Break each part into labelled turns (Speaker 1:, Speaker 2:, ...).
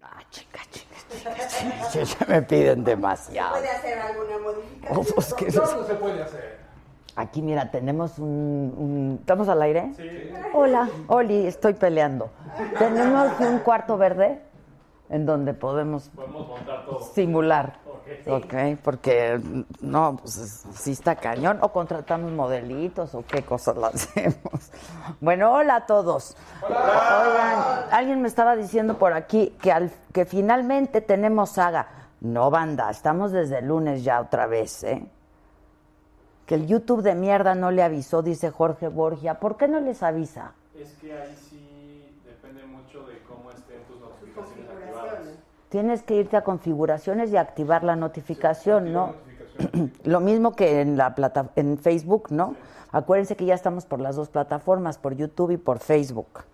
Speaker 1: Que ya me piden demasiado.
Speaker 2: ¿Puede hacer alguna
Speaker 1: Oh,
Speaker 2: modificación?
Speaker 1: pues, ¿qué es
Speaker 3: Todo
Speaker 1: eso?
Speaker 3: se puede hacer.
Speaker 1: Aquí, mira, tenemos un, un- ¿Estamos al aire?
Speaker 3: Sí.
Speaker 1: Hola, Oli, estoy peleando. Tenemos un cuarto verde en donde podemos
Speaker 3: Podemos montar todo.
Speaker 1: singular. Ok, porque no, pues es- sí está cañón. O contratamos modelitos o qué cosas las hacemos. Bueno, hola a todos. Oigan, alguien me estaba diciendo por aquí que, al, que finalmente tenemos saga. No, banda, estamos desde el lunes ya otra vez, ¿eh? Que el YouTube de mierda no le avisó, dice Jorge Borgia. ¿Por qué no les avisa?
Speaker 3: Es que ahí sí depende mucho de cómo estén tus notificaciones activadas.
Speaker 1: Tienes que irte a configuraciones y activar la notificación, ¿no? Lo mismo que en la plata en Facebook, ¿no? Acuérdense que ya estamos por las dos plataformas, por YouTube y por Facebook.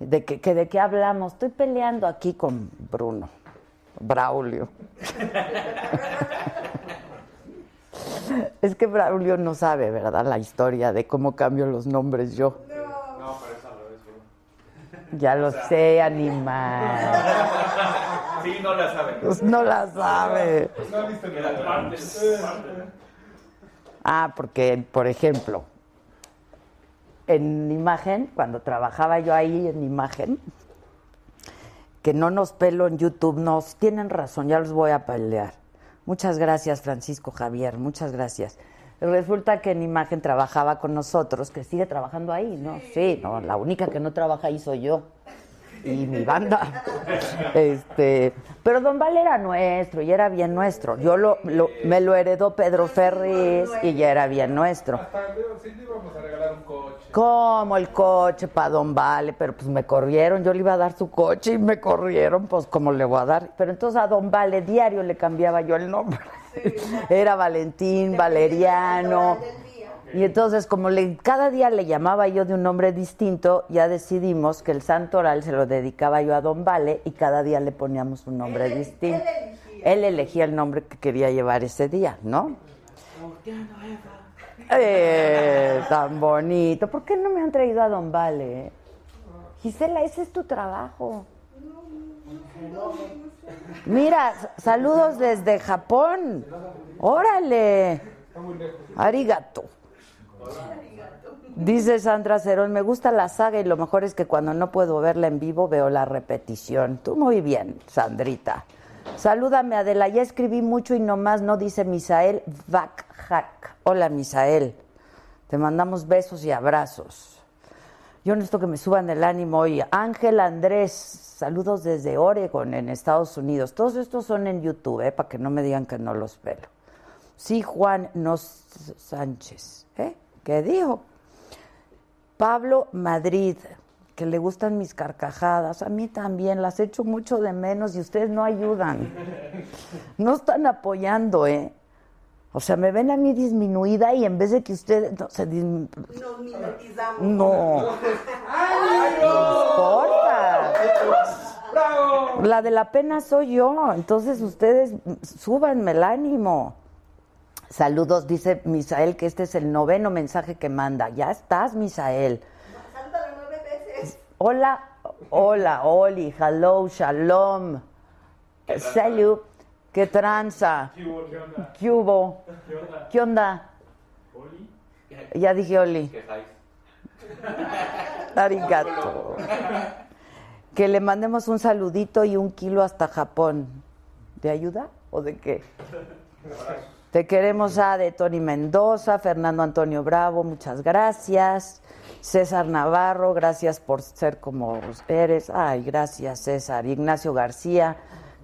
Speaker 1: ¿De qué, que- de qué hablamos? Estoy peleando aquí con Bruno, Braulio. es que Braulio no sabe, ¿verdad? La historia de cómo cambio los nombres yo.
Speaker 2: Oh.
Speaker 3: No, pero es al revés. ¿no?
Speaker 1: Ya lo sé, animal.
Speaker 3: Sí, no la saben.
Speaker 1: Pues no la sabe.
Speaker 3: No viste que partes. partes.
Speaker 1: Ah, porque, por ejemplo, en imagen, cuando trabajaba yo ahí en imagen, que no nos pelo en YouTube, nos tienen razón, ya los voy a pelear. Muchas gracias, Francisco Javier, muchas gracias. Resulta que en imagen trabajaba con nosotros, que sigue trabajando ahí, ¿no? Sí, no, la única que no trabaja ahí soy yo y mi banda. Este, pero Don Val era nuestro y era bien nuestro. Yo lo, lo- me lo heredó Pedro Ferris y ya era bien nuestro.
Speaker 3: Hasta luego, sí le íbamos a regalar un coche.
Speaker 1: Como el coche para Don Vale, pero pues me corrieron, yo le iba a dar su coche y me corrieron, pues como le voy a dar. Pero entonces a Don Vale diario le cambiaba yo el nombre. Era Valentín, Valeriano. Y entonces como le, cada día le llamaba yo de un nombre distinto, ya decidimos que el santo oral se lo dedicaba yo a Don Vale y cada día le poníamos un nombre distinto. Él elegía el nombre que quería llevar ese día, ¿no? Eh, tan bonito. ¿Por qué no me han traído a Don Vale? Gisela, ese es tu trabajo. Mira, s- saludos desde Japón. Órale. Arigato. Dice Sandra Cerón, me gusta la saga y lo mejor es que cuando no puedo verla en vivo veo la repetición. Tú muy bien, Sandrita. Salúdame, Adela. Ya escribí mucho y nomás no dice Misael Vakjak. Hola, Misael. Te mandamos besos y abrazos. Yo necesito que me suban el ánimo hoy. Ángel Andrés, saludos desde Oregon, en Estados Unidos. Todos estos son en YouTube, ¿eh? para que no me digan que no los veo. Sí, Juan Nos Sánchez. ¿eh? ¿Qué dijo? Pablo Madrid, que le gustan mis carcajadas. A mí también, las echo mucho de menos y ustedes no ayudan. No están apoyando, ¿eh? O sea, me ven a mí disminuida y en vez de que ustedes... No, se dis-
Speaker 2: Nos mimetizamos.
Speaker 1: no. Corta. La de la pena soy yo, entonces ustedes súbanme el ánimo. Saludos, dice Misael, que este es el noveno mensaje que manda. Ya estás, Misael.
Speaker 2: Cántalo nueve veces.
Speaker 1: Hola, hola, Oli, hello, shalom. Eh, Salud, qué tranza.
Speaker 3: ¿Qué hubo? ¿Qué onda?
Speaker 1: ¿Qué hubo?
Speaker 3: ¿Qué onda?
Speaker 1: ¿Qué onda?
Speaker 3: ¿Oli?
Speaker 1: Ya dije Oli.
Speaker 3: ¿Qué estáis?
Speaker 1: Arigato. Que le mandemos un saludito y un kilo hasta Japón. ¿De ayuda o de qué? Te queremos a de Tony Mendoza, Fernando Antonio Bravo, muchas gracias. César Navarro, gracias por ser como eres. Ay, gracias César. Ignacio García,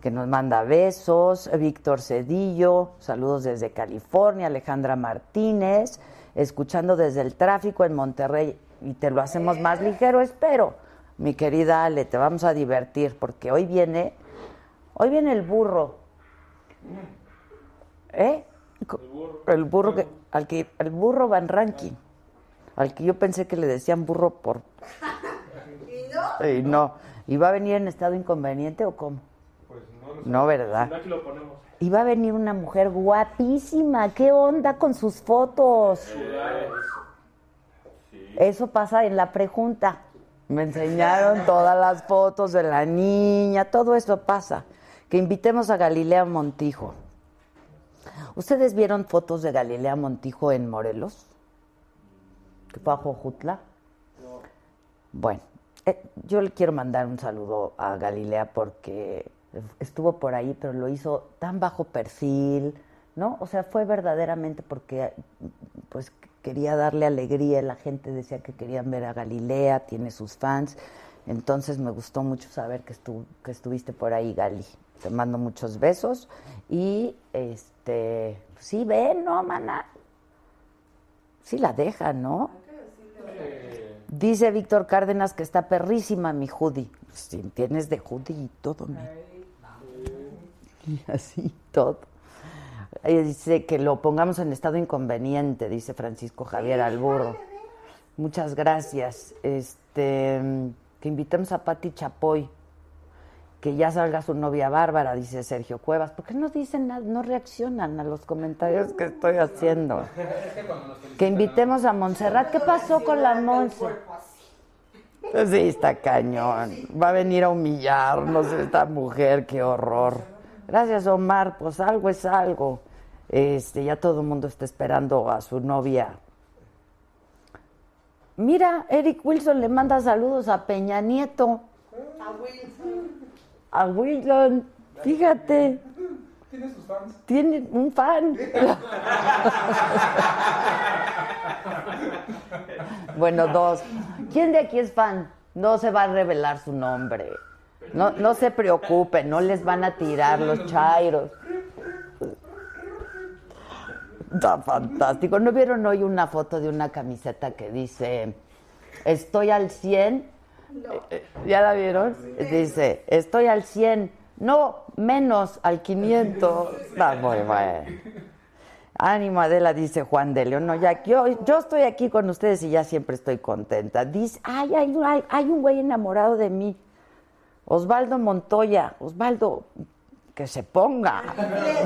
Speaker 1: que nos manda besos. Víctor Cedillo, saludos desde California. Alejandra Martínez, escuchando desde el tráfico en Monterrey. Y te lo hacemos más ligero, espero. Mi querida Ale, te vamos a divertir porque hoy viene, hoy viene el burro. ¿Eh? Co- El burro, que, al que, el burro Van Ranking, al que yo pensé que le decían burro por... Y no. ¿Y va a venir en estado inconveniente o cómo?
Speaker 3: Pues no, no,
Speaker 1: No, ¿verdad?
Speaker 3: aquí lo ponemos.
Speaker 1: Y va a venir una mujer guapísima. ¿Qué onda con sus fotos? Eso pasa en la pregunta. Me enseñaron todas las fotos de la niña, todo eso pasa. Que invitemos a Galilea Montijo. ¿Ustedes vieron fotos de Galilea Montijo en Morelos? Que fue a Jojutla. Bueno, eh, yo le quiero mandar un saludo a Galilea porque estuvo por ahí, pero lo hizo tan bajo perfil, ¿no? O sea, fue verdaderamente porque pues quería darle alegría, la gente decía que querían ver a Galilea, tiene sus fans. Entonces me gustó mucho saber que, estu- que estuviste por ahí, Gali. Te mando muchos besos y este, sí ven, no, maná. Sí la deja, ¿no? Dice Víctor Cárdenas que está perrísima mi hoodie. Si tienes de hoodie y todo, mi. Y así todo. Eh, Dice que lo pongamos en estado inconveniente, dice Francisco Javier Alburro. Muchas gracias. Este, que invitemos a Patti Chapoy. Que ya salga su novia Bárbara, dice Sergio Cuevas. ¿Por qué no dicen nada? No reaccionan a los comentarios que estoy haciendo. Que invitemos a Montserrat. ¿Qué pasó con la Montserrat? Pues Sí, está cañón. Va a venir a humillarnos esta mujer, qué horror. Gracias, Omar. Pues algo es algo. Este, ya todo el mundo está esperando a su novia. Mira, Eric Wilson le manda saludos a Peña Nieto,
Speaker 4: Ah,
Speaker 2: A Wilson.
Speaker 1: a Wilson. Fíjate,
Speaker 4: ¿Tiene sus fans?
Speaker 1: tiene un fan. Bueno, dos. ¿Quién de aquí es fan? No se va a revelar su nombre. No, no se preocupen, no les van a tirar los chairos. Está fantástico. ¿No vieron hoy una foto de una camiseta que dice, estoy al 100? Eh, eh, ¿Ya la vieron? Dice, estoy al 100. No, menos al 500. Está muy bueno. Ánimo, Adela, dice Juan de León. No, ya, yo, yo estoy aquí con ustedes y ya siempre estoy contenta. Dice, ay, hay, hay, hay un güey enamorado de mí. Osvaldo Montoya. Osvaldo, que se ponga.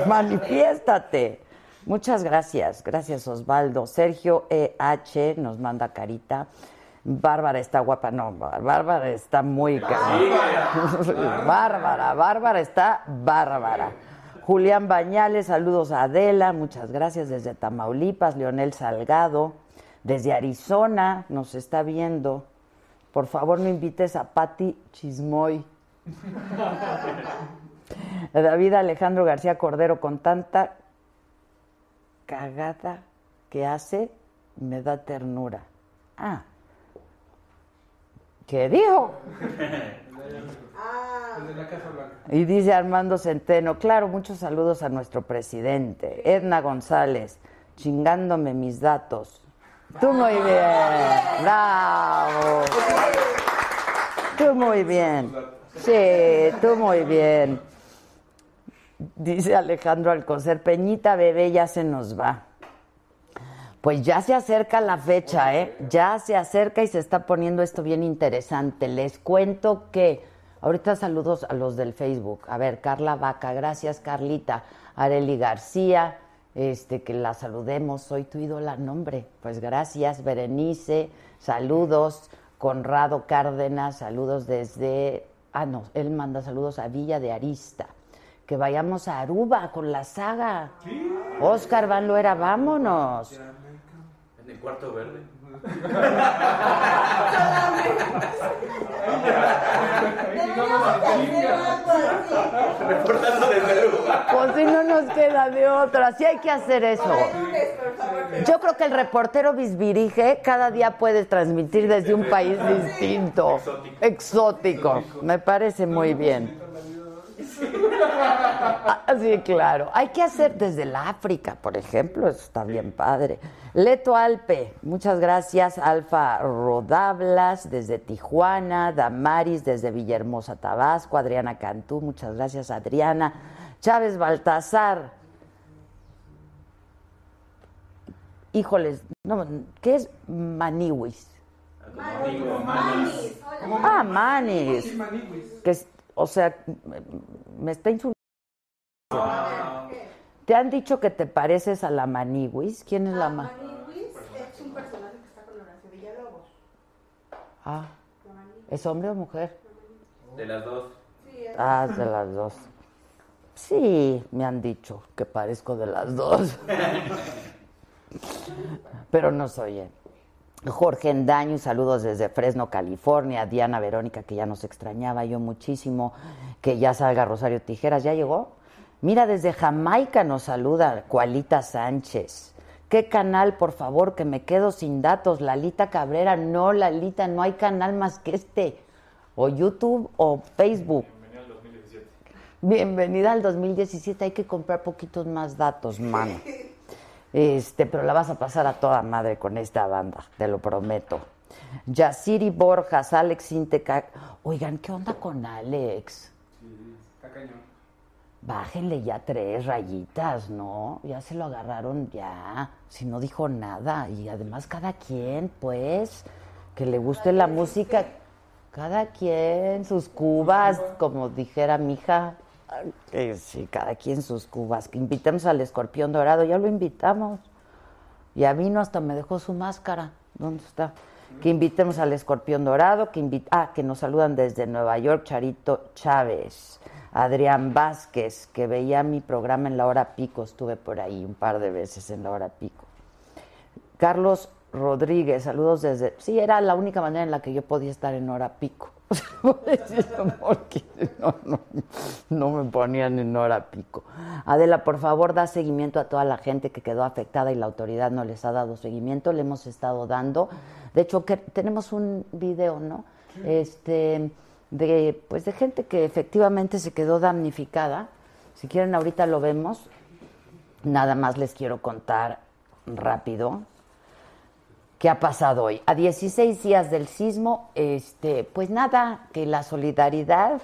Speaker 1: Manifiéstate. Muchas gracias. Gracias, Osvaldo. Sergio EH nos manda carita. Bárbara está guapa. No, Bárbara está muy cara. Bárbara, Bárbara está bárbara. Julián Bañales, saludos a Adela, muchas gracias desde Tamaulipas, Leonel Salgado, desde Arizona, nos está viendo. Por favor, no invites a Patti Chismoy. David Alejandro García Cordero, con tanta cagada que hace, me da ternura. Ah, ¿qué dijo?
Speaker 4: Ah. Desde la Casa Blanca.
Speaker 1: Y dice Armando Centeno, claro, muchos saludos a nuestro presidente, Edna González, chingándome mis datos. Tú muy bien, bravo. Tú muy bien. Sí, tú muy bien. Dice Alejandro Alcocer, Peñita bebé ya se nos va. Pues ya se acerca la fecha, ¿eh? Ya se acerca y se está poniendo esto bien interesante. Les cuento que ahorita saludos a los del Facebook. A ver, Carla Vaca, gracias Carlita, Areli García, este que la saludemos, soy tu ídola, nombre. Pues gracias, Berenice, saludos, Conrado Cárdenas, saludos desde Ah, no, él manda saludos a Villa de Arista. Que vayamos a Aruba con la saga. Oscar Van Loera, vámonos.
Speaker 5: En el cuarto verde. Reportando desde Aruba.
Speaker 1: Pues si no nos queda de otra, sí hay que hacer eso. Yo creo que el reportero bisbirige cada día puede transmitir desde un país distinto.
Speaker 3: Exótico.
Speaker 1: Exótico. Me parece muy bien. Ah, Sí, claro. Hay que hacer desde el África, por ejemplo. Eso está bien padre. Leto Alpe, muchas gracias. Alfa Rodablas desde Tijuana. Damaris desde Villahermosa, Tabasco. Adriana Cantú, muchas gracias. Adriana. Chávez Baltasar. Híjoles, no, ¿qué es maniwis? Ah, manis. Que es- o sea, me, me está insultando. ¿Te han dicho que te pareces a la Maniwis? ¿Quién es la ma?
Speaker 2: es un personaje que está con Horacio Villalobos.
Speaker 1: Ah, ¿es hombre o mujer?
Speaker 5: De las dos.
Speaker 2: Sí, es
Speaker 1: Ah, es de las dos. Sí, me han dicho que parezco de las dos. Pero no soy él. Jorge Endaño, saludos desde Fresno, California. Diana Verónica, que ya nos extrañaba yo muchísimo. Que ya salga Rosario Tijeras, ¿ya llegó? Mira, desde Jamaica nos saluda Cualita Sánchez. ¿Qué canal, por favor, que me quedo sin datos? Lalita Cabrera, no, Lalita, no hay canal más que este. O YouTube o Facebook.
Speaker 3: Bienvenido al 2017.
Speaker 1: Bienvenida al 2017, hay que comprar poquitos más datos, mano. Este, pero la vas a pasar a toda madre con esta banda, te lo prometo. Yaciri Borjas, Alex Inteca. Oigan, ¿qué onda con Alex?
Speaker 4: Está cañón.
Speaker 1: Bájenle ya tres rayitas, ¿no? Ya se lo agarraron ya, si no dijo nada. Y además cada quien, pues, que le guste la música, cada quien sus cubas, como dijera mi hija. Ay, que Sí, cada quien sus cubas. Que invitemos al escorpión dorado, ya lo invitamos. Ya vino, hasta me dejó su máscara. ¿Dónde está? Que invitemos al escorpión dorado, que invi- ah, que nos saludan desde Nueva York, Charito Chávez, Adrián Vázquez, que veía mi programa en la hora pico, estuve por ahí un par de veces en la hora pico. Carlos Rodríguez, saludos desde. Sí, era la única manera en la que yo podía estar en hora pico. Porque no, no, no me ponían en hora pico. Adela, por favor, da seguimiento a toda la gente que quedó afectada y la autoridad no les ha dado seguimiento. Le hemos estado dando. De hecho, que tenemos un video, ¿no? Este, de, pues de gente que efectivamente se quedó damnificada. Si quieren, ahorita lo vemos. Nada más les quiero contar rápido qué ha pasado hoy. A 16 días del sismo, este, pues nada, que la solidaridad,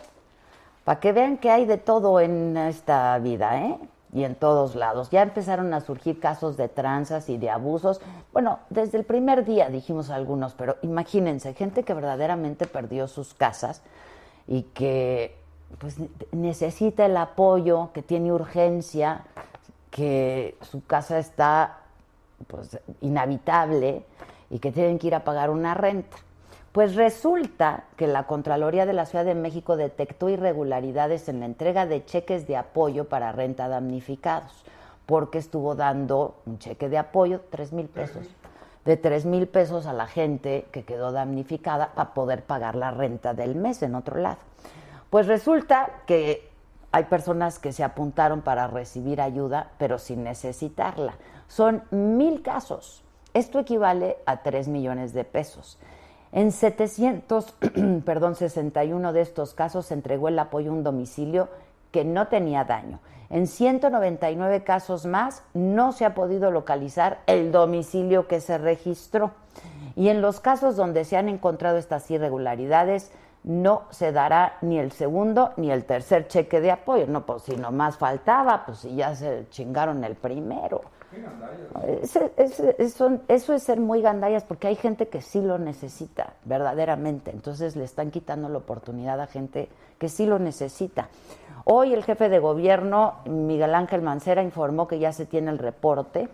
Speaker 1: para que vean que hay de todo en esta vida, ¿eh? Y en todos lados. Ya empezaron a surgir casos de tranzas y de abusos. Bueno, desde el primer día dijimos algunos, pero imagínense, gente que verdaderamente perdió sus casas y que pues ne- necesita el apoyo, que tiene urgencia, que su casa está pues inhabitable y que tienen que ir a pagar una renta. Pues resulta que la Contraloría de la Ciudad de México detectó irregularidades en la entrega de cheques de apoyo para renta a damnificados, porque estuvo dando un cheque de apoyo, tres mil pesos, de tres mil pesos a la gente que quedó damnificada para poder pagar la renta del mes en otro lado. Pues resulta que hay personas que se apuntaron para recibir ayuda, pero sin necesitarla. Son mil casos. Esto equivale a 3 millones de pesos. En 700, perdón, 61 de estos casos se entregó el apoyo a un domicilio que no tenía daño. En 199 casos más no se ha podido localizar el domicilio que se registró. Y en los casos donde se han encontrado estas irregularidades, no se dará ni el segundo ni el tercer cheque de apoyo. No, pues si nomás faltaba, pues si ya se chingaron el primero. Ese- ese- eso, eso es ser muy gandallas porque hay gente que sí lo necesita, verdaderamente. Entonces le están quitando la oportunidad a gente que sí lo necesita. Hoy el jefe de gobierno, Miguel Ángel Mancera, informó que ya se tiene el reporte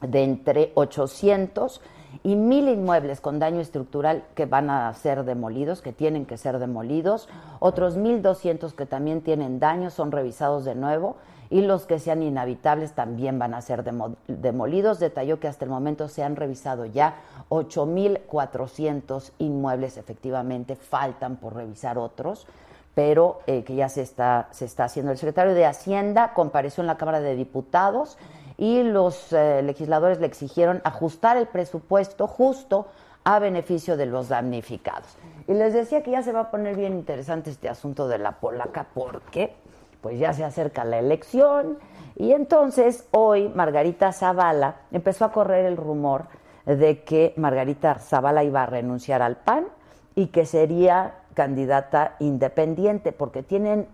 Speaker 1: de entre 800 y mil inmuebles con daño estructural que van a ser demolidos, que tienen que ser demolidos, otros 1.200 que también tienen daño son revisados de nuevo y los que sean inhabitables también van a ser demo- demolidos. Detalló que hasta el momento se han revisado ya 8.400 inmuebles, efectivamente faltan por revisar otros pero eh, que ya se está, se está haciendo. El secretario de Hacienda compareció en la Cámara de Diputados y los eh, legisladores le exigieron ajustar el presupuesto justo a beneficio de los damnificados. Y les decía que ya se va a poner bien interesante este asunto de la polaca porque pues ya se acerca la elección y entonces hoy Margarita Zavala empezó a correr el rumor de que Margarita Zavala iba a renunciar al PAN y que sería candidata independiente, porque tienen,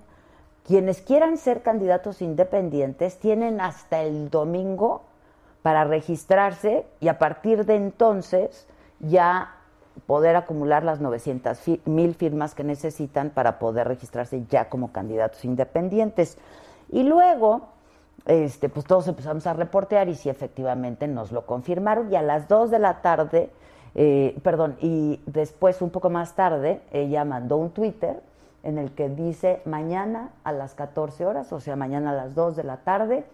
Speaker 1: quienes quieran ser candidatos independientes, tienen hasta el domingo para registrarse y a partir de entonces ya poder acumular las 900 fi- mil firmas que necesitan para poder registrarse ya como candidatos independientes. Y luego, este, pues todos empezamos a reportear y sí, efectivamente nos lo confirmaron. Y a las 2 de la tarde, eh, perdón, y después un poco más tarde, ella mandó un Twitter en el que dice, mañana a las 14 horas, o sea, mañana a las 2 de la tarde,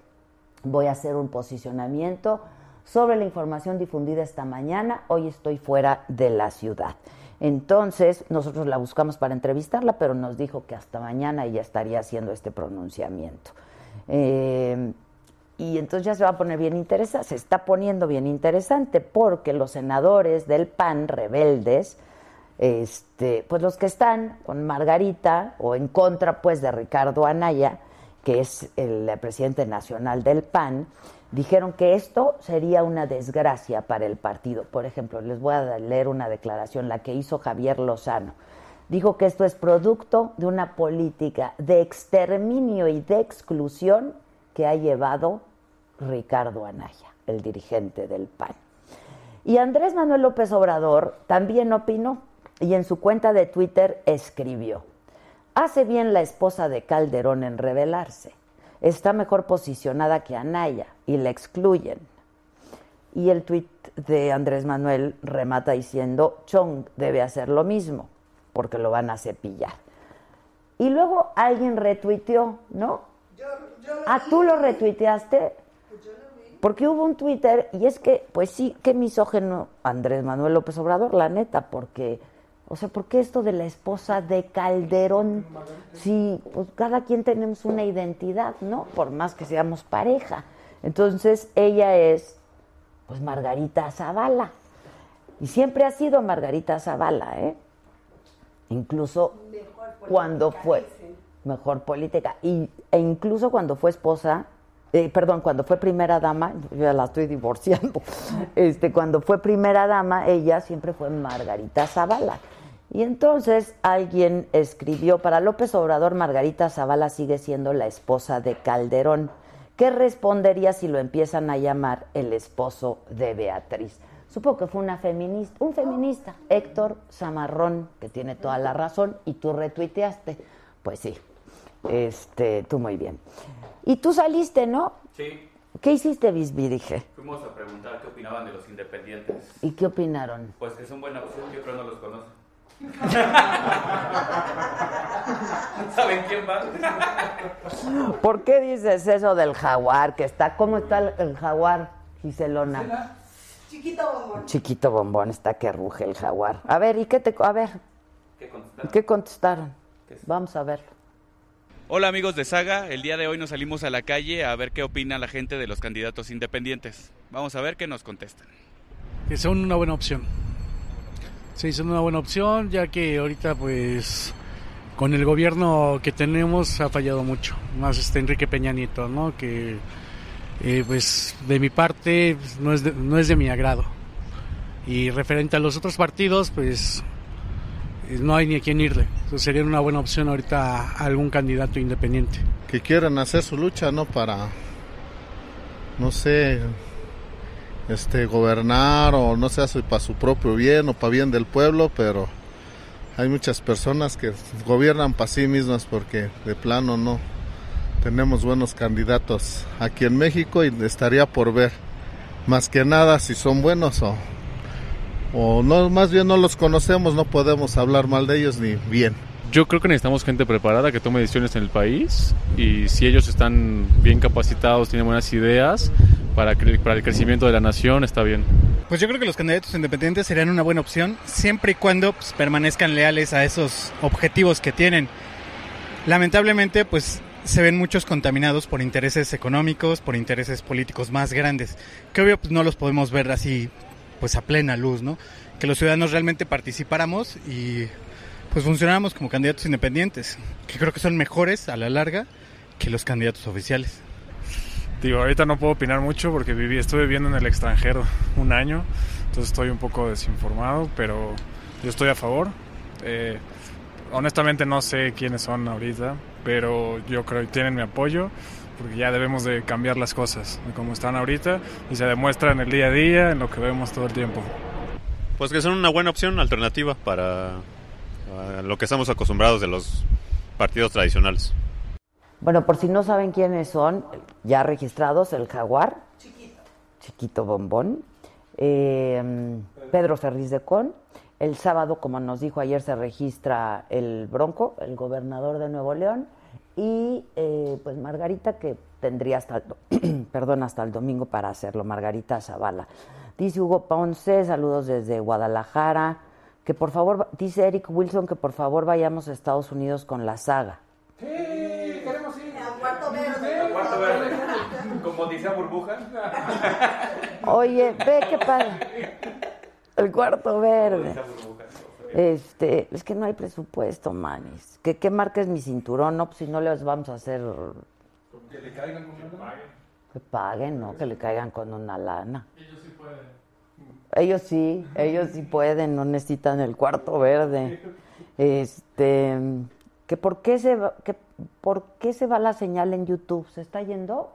Speaker 1: voy a hacer un posicionamiento sobre la información difundida esta mañana. Hoy estoy fuera de la ciudad. Entonces, nosotros la buscamos para entrevistarla, pero nos dijo que hasta mañana ella estaría haciendo este pronunciamiento. Eh, y entonces ya se va a poner bien interesante, se está poniendo bien interesante, porque los senadores del PAN rebeldes, este, pues los que están con Margarita o en contra pues de Ricardo Anaya, que es el presidente nacional del PAN, dijeron que esto sería una desgracia para el partido. Por ejemplo, les voy a leer una declaración, la que hizo Javier Lozano. Dijo que esto es producto de una política de exterminio y de exclusión que ha llevado Ricardo Anaya, el dirigente del PAN. Y Andrés Manuel López Obrador también opinó y en su cuenta de Twitter escribió, hace bien la esposa de Calderón en rebelarse, está mejor posicionada que Anaya y la excluyen. Y el tuit de Andrés Manuel remata diciendo, Chong debe hacer lo mismo porque lo van a cepillar. Y luego alguien retuiteó, ¿no? Ah, tú lo retuiteaste. Porque hubo un Twitter y es que, pues sí, qué misógeno Andrés Manuel López Obrador, la neta, porque, o sea, ¿por qué esto de la esposa de Calderón? Sí, pues cada quien tenemos una identidad, ¿no? Por más que seamos pareja. Entonces, ella es, pues, Margarita Zavala. Y siempre ha sido Margarita Zavala, ¿eh? Incluso cuando fue mejor política. Y, e incluso cuando fue esposa, eh, perdón, cuando fue primera dama, yo ya la estoy divorciando, este, cuando fue primera dama, ella siempre fue Margarita Zavala. Y entonces alguien escribió, para López Obrador, Margarita Zavala sigue siendo la esposa de Calderón. ¿Qué respondería si lo empiezan a llamar el esposo de Beatriz? Supongo que fue una feminista, un feminista, Héctor Zamarrón, que tiene toda la razón, y tú retuiteaste. Pues sí, este, tú muy bien. Y tú saliste, ¿no?
Speaker 5: Sí,
Speaker 1: ¿Qué hiciste, Bisbí? Dije.
Speaker 5: fuimos a preguntar qué opinaban de los independientes.
Speaker 1: ¿Y qué opinaron?
Speaker 5: Pues que son buena opción, yo creo no los conoce. ¿Saben quién va?
Speaker 1: ¿Por qué dices eso del jaguar? Que está, ¿Cómo está el, el jaguar, Giselona?
Speaker 2: Chiquito bombón.
Speaker 1: Chiquito bombón, está que ruge el jaguar. A ver, ¿y qué te... A ver,
Speaker 5: ¿Qué contestaron?
Speaker 1: ¿qué contestaron? Vamos a ver.
Speaker 6: Hola amigos de Saga, el día de hoy nos salimos a la calle a ver qué opina la gente de los candidatos independientes. Vamos a ver qué nos contestan.
Speaker 7: que son una buena opción. Sí, son una buena opción, ya que ahorita pues con el gobierno que tenemos ha fallado mucho, más este Enrique Peña Nieto, ¿no? Que eh, pues de mi parte pues, no, es de, no es de mi agrado. Y referente a los otros partidos, pues eh, no hay ni a quién irle. Entonces sería una buena opción ahorita a algún candidato independiente.
Speaker 8: que quieran hacer su lucha, ¿no? Para, no sé, este, gobernar o no sé, su- para su propio bien o para bien del pueblo, pero hay muchas personas que gobiernan para sí mismas porque de plano no tenemos buenos candidatos aquí en México y estaría por ver, más que nada si son buenos o o no, más bien no los conocemos, no podemos hablar mal de ellos
Speaker 4: Eh,
Speaker 8: ni bien.
Speaker 9: Yo creo que necesitamos gente preparada que tome decisiones en el país y si ellos están bien capacitados, tienen buenas ideas para, cre- para el crecimiento de la nación, está bien.
Speaker 10: Pues yo creo que los candidatos independientes serían una buena opción siempre y cuando pues, permanezcan leales a esos objetivos que tienen. Lamentablemente, pues se ven muchos contaminados por intereses económicos, por intereses políticos más grandes, que obvio pues, no los podemos ver así pues a plena luz, ¿no? Que los ciudadanos realmente participáramos y pues funcionáramos como candidatos independientes, que creo que son mejores a la larga que los candidatos oficiales.
Speaker 11: Digo, ahorita no puedo opinar mucho porque viví, estuve viviendo en el extranjero un año, entonces estoy un poco desinformado, pero yo estoy a favor. Eh, honestamente no sé quiénes son ahorita, pero yo creo que tienen mi apoyo porque ya debemos de cambiar las cosas de como están ahorita y se demuestra en el día a día, en lo que vemos todo el tiempo.
Speaker 12: Pues que son una buena opción alternativa para eh, lo que estamos acostumbrados de los partidos tradicionales.
Speaker 1: Bueno, por si no saben quiénes son, ya registrados, el jaguar. Chiquito. Chiquito bombón. eh, Pedro Cerriz de Con. El sábado, como nos dijo ayer, se registra el Bronco, el gobernador de Nuevo León. Y eh, pues Margarita, que tendría hasta el, do- perdón, hasta el domingo para hacerlo, Margarita Zavala. Dice Hugo Ponce, saludos desde Guadalajara. Que por favor, dice Eric Wilson, que por favor vayamos a Estados Unidos con la saga.
Speaker 4: queremos ir.
Speaker 2: cuarto
Speaker 4: verde.
Speaker 5: Cuarto verde. Como dice burbuja.
Speaker 1: Oye, ve qué padre. El cuarto verde. Este, es que no hay presupuesto, manis. ¿Qué, qué marca es mi cinturón? No, pues si no les vamos a hacer
Speaker 4: Que le caigan con una.
Speaker 1: que paguen, ¿no? Que le caigan con una lana.
Speaker 4: Ellos sí pueden.
Speaker 1: Ellos sí, ellos sí pueden, no necesitan el cuarto verde. Este, que por qué se va, que por qué se va la señal en YouTube, ¿se está yendo?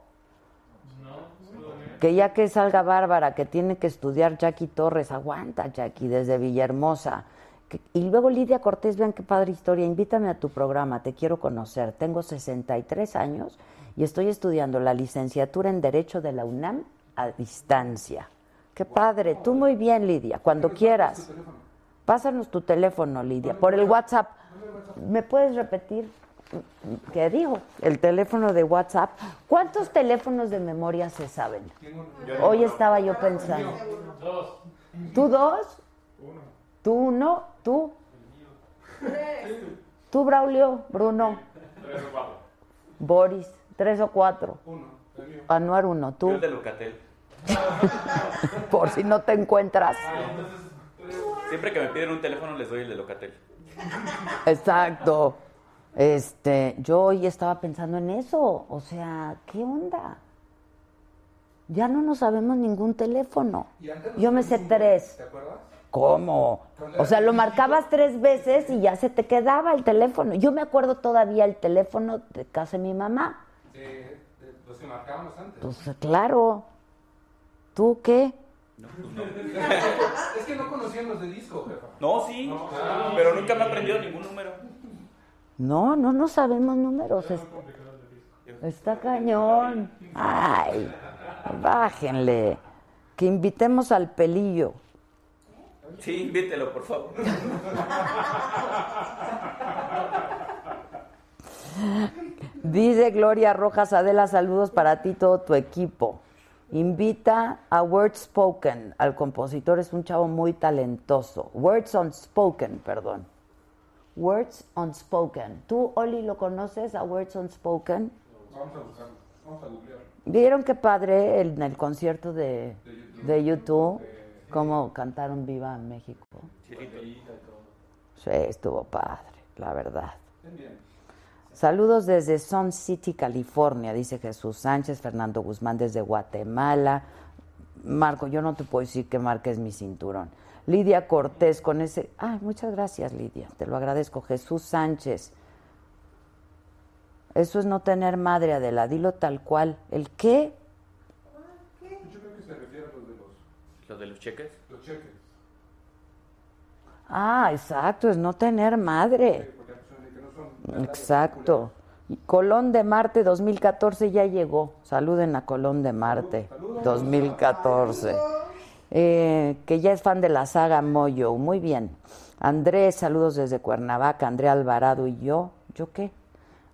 Speaker 1: Que ya que salga Bárbara, que tiene que estudiar Jackie Torres, aguanta Jackie desde Villahermosa. Que- y luego Lidia Cortés, vean qué padre historia, invítame a tu programa, te quiero conocer. Tengo 63 años y estoy estudiando la licenciatura en Derecho de la UNAM a distancia. Qué padre, tú muy bien Lidia, cuando quieras. Pásanos tu teléfono, Lidia, por el WhatsApp. ¿Me puedes repetir qué dijo? El teléfono de WhatsApp. ¿Cuántos teléfonos de memoria se saben? Hoy estaba yo pensando. ¿Tú dos? ¿Tú uno? ¿Tú? ¿Tú, Braulio? ¿Bruno?
Speaker 5: Tres o cuatro.
Speaker 1: ¿Boris? ¿Tres o cuatro? Anuar uno.
Speaker 5: Yo
Speaker 1: ¿Tú?
Speaker 5: el de Locatel.
Speaker 1: Por si no te encuentras.
Speaker 5: Siempre que me piden un teléfono les doy el de Locatel.
Speaker 1: Exacto. Este, yo hoy estaba pensando en eso, o sea, ¿qué onda? Ya no nos sabemos ningún teléfono. Yo me sé tres.
Speaker 4: ¿Te acuerdas?
Speaker 1: ¿Cómo?
Speaker 4: Cuando
Speaker 1: O sea,
Speaker 4: era
Speaker 1: lo marcabas tres veces y ya se te quedaba el teléfono. Yo me acuerdo todavía el teléfono de casa de mi mamá.
Speaker 4: Eh, eh, los que marcábamos antes.
Speaker 1: Pues claro. ¿Tú qué?
Speaker 4: es que no conocían los de disco, jefa.
Speaker 5: No, sí.
Speaker 4: Ah,
Speaker 5: pero
Speaker 4: sí.
Speaker 5: nunca me ha aprendido ningún número.
Speaker 1: No, no nos sabemos números. es- Está cañón. Ay, bájenle. Que invitemos al pelillo.
Speaker 5: Sí, invítelo, por favor.
Speaker 1: Dice Gloria Rojas Adela, saludos para ti y todo tu equipo. Invita a Words Spoken, al compositor, es un chavo muy talentoso. Words Unspoken, perdón. Words Unspoken. ¿Tú, Oli, lo conoces a Words Unspoken?
Speaker 4: Vamos a buscarlo. Vamos a googlear.
Speaker 1: ¿Vieron qué padre el- en el concierto de, de YouTube? Cómo cantaron Viva México. Sí, estuvo padre, la verdad. Saludos desde Sun City, California, dice Jesús Sánchez, Fernando Guzmán desde Guatemala. Marco, yo no te puedo decir que marques mi cinturón. Lidia Cortés con ese... Ay, muchas gracias, Lidia, te lo agradezco. Jesús Sánchez. Eso es no tener madre, Adela, dilo tal cual. ¿El qué?
Speaker 4: Yo creo que se refiere a los de los,
Speaker 5: ¿Los de los cheques?
Speaker 4: los cheques.
Speaker 1: Ah, exacto, es no tener madre. Exacto. Y Colón de Marte 2014 ya llegó. Saluden a Colón de Marte 2014. eh, que ya es fan de la saga Moyo. Muy bien. Andrés, saludos desde Cuernavaca. Andrea Alvarado y yo. ¿Yo qué?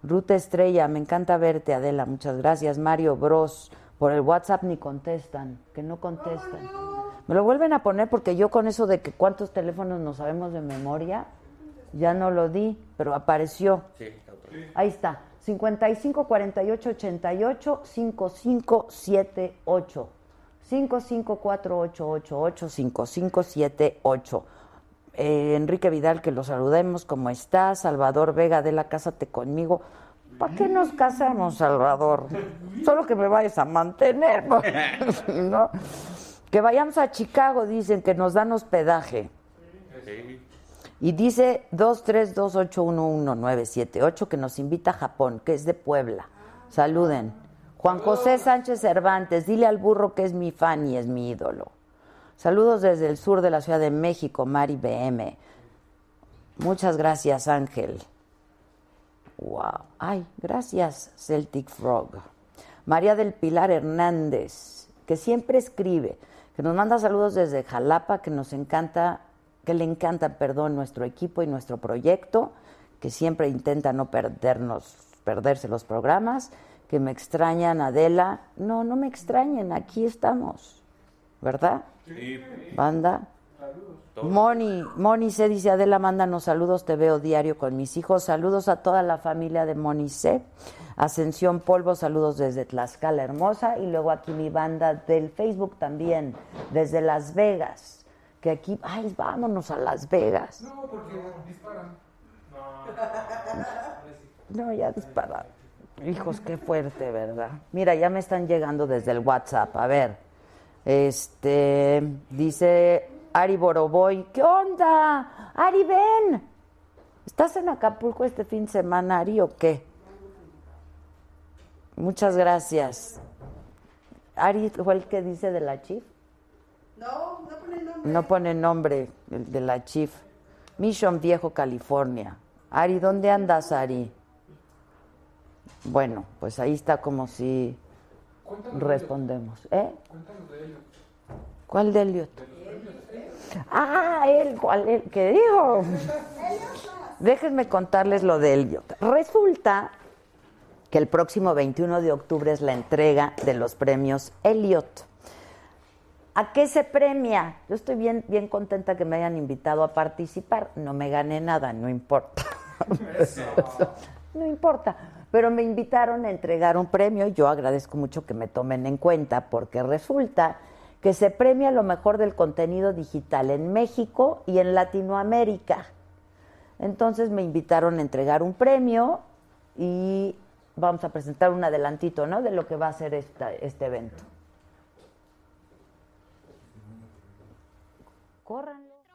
Speaker 1: Ruta Estrella, me encanta verte, Adela. Muchas gracias. Mario Bros. Por el WhatsApp ni contestan, que no contestan. Me lo vuelven a poner porque yo con eso de que cuántos teléfonos nos sabemos de memoria, ya no lo di, pero apareció. Ahí está. 55 48 88 5578. 554888 5578. Eh, Enrique Vidal, que lo saludemos, ¿cómo estás? Salvador Vega de la Cásate conmigo. ¿Para qué nos casamos, Salvador? Solo que me vayas a mantener, ¿no? ¿no? Que vayamos a Chicago, dicen, que nos dan hospedaje. Y dice 232811978 que nos invita a Japón, que es de Puebla. Saluden. Juan José Sánchez Cervantes, dile al burro que es mi fan y es mi ídolo. Saludos desde el sur de la Ciudad de México, Mari BM. Muchas gracias, Ángel. Wow. Ay, gracias, Celtic Frog. María del Pilar Hernández, que siempre escribe, que nos manda saludos desde Jalapa, que nos encanta, que le encanta, perdón, nuestro equipo y nuestro proyecto, que siempre intenta no perdernos, perderse los programas, que me extrañan, Adela. No, no me extrañen, aquí estamos. ¿Verdad?
Speaker 5: Sí.
Speaker 1: Banda. Moni, Moni C dice Adela, mándanos saludos, te veo diario con mis hijos. Saludos a toda la familia de Moni C. Ascensión Polvo, saludos desde Tlaxcala Hermosa. Y luego aquí mi banda del Facebook también, desde Las Vegas. Que aquí, ay, vámonos a Las Vegas.
Speaker 4: No, porque disparan.
Speaker 1: No, ya dispara. Hijos, qué fuerte, ¿verdad? Mira, ya me están llegando desde el WhatsApp. A ver, este, dice Ari Boroboy, ¿qué onda? Ari, ven. ¿Estás en Acapulco este fin de semana, Ari, o qué? Muchas gracias. Ari fue el que dice de la Chief.
Speaker 2: No, no pone nombre.
Speaker 1: No pone nombre el de la Chief. Mission Viejo, California. Ari, ¿dónde andas, Ari? Bueno, pues ahí está como si respondemos. ¿Eh? ¿Cuál de Elliot?
Speaker 4: ¿eh?
Speaker 1: Ah, él, ¿cuál él? ¿Qué dijo? Déjenme contarles lo de Elliot. Resulta que el próximo 21 de octubre es la entrega de los premios Elliot. ¿A qué se premia? Yo estoy bien, bien contenta que me hayan invitado a participar. No me gané nada, no importa. no importa. Pero me invitaron a entregar un premio y yo agradezco mucho que me tomen en cuenta porque resulta que se premia lo mejor del contenido digital en México y en Latinoamérica. Entonces me invitaron a entregar un premio y vamos a presentar un adelantito, ¿no? De lo que va a ser esta- este evento.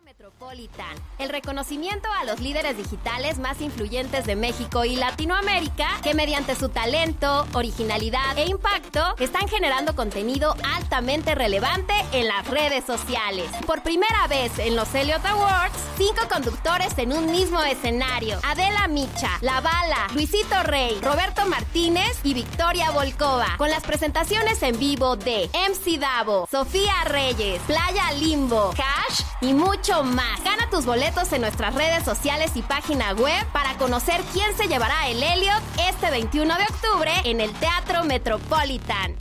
Speaker 13: Metropolitan, el reconocimiento a los líderes digitales más influyentes de México y Latinoamérica que mediante su talento, originalidad e impacto están generando contenido altamente relevante en las redes sociales. Por primera vez en los Elliot Awards, cinco conductores en un mismo escenario. Adela Micha, La Bala, Luisito Rey, Roberto Martínez y Victoria Volkova, con las presentaciones en vivo de MC Davo, Sofía Reyes, Playa Limbo, Cash y mucho más. Gana tus boletos en nuestras redes sociales y página web para conocer quién se llevará el Elliot este 21 de octubre en el Teatro Metropolitan.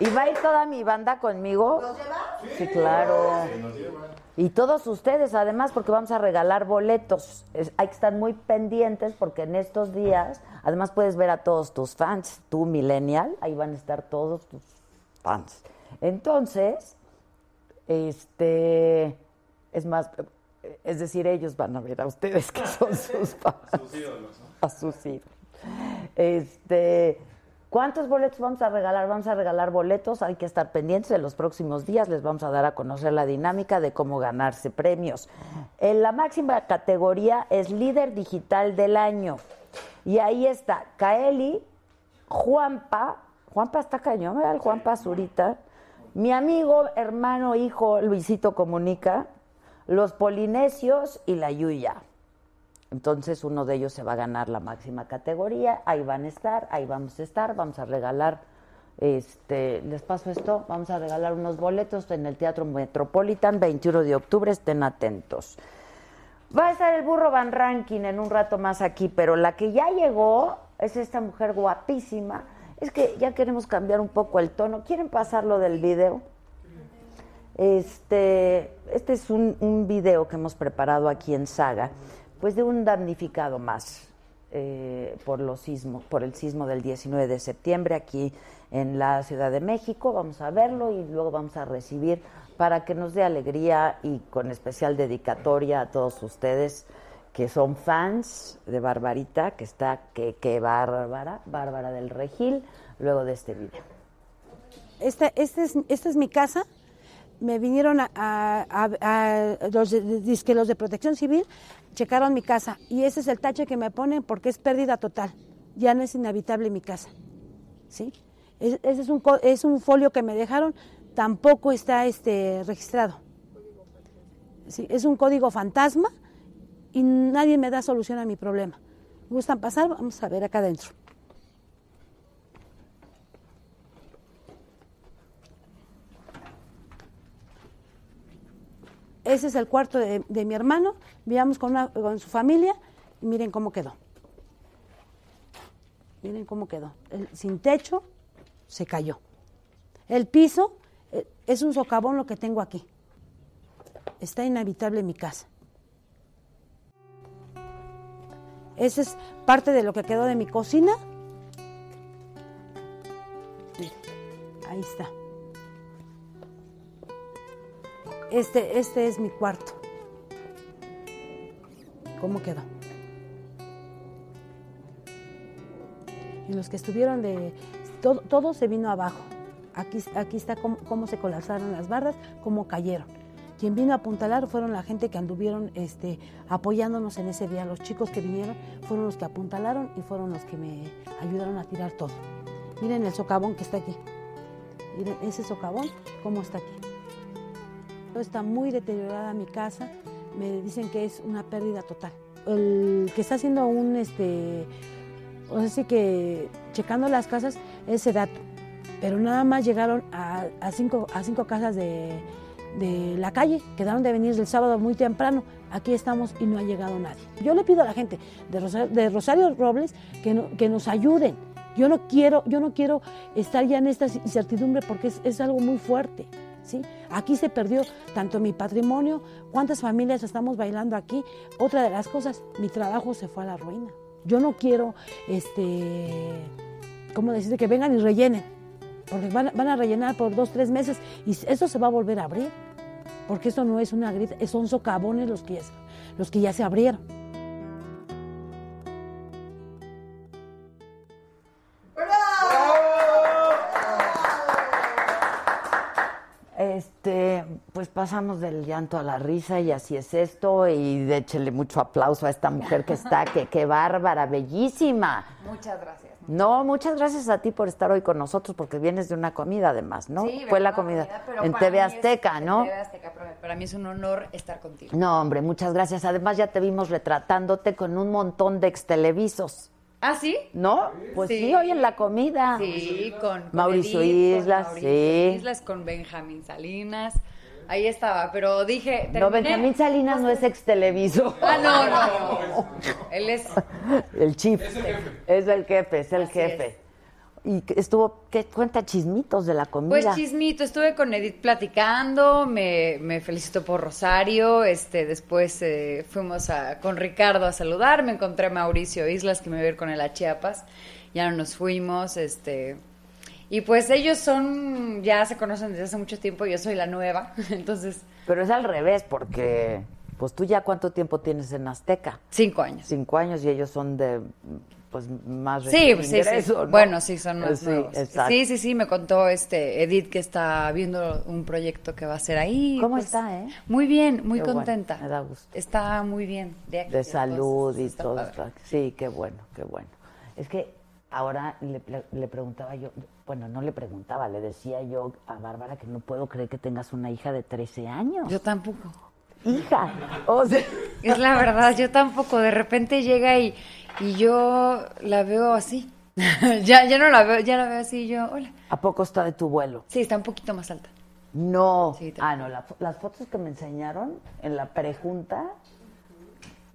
Speaker 1: ¿Y va a ir toda mi banda conmigo? Sí, claro. Y todos ustedes, además, porque vamos a regalar boletos. Es- hay que estar muy pendientes porque en estos días, además puedes ver a todos tus fans, tú millennial, ahí van a estar todos tus fans. Entonces, este, es más, es decir, ellos van a ver a ustedes que son sus fans. A sus ídolos. Este, ¿cuántos boletos vamos a regalar? Vamos a regalar boletos, hay que estar pendientes en los próximos días, les vamos a dar a conocer la dinámica de cómo ganarse premios. En la máxima categoría es líder digital del año. Y ahí está Kaeli, Juanpa, Juanpa está cañón, ¿verdad? El Juanpa Zurita. Mi amigo, hermano, hijo Luisito Comunica, los Polinesios y la Yuya. Entonces uno de ellos se va a ganar la máxima categoría, ahí van a estar, ahí vamos a estar, vamos a regalar Este, les paso esto, vamos a regalar unos boletos en el Teatro Metropolitan, 21 de octubre, estén atentos. Va a estar el burro Van Ranking en un rato más aquí, pero la que ya llegó es esta mujer guapísima. Es que ya queremos cambiar un poco el tono. ¿Quieren pasarlo del video? Este, este es un, un video que hemos preparado aquí en Saga, pues de un damnificado más eh, por los sismos, por el sismo del 19 de septiembre aquí en la Ciudad de México. Vamos a verlo y luego vamos a recibir para que nos dé alegría y con especial dedicatoria a todos ustedes que son fans de Barbarita, que está que, que Bárbara, Bárbara del Regil, luego de este video.
Speaker 14: Esta, este es, esta es mi casa. Me vinieron a, a- a- a los, de, dizque los de Protección Civil, checaron mi casa y ese es el tache que me ponen porque es pérdida total. Ya no es inhabitable mi casa. ¿sí? Es- ese es un, co- es un folio que me dejaron, tampoco está este, registrado. ¿sí? Es un código fantasma y nadie me da solución a mi problema. ¿Gustan pasar? Vamos a ver acá adentro. Ese es el cuarto de, de mi hermano. Vivíamos con, una- con su familia y miren cómo quedó. Miren cómo quedó. El- sin techo, se cayó. El piso eh, es un socavón lo que tengo aquí. Está inhabitable mi casa. Esa es parte de lo que quedó de mi cocina. Miren, ahí está. Este, este es mi cuarto. ¿Cómo quedó? Y los que estuvieron de... Todo, todo se vino abajo. Aquí, aquí está cómo, cómo se colapsaron las bardas, cómo cayeron. Quien vino a apuntalar fueron la gente que anduvieron este, apoyándonos en ese día. Los chicos que vinieron fueron los que apuntalaron y fueron los que me ayudaron a tirar todo. Miren el socavón que está aquí. Miren ese socavón, cómo está aquí. Está muy deteriorada mi casa. Me dicen que es una pérdida total. El que está haciendo un, este, o sea, sí que checando las casas es dato Pero nada más llegaron a, a cinco, a cinco casas de, de la calle. Quedaron de venir el sábado muy temprano. Aquí estamos y no ha llegado nadie. Yo le pido a la gente de Rosario, de Rosario Robles que, no- que nos ayuden. Yo no quiero, yo no quiero estar ya en esta incertidumbre porque es, es algo muy fuerte. ¿sí? Aquí se perdió tanto mi patrimonio, cuántas familias estamos bailando aquí. Otra de las cosas, mi trabajo se fue a la ruina. Yo no quiero, este, ¿cómo decirte? Que vengan y rellenen, porque van, van a rellenar por dos, tres meses y eso se va a volver a abrir, porque esto no es una grita, son socavones los que ya se- los que ya se abrieron.
Speaker 1: Este, pues pasamos del llanto a la risa y así es esto. Y déchele mucho aplauso a esta mujer que está, que qué bárbara, bellísima.
Speaker 15: Muchas gracias.
Speaker 1: No, muchas gracias a ti por estar hoy con nosotros, porque vienes de una comida además, ¿no?
Speaker 15: Sí,
Speaker 1: Fue la
Speaker 15: vengo a
Speaker 1: comida,
Speaker 15: pero
Speaker 1: en
Speaker 15: para
Speaker 1: TV
Speaker 15: mí es-
Speaker 1: Azteca, ¿no?
Speaker 15: En TV Azteca, pero para mí es un honor estar contigo.
Speaker 1: No, hombre, muchas gracias. Además ya te vimos retratándote con un montón de extelevisos,
Speaker 15: ¿Ah, sí?
Speaker 1: ¿no? Pues sí,
Speaker 15: Sí.
Speaker 1: hoy en la comida.
Speaker 15: Sí, con, con
Speaker 1: Mauricio
Speaker 15: Edith, con
Speaker 1: Islas,
Speaker 15: Mauricio
Speaker 1: sí.
Speaker 15: Islas, con Benjamín Salinas. Ahí estaba, pero dije.
Speaker 1: No,
Speaker 15: terminé-
Speaker 1: Benjamín Salinas no es exteleviso.
Speaker 15: Ah, no, no. Él es.
Speaker 1: El chief.
Speaker 15: Es el jefe.
Speaker 1: Es el jefe, es el
Speaker 15: Así
Speaker 1: jefe. Y que estuvo, ¿qué cuenta chismitos de la comida?
Speaker 15: Pues chismito, estuve con Edith platicando, me, me felicitó por Rosario, este, después eh, fuimos a- con Ricardo a saludar, me encontré a Mauricio Islas, que me iba a ir con él a Chiapas, ya no nos fuimos, este, y pues ellos son, ya se conocen desde hace mucho tiempo, yo soy la nueva, entonces...
Speaker 1: Pero es al revés, porque pues tú ya cuánto tiempo tienes en Azteca.
Speaker 15: Cinco años.
Speaker 1: Cinco años y ellos son de pues más
Speaker 15: Sí,
Speaker 1: recién
Speaker 15: sí, sí.
Speaker 1: ingreso, ¿no?
Speaker 15: Bueno, sí, son
Speaker 1: Eh,
Speaker 15: más
Speaker 1: sí,
Speaker 15: nuevos.
Speaker 1: exacto.
Speaker 15: Sí, sí, sí, me contó este Edith que está viendo un proyecto que va a hacer ahí.
Speaker 1: ¿Cómo
Speaker 15: pues,
Speaker 1: está, eh?
Speaker 15: Muy bien, muy
Speaker 1: Qué bueno,
Speaker 15: contenta.
Speaker 1: me da gusto.
Speaker 15: Está muy bien. De, aquí,
Speaker 1: De salud y
Speaker 15: está
Speaker 1: todo.
Speaker 15: padre.
Speaker 1: esto. Sí, qué bueno, qué bueno. Es que ahora le, pre- le preguntaba yo, bueno, no le preguntaba, le decía yo a Bárbara que no puedo creer que tengas una hija de 13 años.
Speaker 15: Yo tampoco.
Speaker 1: Hija. O sea,
Speaker 15: Es la verdad, yo tampoco. De repente llega y, y yo la veo así. ya, ya no la veo, ya la veo así yo, hola.
Speaker 1: ¿A poco está de tu vuelo?
Speaker 15: Sí, está un poquito más alta.
Speaker 1: No. ah, no, la fo- las fotos que me enseñaron en la prejunta,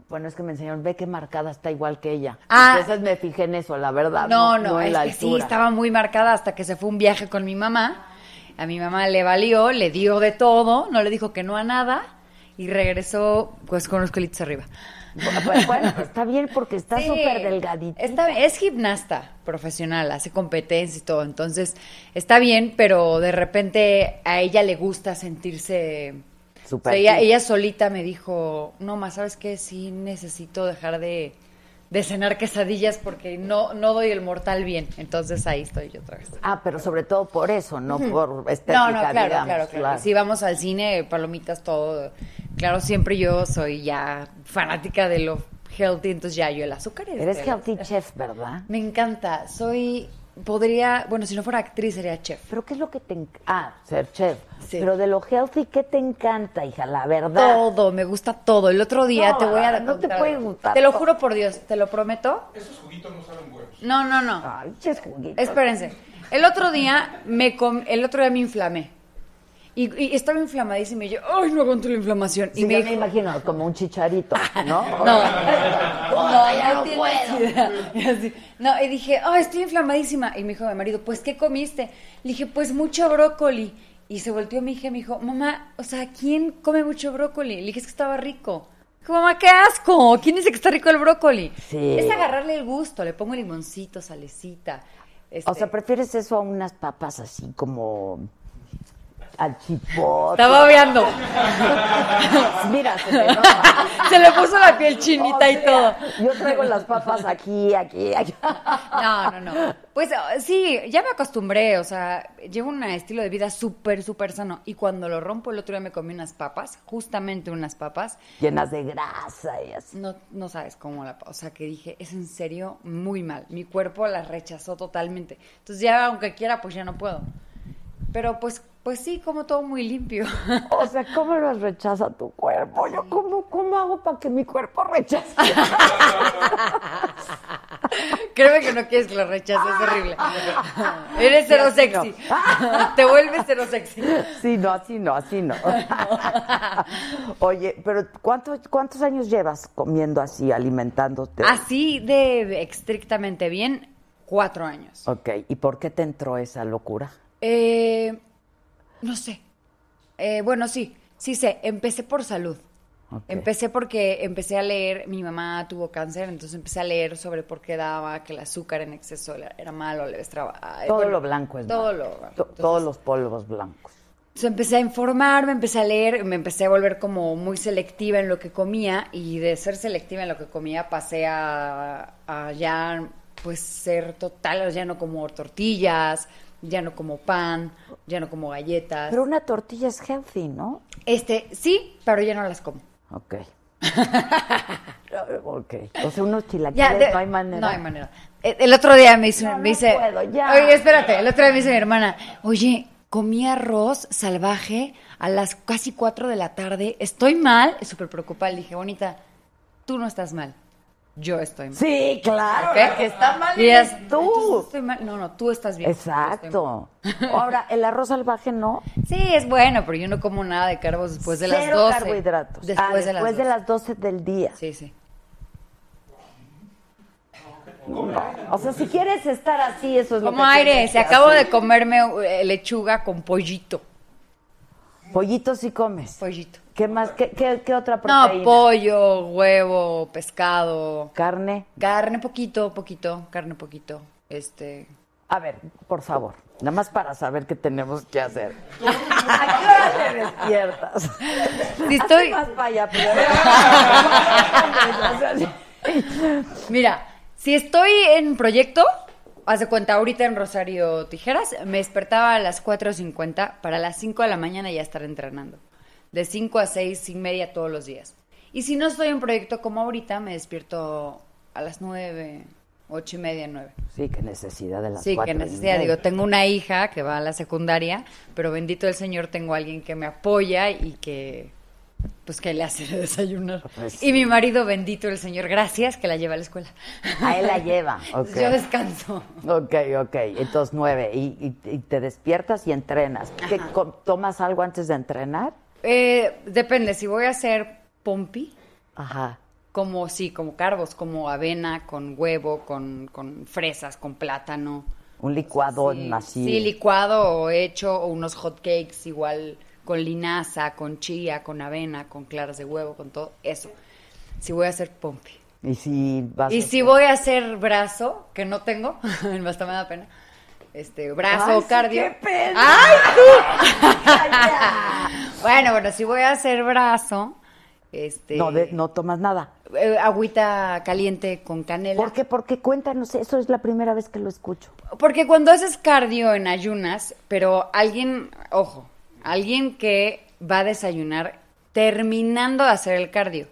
Speaker 1: bueno, es que me enseñaron, ve que marcada está igual que ella.
Speaker 15: Ah.
Speaker 1: Entonces me fijé en eso, la verdad.
Speaker 15: No, no,
Speaker 1: en
Speaker 15: es
Speaker 1: la
Speaker 15: que sí,
Speaker 1: altura.
Speaker 15: estaba muy marcada hasta que se fue un viaje con mi mamá. A mi mamá le valió, le dio de todo, no le dijo que no a nada y regresó pues con los colitos arriba.
Speaker 1: Bueno, bueno, está bien porque está
Speaker 15: Sí.
Speaker 1: súper delgadita.
Speaker 15: Está, es gimnasta profesional, hace competencia y todo, entonces está bien, pero de repente a ella le gusta sentirse... o sea,
Speaker 1: Súper.
Speaker 15: ella, ella solita me dijo, no más, ¿sabes qué? Sí necesito dejar de, de cenar quesadillas porque no, no doy el mortal bien, entonces ahí estoy yo otra vez.
Speaker 1: Ah, pero sobre todo por eso, no
Speaker 15: Ujú.
Speaker 1: por
Speaker 15: No,
Speaker 1: estética,
Speaker 15: no, claro,
Speaker 1: digamos,
Speaker 15: claro, claro. Y Si vamos al cine, palomitas, todo. Claro, siempre yo soy ya fanática de lo healthy, entonces ya yo el azúcar. es
Speaker 1: Eres
Speaker 15: de-
Speaker 1: healthy chef, ¿verdad?
Speaker 15: Me encanta. Soy, podría, bueno, si no fuera actriz sería chef.
Speaker 1: ¿Pero qué es lo que te enc- Ah, ser chef. Pero de lo healthy, ¿qué te encanta, hija? La verdad.
Speaker 15: Todo, me gusta todo. El otro día
Speaker 1: No,
Speaker 15: te voy a
Speaker 1: no te
Speaker 15: contar.
Speaker 1: puede gustar
Speaker 15: Te lo
Speaker 1: todo.
Speaker 15: juro por Dios, te lo prometo.
Speaker 4: Esos juguitos no saben buenos.
Speaker 15: No, no, no.
Speaker 1: Ay, ches juguitos.
Speaker 15: Espérense. El otro día me com- el otro día me inflamé. Y, y estaba inflamadísima y yo, ay, no aguanto la inflamación.
Speaker 1: Sí,
Speaker 15: y
Speaker 1: ya
Speaker 15: me
Speaker 1: me imagino, como un chicharito, ¿no?
Speaker 15: No.
Speaker 1: No, ya no
Speaker 15: tienes
Speaker 1: puedo.
Speaker 15: idea. Y así. No, y dije, ah, estoy inflamadísima. Y me dijo mi marido, pues, ¿qué comiste? Le dije, pues, mucho brócoli. Y se volteó mi hija y me dijo, mamá, o sea, ¿quién come mucho brócoli? Le dije, es que estaba rico. Dijo, mamá, qué asco. ¿Quién dice que está rico el brócoli?
Speaker 1: Sí.
Speaker 15: Es agarrarle el gusto. Le pongo limoncito, salecita. este,
Speaker 1: O sea, prefieres eso a unas papas así como al chipotle.
Speaker 15: Estaba obviando.
Speaker 1: Mira, se me nota.
Speaker 15: Se le puso la piel chinita
Speaker 1: O sea,
Speaker 15: y todo.
Speaker 1: Yo traigo las papas aquí, aquí, aquí.
Speaker 15: No, no, no. Pues ah, sí, ya me acostumbré, o sea, llevo un estilo de vida súper, súper sano. Y cuando lo rompo, el otro día me comí unas papas, justamente unas papas.
Speaker 1: Llenas de grasa y así.
Speaker 15: No, no sabes cómo la... O sea, que dije, es en serio muy mal. Mi cuerpo las rechazó totalmente. Entonces ya, aunque quiera, pues ya no puedo. Pero pues, pues sí, como todo muy limpio.
Speaker 1: O sea, ¿cómo los rechaza tu cuerpo? Yo, ¿cómo, cómo hago para que mi cuerpo rechace?
Speaker 15: Créeme que no quieres que lo rechaces, es horrible. Eres cero
Speaker 1: Sí, así
Speaker 15: sexy. Te vuelves cero sexy.
Speaker 1: Sí, no, así no, así no. Oye, pero ¿cuántos, ¿cuántos años llevas comiendo así, alimentándote?
Speaker 15: Así de estrictamente bien, cuatro años.
Speaker 1: Ok, ¿y por qué te entró esa locura?
Speaker 15: Eh, no sé. Eh, bueno, sí, sí sé. Empecé por salud. Empecé porque empecé a leer, mi mamá tuvo cáncer, entonces empecé a leer sobre por qué daba que el azúcar en exceso era era malo, le destraba- ay,
Speaker 1: Todo
Speaker 15: bueno,
Speaker 1: lo blanco es
Speaker 15: Todo
Speaker 1: malo.
Speaker 15: lo
Speaker 1: To- Todos los polvos blancos.
Speaker 15: entonces empecé a informarme, empecé a leer, me empecé a volver como muy selectiva en lo que comía y de ser selectiva en lo que comía pasé a, a ya pues ser total, ya no como tortillas, ya no como pan, ya no como galletas.
Speaker 1: Pero una tortilla es healthy, ¿no?
Speaker 15: Este, sí, pero ya no las como.
Speaker 1: Ok. ok. O sea, unos chilaquiles
Speaker 15: Ya, de-
Speaker 1: no hay manera.
Speaker 15: no hay manera. Eh, El otro día me hizo, me dice,
Speaker 1: puedo, ya.
Speaker 15: oye, espérate, el otro día me dice mi hermana, oye, comí arroz salvaje a las casi 4 de la tarde, estoy mal, súper preocupada, le dije, bonita, tú no estás mal, yo estoy mal.
Speaker 1: Sí, claro,
Speaker 15: ¿Ok?
Speaker 1: la que está mal
Speaker 15: Y
Speaker 1: eres
Speaker 15: es,
Speaker 1: tú.
Speaker 15: "Entonces estoy mal". No, no, tú estás bien.
Speaker 1: Exacto. Ahora, el arroz salvaje no.
Speaker 15: Sí, es bueno, pero yo no como nada de carbos después de las
Speaker 1: Cero
Speaker 15: 12.
Speaker 1: carbohidratos.
Speaker 15: Después,
Speaker 1: Ah,
Speaker 15: de, las
Speaker 1: después de las 12 del día.
Speaker 15: Sí, sí.
Speaker 1: O sea, si quieres estar así, eso es lo que.
Speaker 15: Como aire,
Speaker 1: tienes
Speaker 15: se
Speaker 1: que
Speaker 15: acabo
Speaker 1: hacer.
Speaker 15: de comerme eh, lechuga con pollito.
Speaker 1: Pollito sí comes.
Speaker 15: Pollito.
Speaker 1: ¿Qué más? ¿Qué, qué, qué otra proteína?
Speaker 15: No, pollo, huevo, pescado.
Speaker 1: Carne.
Speaker 15: Carne poquito, poquito, carne poquito. Este.
Speaker 1: A ver, por favor, nada más para saber qué tenemos que hacer. ¿A qué hora te despiertas?
Speaker 15: Si
Speaker 1: Así
Speaker 15: estoy-
Speaker 1: vas para allá, pero-
Speaker 15: Mira, si estoy en proyecto, haz de cuenta, ahorita en Rosario Tijeras, me despertaba a las 4.50 para las 5 de la mañana ya estar entrenando. De 5 a 6 y media todos los días. Y si no estoy en proyecto como ahorita, me despierto a las 9, 8 y media, 9.
Speaker 1: Sí, qué necesidad de las
Speaker 15: Sí,
Speaker 1: cuatro
Speaker 15: que
Speaker 1: y
Speaker 15: necesidad.
Speaker 1: media.
Speaker 15: Digo, tengo una hija que va a la secundaria, pero bendito el Señor, tengo a alguien que me apoya y que, pues, pues que le hace de desayunar. Y mi marido, bendito el Señor, gracias, que la lleva a la escuela.
Speaker 1: A él la lleva. ok.
Speaker 15: Yo descanso.
Speaker 1: Ok, ok. Entonces nueve. Y, y- y te despiertas y entrenas. ¿Qué, com- ¿Tomas algo antes de entrenar?
Speaker 15: Eh, depende, si voy a hacer pompi,
Speaker 1: Ajá.
Speaker 15: como sí, como carbos, como avena, con huevo, con, con fresas, con plátano.
Speaker 1: Un licuadón así.
Speaker 15: Sí, licuado o hecho, o unos hot cakes igual con linaza, con chía, con avena, con claras de huevo, con todo eso. Si voy a hacer pompi.
Speaker 1: Y si vas
Speaker 15: Y
Speaker 1: a-
Speaker 15: si voy a hacer brazo, que no tengo, hasta me da pena. Este, brazo
Speaker 1: Ay,
Speaker 15: o
Speaker 1: sí,
Speaker 15: cardio.
Speaker 1: qué pena.
Speaker 15: ¡Ay, tú! bueno, bueno, si voy a hacer brazo, este.
Speaker 1: No, de- no tomas nada.
Speaker 15: eh, agüita caliente con canela.
Speaker 1: ¿Por qué? Porque cuéntanos, eso es la primera vez que lo escucho.
Speaker 15: Porque cuando haces cardio en ayunas, pero alguien, ojo, alguien que va a desayunar terminando de hacer el cardio.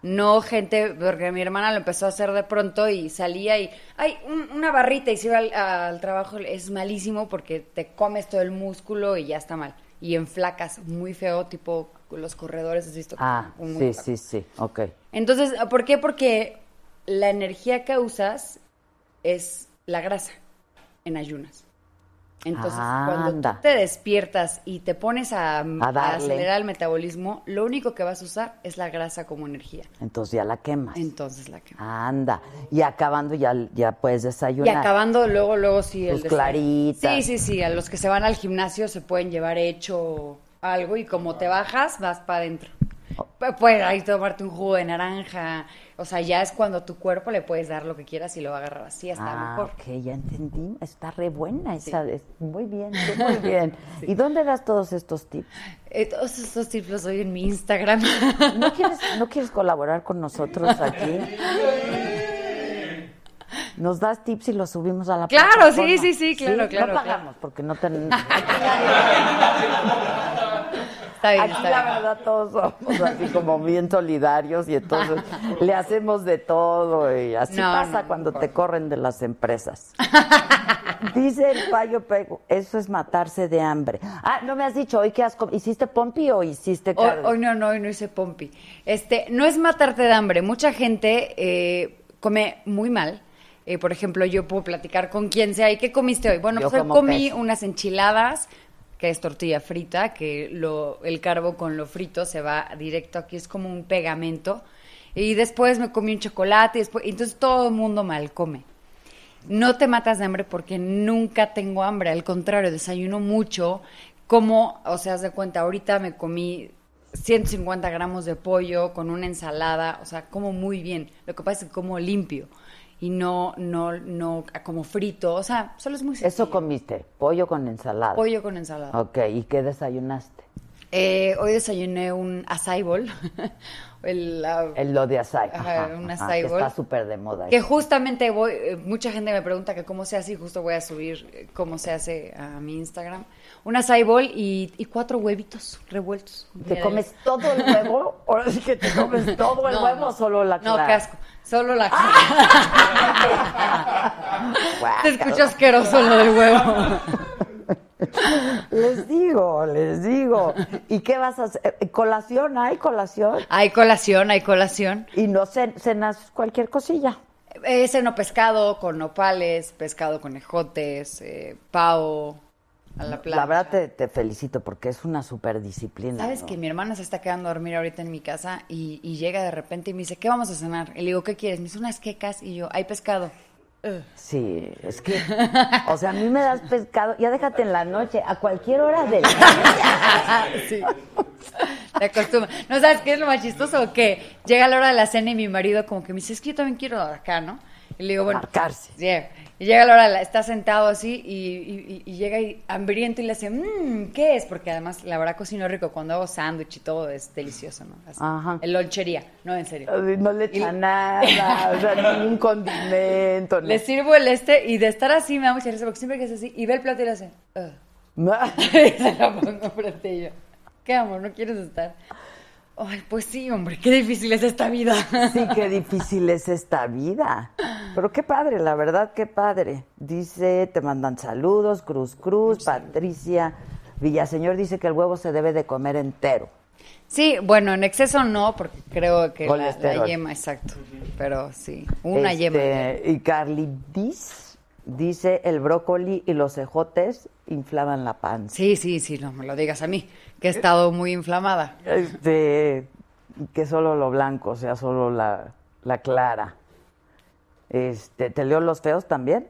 Speaker 15: No gente, porque mi hermana lo empezó a hacer de pronto y salía y, ay, un- una barrita y se iba al, al trabajo. Es malísimo porque te comes todo el músculo y ya está mal. Y enflacas muy feo, tipo los corredores, ¿has visto?
Speaker 1: Ah, sí,
Speaker 15: Muy flaco.
Speaker 1: sí, sí. Ok.
Speaker 15: Entonces, ¿por qué? Porque la energía que usas es la grasa en ayunas. Entonces, cuando tú
Speaker 1: Anda.
Speaker 15: te despiertas y te pones a, a
Speaker 1: darle.
Speaker 15: acelerar el metabolismo, lo único que vas a usar es la grasa como energía.
Speaker 1: Entonces ya la quemas.
Speaker 15: Entonces la que...
Speaker 1: Anda. Y acabando ya, ya puedes
Speaker 15: Y
Speaker 1: desayunar.
Speaker 15: acabando luego, luego sí
Speaker 1: Tus
Speaker 15: el desayuno.
Speaker 1: claritas.
Speaker 15: Sí, sí, sí. A los que se van al gimnasio se pueden llevar hecho algo y como te bajas, vas para adentro.
Speaker 1: Oh.
Speaker 15: Pu- Puedes ahí tomarte un jugo de naranja. O sea, ya es cuando tu cuerpo le puedes dar lo que quieras y lo va a agarrar así, está
Speaker 1: ah,
Speaker 15: mejor.
Speaker 1: ok, ya entendí. Está re buena
Speaker 15: Sí.
Speaker 1: esa. es- muy bien, tú muy bien. ¿Y dónde das todos estos tips?
Speaker 15: Eh, todos estos tips los doy en mi Instagram.
Speaker 1: ¿No quieres, ¿No quieres colaborar con nosotros aquí? Nos das tips y los subimos a la
Speaker 15: Claro, sí,
Speaker 1: plataforma.
Speaker 15: sí, sí, claro, claro,
Speaker 1: No pagamos
Speaker 15: claro.
Speaker 1: porque no tenemos...
Speaker 15: Está bien,
Speaker 1: Aquí
Speaker 15: está
Speaker 1: la
Speaker 15: bien.
Speaker 1: verdad todos somos así como bien solidarios y entonces le hacemos de todo y así
Speaker 15: No,
Speaker 1: pasa
Speaker 15: no,
Speaker 1: cuando te corren de las empresas. Dice el payo pego, eso es matarse de hambre. Ah, no me has dicho hoy que has com- hiciste pompi o hiciste
Speaker 15: Hoy,
Speaker 1: cardio?
Speaker 15: hoy no, no, hoy no hice pompi. Este, no es matarte de hambre. Mucha gente eh, come muy mal. Eh, por ejemplo, yo puedo platicar con quien sea. ¿Y qué comiste hoy? Bueno,
Speaker 16: Yo
Speaker 15: pues hoy
Speaker 16: como
Speaker 15: comí
Speaker 16: queso.
Speaker 15: unas enchiladas, que es tortilla frita, que lo, el carbo con lo frito se va directo aquí, es como un pegamento. Y después me comí un chocolate, y después, entonces todo el mundo mal come. No te matas de hambre porque nunca tengo hambre, al contrario, desayuno mucho. Como, o sea, haz de cuenta, ahorita me comí 150 gramos de pollo con una ensalada, o sea, como muy bien. Lo que pasa es que como limpio y no, no, no, como frito, o sea, solo es muy
Speaker 1: Eso comiste, pollo con ensalada.
Speaker 15: pollo con ensalada.
Speaker 1: Ok, ¿y qué desayunaste?
Speaker 15: Eh, hoy desayuné un acai bowl, el, ah,
Speaker 1: El lo de asai.
Speaker 15: Ajá, un acai
Speaker 1: que
Speaker 15: bowl.
Speaker 1: Está súper de moda.
Speaker 15: Que
Speaker 1: eso.
Speaker 15: justamente voy, eh, mucha gente me pregunta que cómo se hace y justo voy a subir eh, cómo se hace a mi Instagram. Una acai bowl y, y cuatro huevitos revueltos.
Speaker 1: ¿Te comes todo el huevo? Ahora sí que te comes todo el
Speaker 15: No,
Speaker 1: huevo
Speaker 15: no.
Speaker 1: o solo la
Speaker 15: No,
Speaker 1: clara? ¡Ah!
Speaker 15: qué asco. Solo la Te escucho
Speaker 1: Guácala.
Speaker 15: asqueroso lo del huevo.
Speaker 1: Les digo, les digo. ¿Y qué vas a hacer? Eh, ¿Colación? ¿Hay colación?
Speaker 15: Hay colación, hay colación.
Speaker 1: Y no cen- cenas cualquier cosilla.
Speaker 15: Eh, seno pescado con nopales, pescado con ejotes, eh, pavo a la plancha.
Speaker 1: La verdad te, te felicito porque es una super disciplina.
Speaker 15: Sabes que mi hermana se está quedando a dormir ahorita en mi casa y, y llega de repente y me dice, ¿qué vamos a cenar? Y le digo, ¿qué quieres? Me dice unas quecas y yo, hay pescado. Ugh.
Speaker 1: Sí, es que, o sea, a mí me das pescado, ya déjate en la noche, a cualquier hora del día.
Speaker 15: sí. Te acostumbra. ¿No sabes qué es lo más chistoso? Que llega la hora de la cena y mi marido como que me dice, es que yo también quiero acá, ¿no? Y le digo, bueno.
Speaker 1: Marcarse.
Speaker 15: yeah. Y llega la hora, de la- está sentado así y, y- y llega y, hambriento y le hace, mmm, ¿qué es? Porque además la verdad cocino rico cuando hago sándwich y todo es delicioso, ¿no? Así.
Speaker 1: Ajá.
Speaker 15: El lonchería, no, en serio.
Speaker 1: Así, No le echa nada, o sea, ningún condimento.
Speaker 15: Le
Speaker 1: no.
Speaker 15: sirvo el este y de estar así me da mucha risa porque siempre que es así y ve el plato y le hace, "Ugh". Y se la pongo frente y yo, ¿qué amor? ¿No quieres estar? Ay, pues sí, hombre, qué difícil es esta vida.
Speaker 1: Sí, qué difícil es esta vida. Pero qué padre, la verdad, qué padre. Dice, te mandan saludos, Cruz Cruz, Patricia Villaseñor dice que el huevo se debe de comer entero.
Speaker 15: Sí, bueno, en exceso no, porque creo que la,
Speaker 1: Colesterol.
Speaker 15: la yema, exacto. Pero sí, una
Speaker 1: Este,
Speaker 15: yema.
Speaker 1: Y Carly Diz dice: el brócoli y los ejotes inflaman la panza.
Speaker 15: Sí, sí, sí, no me lo digas a mí, que he estado muy inflamada.
Speaker 1: Este, que solo lo blanco, o sea, solo la, la clara. Este, ¿te leo los feos también?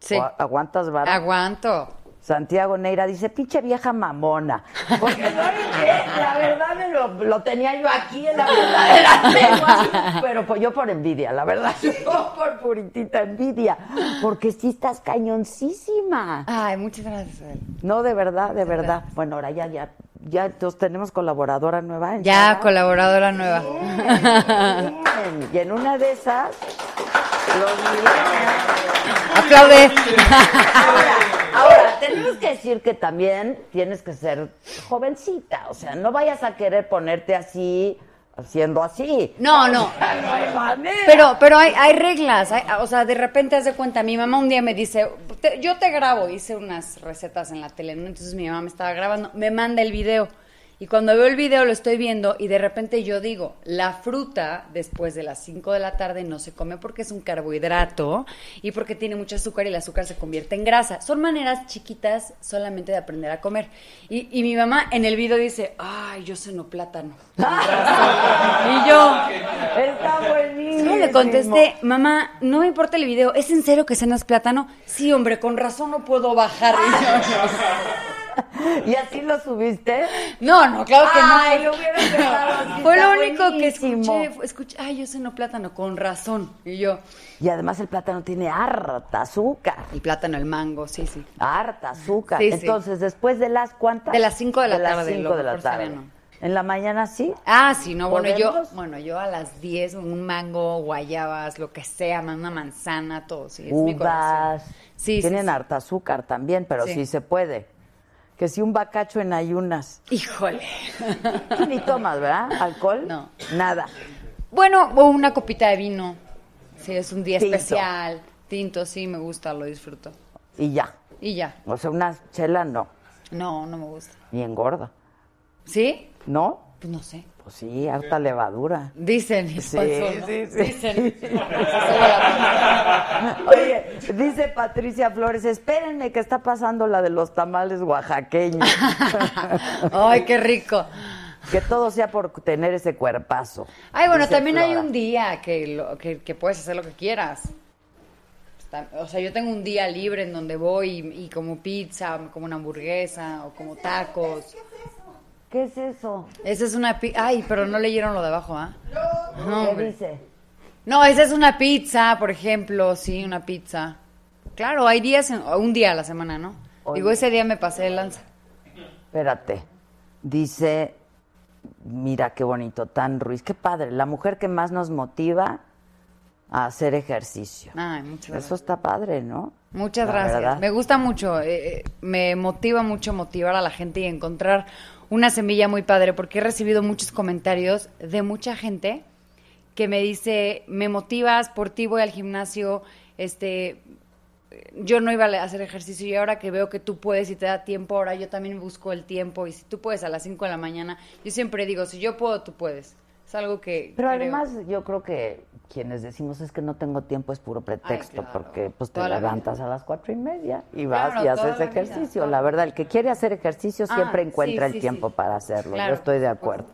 Speaker 15: Sí.
Speaker 1: ¿O a- ¿Aguantas vara?
Speaker 15: Aguanto.
Speaker 1: Santiago Neira dice, pinche vieja mamona. Porque no le qué, la verdad me lo, lo tenía yo aquí en la punta de la lengua. Pero pues yo por envidia, la verdad. Yo por puritita envidia. Porque sí estás cañoncísima.
Speaker 15: Ay, muchas gracias. Adela.
Speaker 1: No, de verdad, de verdad. Bueno, ahora ya, ya, ya, entonces tenemos colaboradora nueva. ¿en
Speaker 15: Ya,
Speaker 1: Sara?
Speaker 15: colaboradora nueva.
Speaker 1: Bien. Y en una de esas, los millennials-
Speaker 15: Aplaude.
Speaker 1: Ahora, tenemos que decir que también tienes que ser jovencita. O sea, no vayas a querer ponerte así, siendo así.
Speaker 15: No, no.
Speaker 1: No hay manera.
Speaker 15: Pero, pero hay, hay reglas. hay- o sea, de repente haz de cuenta, mi mamá un día me dice, "Te- yo te grabo, hice unas recetas en la tele, ¿no? Entonces mi mamá me estaba grabando, me manda el video. Y cuando veo el video lo estoy viendo y de repente yo digo, la fruta después de las 5 de la tarde no se come porque es un carbohidrato y porque tiene mucho azúcar y el azúcar se convierte en grasa. Son maneras chiquitas solamente de aprender a comer. Y, y mi mamá en el video dice, ay, yo ceno plátano. y yo...
Speaker 1: Está buenísimo.
Speaker 15: Solo le contesté, mamá, no me importa el video, ¿es en serio que cenas plátano? Sí, hombre, con razón no puedo bajar.
Speaker 1: ¿Y así lo subiste?
Speaker 15: No, no, claro que no.
Speaker 1: Ay, lo hubiera dejado así,
Speaker 15: Fue
Speaker 1: está
Speaker 15: lo único que
Speaker 1: buenísimo.
Speaker 15: escuché, fue- escuché, ay, yo ceno plátano, con razón. Y yo,
Speaker 1: Y además el plátano tiene harta azúcar.
Speaker 15: El plátano, el mango, sí, sí.
Speaker 1: Harta azúcar.
Speaker 15: Sí, sí.
Speaker 1: Entonces, después de las cuántas?
Speaker 15: De las cinco de la
Speaker 1: las
Speaker 15: tarde,
Speaker 1: cinco
Speaker 15: lo
Speaker 1: de la
Speaker 15: mejor sería
Speaker 1: tarde.
Speaker 15: no.
Speaker 1: En la mañana sí.
Speaker 15: ah, sí, no, bueno, yo,
Speaker 1: ¿Podemos?
Speaker 15: bueno, yo a las 10, un mango, guayabas, lo que sea, más una manzana, todo, sí, es mi corazón.
Speaker 1: uvas.
Speaker 15: Sí,
Speaker 1: Tienen
Speaker 15: sí, sí.
Speaker 1: harta azúcar también, pero sí.
Speaker 15: Sí.
Speaker 1: se puede. Que si un bacacho en ayunas.
Speaker 15: Híjole.
Speaker 1: Tú ni tomas, ¿verdad? ¿Alcohol? No. Nada.
Speaker 15: Bueno, o una copita de vino. Si es un día
Speaker 1: Tinto.
Speaker 15: especial. Tinto, sí, me gusta, lo disfruto.
Speaker 1: Y ya.
Speaker 15: Y ya.
Speaker 1: O sea, una chela no.
Speaker 15: No, no me gusta.
Speaker 1: Y engorda.
Speaker 15: ¿Sí?
Speaker 1: ¿No?
Speaker 15: Pues no sé.
Speaker 1: Pues sí, harta levadura.
Speaker 15: Dicen, es
Speaker 1: Sí,
Speaker 15: falso, ¿no?
Speaker 1: sí, sí.
Speaker 15: Dicen.
Speaker 1: Oye, dice Patricia Flores, espérenme que está pasando la de los tamales oaxaqueños.
Speaker 15: Ay, qué rico.
Speaker 1: Que todo sea por tener ese cuerpazo.
Speaker 15: Ay, bueno,
Speaker 1: Dice
Speaker 15: también hay
Speaker 1: Flora.
Speaker 15: un día que, lo- que, que puedes hacer lo que quieras. Está- O sea, yo tengo un día libre en donde voy y, y como pizza, o como una hamburguesa, o como tacos.
Speaker 1: ¿Qué es eso?
Speaker 15: Esa es una pi- Ay, pero no leyeron lo de abajo, ¿ah? No,
Speaker 1: ¿Qué
Speaker 15: hombre.
Speaker 1: dice?
Speaker 15: No, esa es una pizza, por ejemplo, sí, una pizza. Claro, hay días, en- un día a la semana, ¿no?
Speaker 1: Oye.
Speaker 15: Digo, ese día me pasé de lanza.
Speaker 1: Espérate. Dice, mira qué bonito, tan Ruiz, qué padre, la mujer que más nos motiva a hacer ejercicio.
Speaker 15: Ay, muchas gracias.
Speaker 1: Eso está padre, ¿no?
Speaker 15: Muchas
Speaker 1: La
Speaker 15: gracias.
Speaker 1: verdad.
Speaker 15: Me gusta mucho, eh, eh, me motiva mucho motivar a la gente y encontrar una semilla muy padre, porque he recibido muchos comentarios de mucha gente que me dice, me motivas, por ti voy al gimnasio, este, yo no iba a hacer ejercicio y ahora que veo que tú puedes y te da tiempo, ahora yo también busco el tiempo y si tú puedes a las 5 de la mañana, yo siempre digo, si yo puedo, tú puedes. Es algo que...
Speaker 1: Pero
Speaker 15: creo-
Speaker 1: además yo creo que quienes decimos es que no tengo tiempo es puro pretexto,
Speaker 15: claro.
Speaker 1: porque pues te
Speaker 15: Toda la vida.
Speaker 1: levantas a las cuatro y media y vas
Speaker 15: Claro,
Speaker 1: y
Speaker 15: toda
Speaker 1: haces
Speaker 15: la vida,
Speaker 1: ejercicio. la verdad, el que quiere hacer ejercicio
Speaker 15: Ah,
Speaker 1: siempre
Speaker 15: sí,
Speaker 1: encuentra
Speaker 15: sí,
Speaker 1: el tiempo
Speaker 15: sí.
Speaker 1: para hacerlo.
Speaker 15: Claro,
Speaker 1: Yo estoy de acuerdo.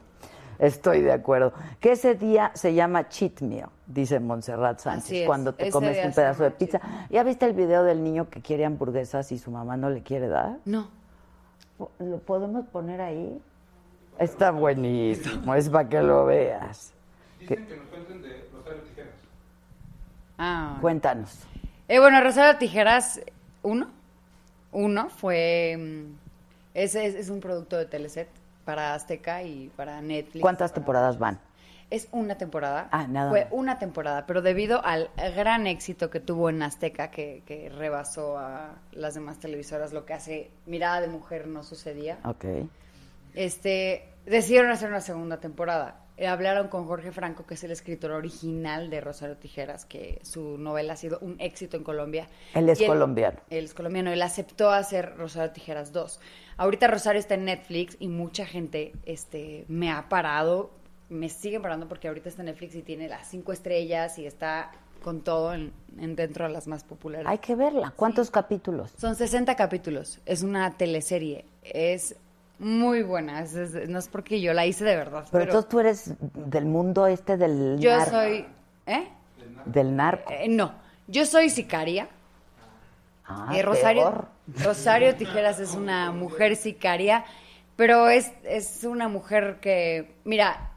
Speaker 1: Estoy de acuerdo. Que ese día se llama cheat meal, dice Montserrat Sánchez,
Speaker 15: Así es,
Speaker 1: cuando te
Speaker 15: ese
Speaker 1: comes
Speaker 15: día
Speaker 1: un
Speaker 15: se
Speaker 1: pedazo de
Speaker 15: llama
Speaker 1: pizza. ¿Ya viste el video del niño que quiere hamburguesas y su mamá no le quiere dar?
Speaker 15: No.
Speaker 1: ¿Lo podemos poner ahí? Está buenísimo, es para que lo veas.
Speaker 4: Dicen que nos cuenten de Rosario Tijeras.
Speaker 15: Ah,
Speaker 1: Cuéntanos.
Speaker 15: Eh, bueno, Rosario Tijeras, uno. Uno fue. mm, Es, es, es un producto de Teleset para Azteca y para Netflix.
Speaker 1: ¿Cuántas temporadas van?
Speaker 15: Es una temporada.
Speaker 1: Ah, nada
Speaker 15: Fue
Speaker 1: más.
Speaker 15: una temporada, pero debido al gran éxito que tuvo en Azteca, que, que rebasó a las demás televisoras, lo que hace Mirada de Mujer no sucedía,
Speaker 1: Ok.
Speaker 15: este, decidieron hacer una segunda temporada. eh, hablaron con Jorge Franco, que es el escritor original de Rosario Tijeras, que su novela ha sido un éxito en Colombia.
Speaker 1: Él es
Speaker 15: Y
Speaker 1: colombiano.
Speaker 15: Él es colombiano. Él aceptó hacer Rosario Tijeras 2. Ahorita Rosario está en Netflix y mucha gente este, me ha parado, me siguen parando porque ahorita está en Netflix y tiene las cinco estrellas y está con todo en, en dentro de las más populares.
Speaker 1: Hay que verla. ¿Cuántos capítulos?
Speaker 15: Son 60 capítulos. Es una teleserie. Es muy buena. Es- es- no es porque yo la hice de verdad.
Speaker 1: Pero,
Speaker 15: Pero,
Speaker 1: entonces tú eres del mundo este del
Speaker 15: yo
Speaker 1: narco.
Speaker 15: soy. ¿Eh?
Speaker 1: Del narco.
Speaker 15: Eh, no. Yo soy sicaria.
Speaker 1: Ah,
Speaker 15: Eh, Rosario,
Speaker 1: peor.
Speaker 15: Rosario Tijeras es una mujer sicaria, pero es, es una mujer que, mira,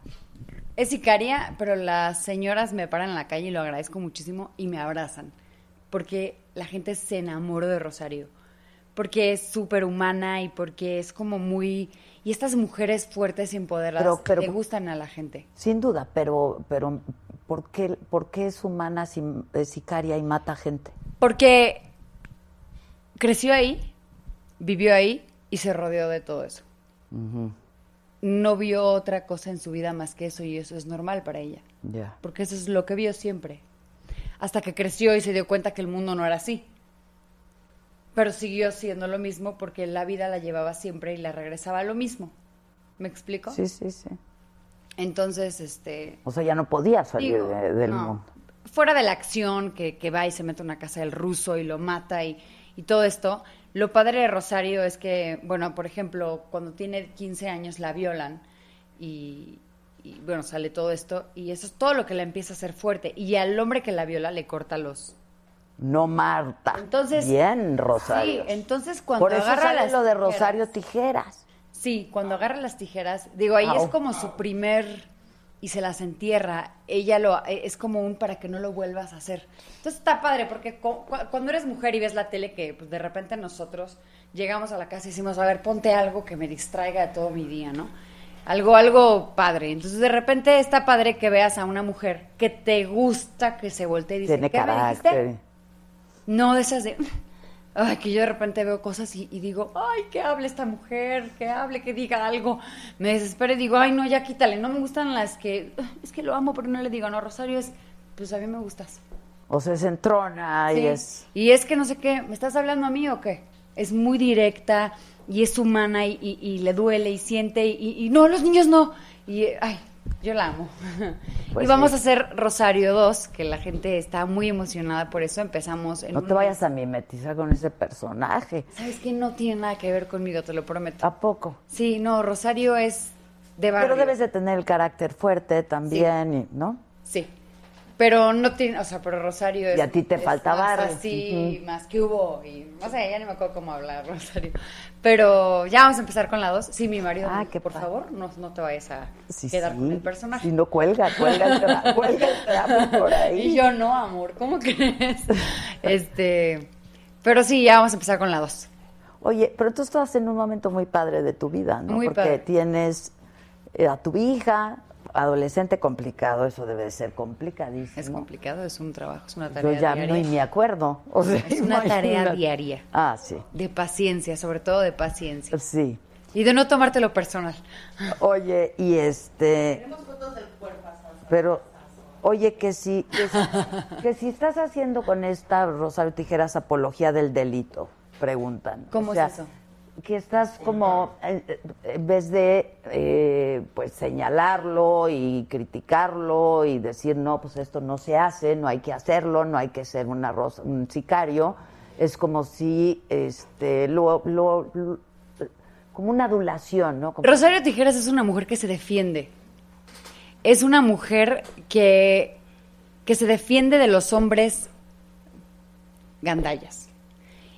Speaker 15: es sicaria, pero las señoras me paran en la calle y lo agradezco muchísimo y me abrazan, porque la gente se enamoró de Rosario, porque es súper humana y porque es como muy... Y estas mujeres fuertes y empoderadas
Speaker 1: Pero- pero-
Speaker 15: le gustan a la gente.
Speaker 1: Sin duda, pero, pero ¿por, qué, ¿por qué es humana, si, es sicaria y mata gente?
Speaker 15: Porque creció ahí, vivió ahí y se rodeó de todo eso. no vio otra cosa en su vida más que eso y eso es normal para ella,
Speaker 1: Ya.
Speaker 15: porque eso es lo que vio siempre, hasta que creció y se dio cuenta que el mundo no era así. Pero siguió siendo lo mismo porque la vida la llevaba siempre y la regresaba a lo mismo. ¿Me explico?
Speaker 1: Sí, sí, sí.
Speaker 15: Entonces, este,
Speaker 1: O sea, ya no podía salir
Speaker 15: Digo,
Speaker 1: de- del
Speaker 15: no.
Speaker 1: mundo.
Speaker 15: fuera de la acción que, que va y se mete a una casa del ruso y lo mata y, y todo esto, lo padre de Rosario es que, bueno, por ejemplo, cuando tiene 15 años la violan y, y, bueno, sale todo esto y eso es todo lo que la empieza a hacer fuerte y al hombre que la viola le corta los...
Speaker 1: No Marta.
Speaker 15: Entonces,
Speaker 1: Bien, Rosario.
Speaker 15: Sí, entonces cuando
Speaker 1: Por eso
Speaker 15: agarra
Speaker 1: sale
Speaker 15: las
Speaker 1: lo de
Speaker 15: tijeras-
Speaker 1: Rosario Tijeras.
Speaker 15: Sí, cuando agarra las tijeras, digo, ahí
Speaker 1: Au.
Speaker 15: es como su primer y se las entierra, ella lo eh, es como un para que no lo vuelvas a hacer. Entonces está padre porque cu- cu- cuando eres mujer y ves la tele que pues, de repente nosotros llegamos a la casa y decimos, a ver, ponte algo que me distraiga de todo mi día, ¿no? Algo algo padre. Entonces de repente está padre que veas a una mujer que te gusta que se voltee y dice,
Speaker 1: Tiene
Speaker 15: "¿Qué me dijiste?".
Speaker 1: carácter.
Speaker 15: No de esas de. Ay, que yo de repente veo cosas y, y digo, ay, que hable esta mujer, que hable, que diga algo. Me desespero y digo, ay, no, ya quítale, no me gustan las que. Es que lo amo, pero no le digo, no, Rosario es. Pues a mí me gustas.
Speaker 1: O sea, es entrona y
Speaker 15: Sí.
Speaker 1: es...
Speaker 15: Y es que no sé qué, ¿me estás hablando a mí o qué? Es muy directa y es humana y, y- y le duele y siente y, y- y no, los niños no. Y eh, ay, yo la amo.
Speaker 1: Pues
Speaker 15: y vamos
Speaker 1: sí.
Speaker 15: a hacer Rosario 2, que la gente está muy emocionada por eso. Empezamos en
Speaker 1: No te
Speaker 15: una-
Speaker 1: vayas a mimetizar con ese personaje.
Speaker 15: Sabes que no tiene nada que ver conmigo, te lo prometo.
Speaker 1: ¿A poco?
Speaker 15: Sí, no, Rosario es de barrio.
Speaker 1: Pero debes de tener el carácter fuerte también, y- ¿no?
Speaker 15: Sí. Pero no tiene, o sea, pero Rosario es
Speaker 1: Y a ti te
Speaker 15: es
Speaker 1: falta
Speaker 15: más
Speaker 1: barrio.
Speaker 15: así,
Speaker 1: Ujú.
Speaker 15: más que hubo y no sé, ya no me acuerdo cómo hablar Rosario. Pero ya vamos a empezar con la dos. Sí, mi marido,
Speaker 1: Ah,
Speaker 15: me dijo, por favor, no, no te vayas a
Speaker 1: Sí,
Speaker 15: quedar
Speaker 1: sí.
Speaker 15: con el personaje.
Speaker 1: Si no cuelga, cuelga el tra- cuelga el trapo por ahí.
Speaker 15: Y yo no, amor, ¿cómo crees? este, pero sí, ya vamos a empezar con la dos.
Speaker 1: Oye, pero tú estás en un momento muy padre de tu vida, ¿no?
Speaker 15: Muy
Speaker 1: Porque
Speaker 15: padre.
Speaker 1: tienes eh, a tu hija, adolescente complicado, eso debe de ser complicadísimo.
Speaker 15: Es complicado, es un trabajo, es una
Speaker 1: Yo
Speaker 15: tarea
Speaker 1: ya
Speaker 15: diaria.
Speaker 1: no me acuerdo. O sea,
Speaker 15: es una tarea
Speaker 1: imagínate.
Speaker 15: diaria.
Speaker 1: Ah, sí.
Speaker 15: De paciencia, sobre todo de paciencia.
Speaker 1: Sí.
Speaker 15: Y de no tomártelo personal.
Speaker 1: Oye, y este. Pero, oye, que si, que si, que si estás haciendo con esta Rosario Tijeras apología del delito, preguntan.
Speaker 15: ¿Cómo
Speaker 1: O sea,
Speaker 15: es eso?
Speaker 1: Que estás como, eh, eh, en vez de eh, pues señalarlo y criticarlo y decir, no, pues esto no se hace, no hay que hacerlo, no hay que ser una rosa- un sicario, es como si, este, lo, lo- lo- como una adulación, ¿no? Como-
Speaker 15: Rosario Tijeras es una mujer que se defiende. Es una mujer que, que se defiende de los hombres gandallas.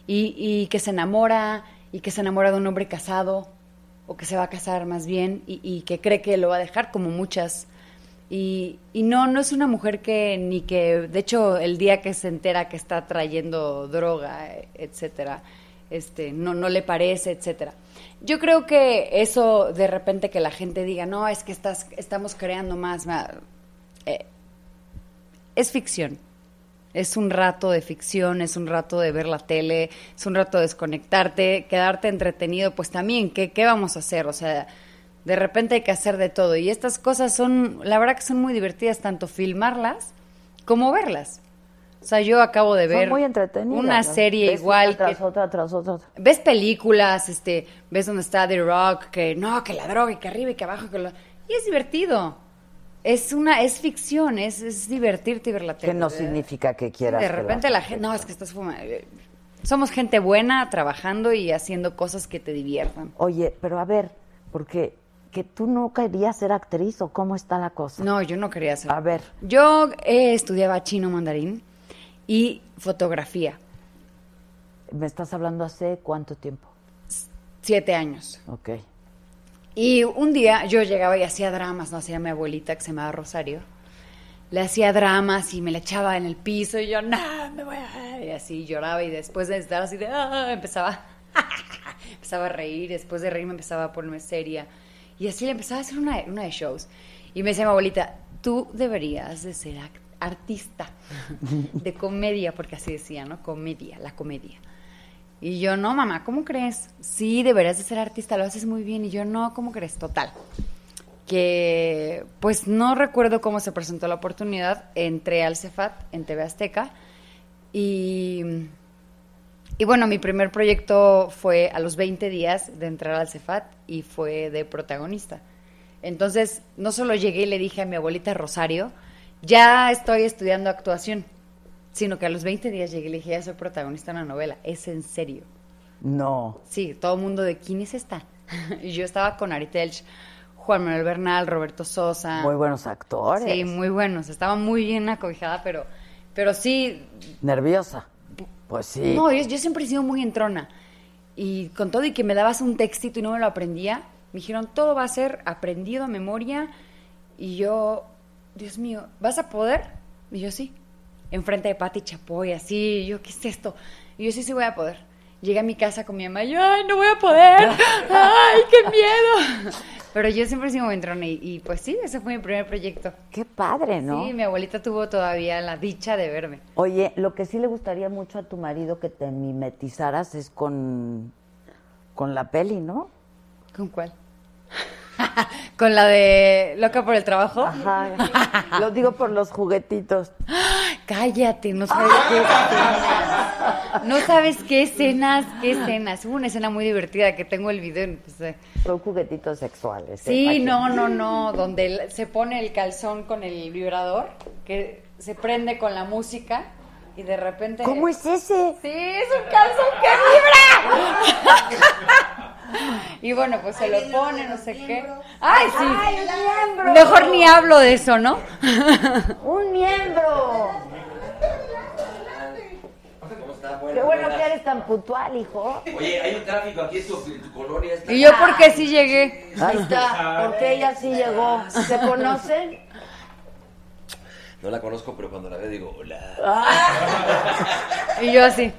Speaker 15: Y, y que se enamora, y que se enamora de un hombre casado, o que se va a casar más bien, y, y que cree que lo va a dejar, como muchas. Y, y no, no es una mujer que ni que, de hecho, el día que se entera que está trayendo droga, eh, etcétera, este, no, no le parece, etcétera. Yo creo que eso de repente que la gente diga, no, es que estás, estamos creando más, ma- eh, es ficción. Es un rato de ficción, es un rato de ver la tele, es un rato de desconectarte, quedarte entretenido, pues también, ¿qué, qué vamos a hacer? O sea, De repente hay que hacer de todo. Y estas cosas son, la verdad que son muy divertidas, tanto filmarlas como verlas. O sea, yo acabo de
Speaker 1: Son
Speaker 15: ver
Speaker 1: muy entretenidas,
Speaker 15: una
Speaker 1: ¿no?
Speaker 15: serie
Speaker 1: Ves
Speaker 15: igual
Speaker 1: una tras
Speaker 15: que-
Speaker 1: otra tras otra.
Speaker 15: ves películas, este, ves donde está The Rock, que no, que la droga y que arriba y que abajo, que lo- y es divertido. Es una, es ficción, es, es divertirte y ver la tele.
Speaker 1: Que no significa que quieras.
Speaker 15: ¿eh? De
Speaker 1: que la-
Speaker 15: repente la gente, no, es que estás fumando. Somos gente buena trabajando y haciendo cosas que te diviertan.
Speaker 1: Oye, pero a ver, porque que tú no querías ser actriz o cómo está la cosa.
Speaker 15: No, yo no quería ser.
Speaker 1: A ver,
Speaker 15: Yo eh, estudiaba chino mandarín y fotografía,
Speaker 1: me estás hablando hace cuánto tiempo.
Speaker 15: siete años.
Speaker 1: Ok.
Speaker 15: Y un día yo llegaba y hacía dramas, no hacía mi abuelita que se llamaba Rosario. Le hacía dramas y me la echaba en el piso y yo, no, me voy a... Y así lloraba y después de estar así de... "Ah", empezaba, empezaba a reír, después de reír me empezaba a ponerme seria. Y así le empezaba a hacer una, una de shows. Y me decía mi abuelita, tú deberías de ser ac- artista de comedia, porque así decía, ¿no? Comedia, la comedia. Y yo, no, mamá, ¿cómo crees? Sí, deberías de ser artista, lo haces muy bien. Y yo, no, ¿cómo crees? Total. Que, pues no recuerdo cómo se presentó la oportunidad. Entré al Cefat, en TV Azteca. Y, y bueno, mi primer proyecto fue a los 20 días de entrar al Cefat y fue de protagonista. Entonces, no solo llegué y le dije a mi abuelita Rosario, ya estoy estudiando actuación, sino que a los 20 días llegué y le dije, ya soy protagonista de una novela, es en serio.
Speaker 1: No.
Speaker 15: Sí, todo el mundo de quién es esta. y yo estaba con Ari Telch, Juan Manuel Bernal, Roberto Sosa.
Speaker 1: Muy buenos actores.
Speaker 15: Ah. Sí, muy buenos. Estaba muy bien acogida, pero, pero sí,
Speaker 1: Nerviosa. Pues sí.
Speaker 15: no, yo, yo siempre he sido muy entrona. Y con todo y que me dabas un textito y no me lo aprendía, me dijeron, todo va a ser aprendido a memoria. Y yo, Dios mío, ¿vas a poder? Y yo sí. Enfrente de Pati Chapoy, así, y yo, ¿qué es esto? Y yo sí, sí voy a poder. Llegué a mi casa con mi mamá, y yo, ay, no voy a poder, ay, qué miedo. Pero yo siempre he sido muy entrona y, y pues sí, ese fue mi primer proyecto.
Speaker 1: Qué padre, ¿no?
Speaker 15: Sí, mi abuelita tuvo todavía la dicha de verme.
Speaker 1: Oye, lo que sí le gustaría mucho a tu marido que te mimetizaras es con, con la peli, ¿no?
Speaker 15: ¿Con cuál? Con la de loca por el trabajo.
Speaker 1: Ajá. Lo digo por los juguetitos.
Speaker 15: Cállate, no sabes qué escenas. No sabes qué escenas, qué escenas. Hubo una escena muy divertida que tengo el video. no sé.
Speaker 1: Son juguetitos sexuales. ¿eh?
Speaker 15: Sí,
Speaker 1: Pa'
Speaker 15: no,
Speaker 1: que-
Speaker 15: no, no. Donde el- se pone el calzón con el vibrador, que se prende con la música y de repente.
Speaker 1: ¿Cómo es ese?
Speaker 15: Sí, es un calzón que vibra. y bueno, pues se lo pone, no sé qué. ¡Ay, sí!
Speaker 1: ¡Ay, un miembro!
Speaker 15: Mejor ni hablo de eso, ¿no?
Speaker 1: ¡Un miembro! Qué bueno que eres tan puntual, hijo.
Speaker 16: Oye, hay un tráfico aquí en tu, en tu colonia. está-
Speaker 15: ¿Y yo por qué sí llegué?
Speaker 1: Ahí está, porque ella sí llegó. ¿Se conocen?
Speaker 16: No la conozco, pero cuando la veo digo, hola.
Speaker 15: Y yo así.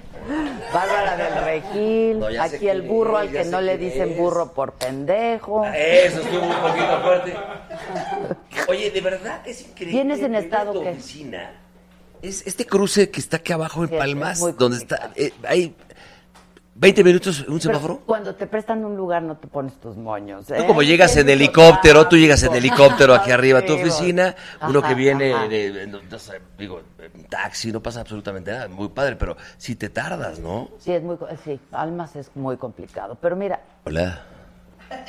Speaker 1: Bárbara del Regil,
Speaker 16: No, ya sé
Speaker 1: aquí el
Speaker 16: quién
Speaker 1: burro
Speaker 16: es,
Speaker 1: al
Speaker 16: ya
Speaker 1: que
Speaker 16: sé
Speaker 1: no le
Speaker 16: quién
Speaker 1: dicen
Speaker 16: es.
Speaker 1: burro por pendejo.
Speaker 16: Eso estuvo un poquito fuerte. Oye, de verdad es increíble.
Speaker 1: ¿Vienes en
Speaker 16: Mira
Speaker 1: estado
Speaker 16: tu
Speaker 1: qué?
Speaker 16: oficina. Es este cruce que está aquí abajo en
Speaker 1: Sí, es
Speaker 16: Palmas,
Speaker 1: muy
Speaker 16: donde está. eh, hay 20 minutos, un
Speaker 1: Pero
Speaker 16: semáforo.
Speaker 1: Cuando te prestan un lugar no te pones tus moños. ¿eh?
Speaker 16: Tú como llegas en helicóptero, tú llegas en helicóptero aquí arriba a tu oficina, uno que
Speaker 1: Ajá,
Speaker 16: viene
Speaker 1: ajá.
Speaker 16: de, no, no sé, digo, en taxi, no pasa absolutamente nada, muy padre, pero si te tardas, ¿no?
Speaker 1: Sí, es muy, co- sí, Almas es muy complicado. Pero mira,
Speaker 16: Hola.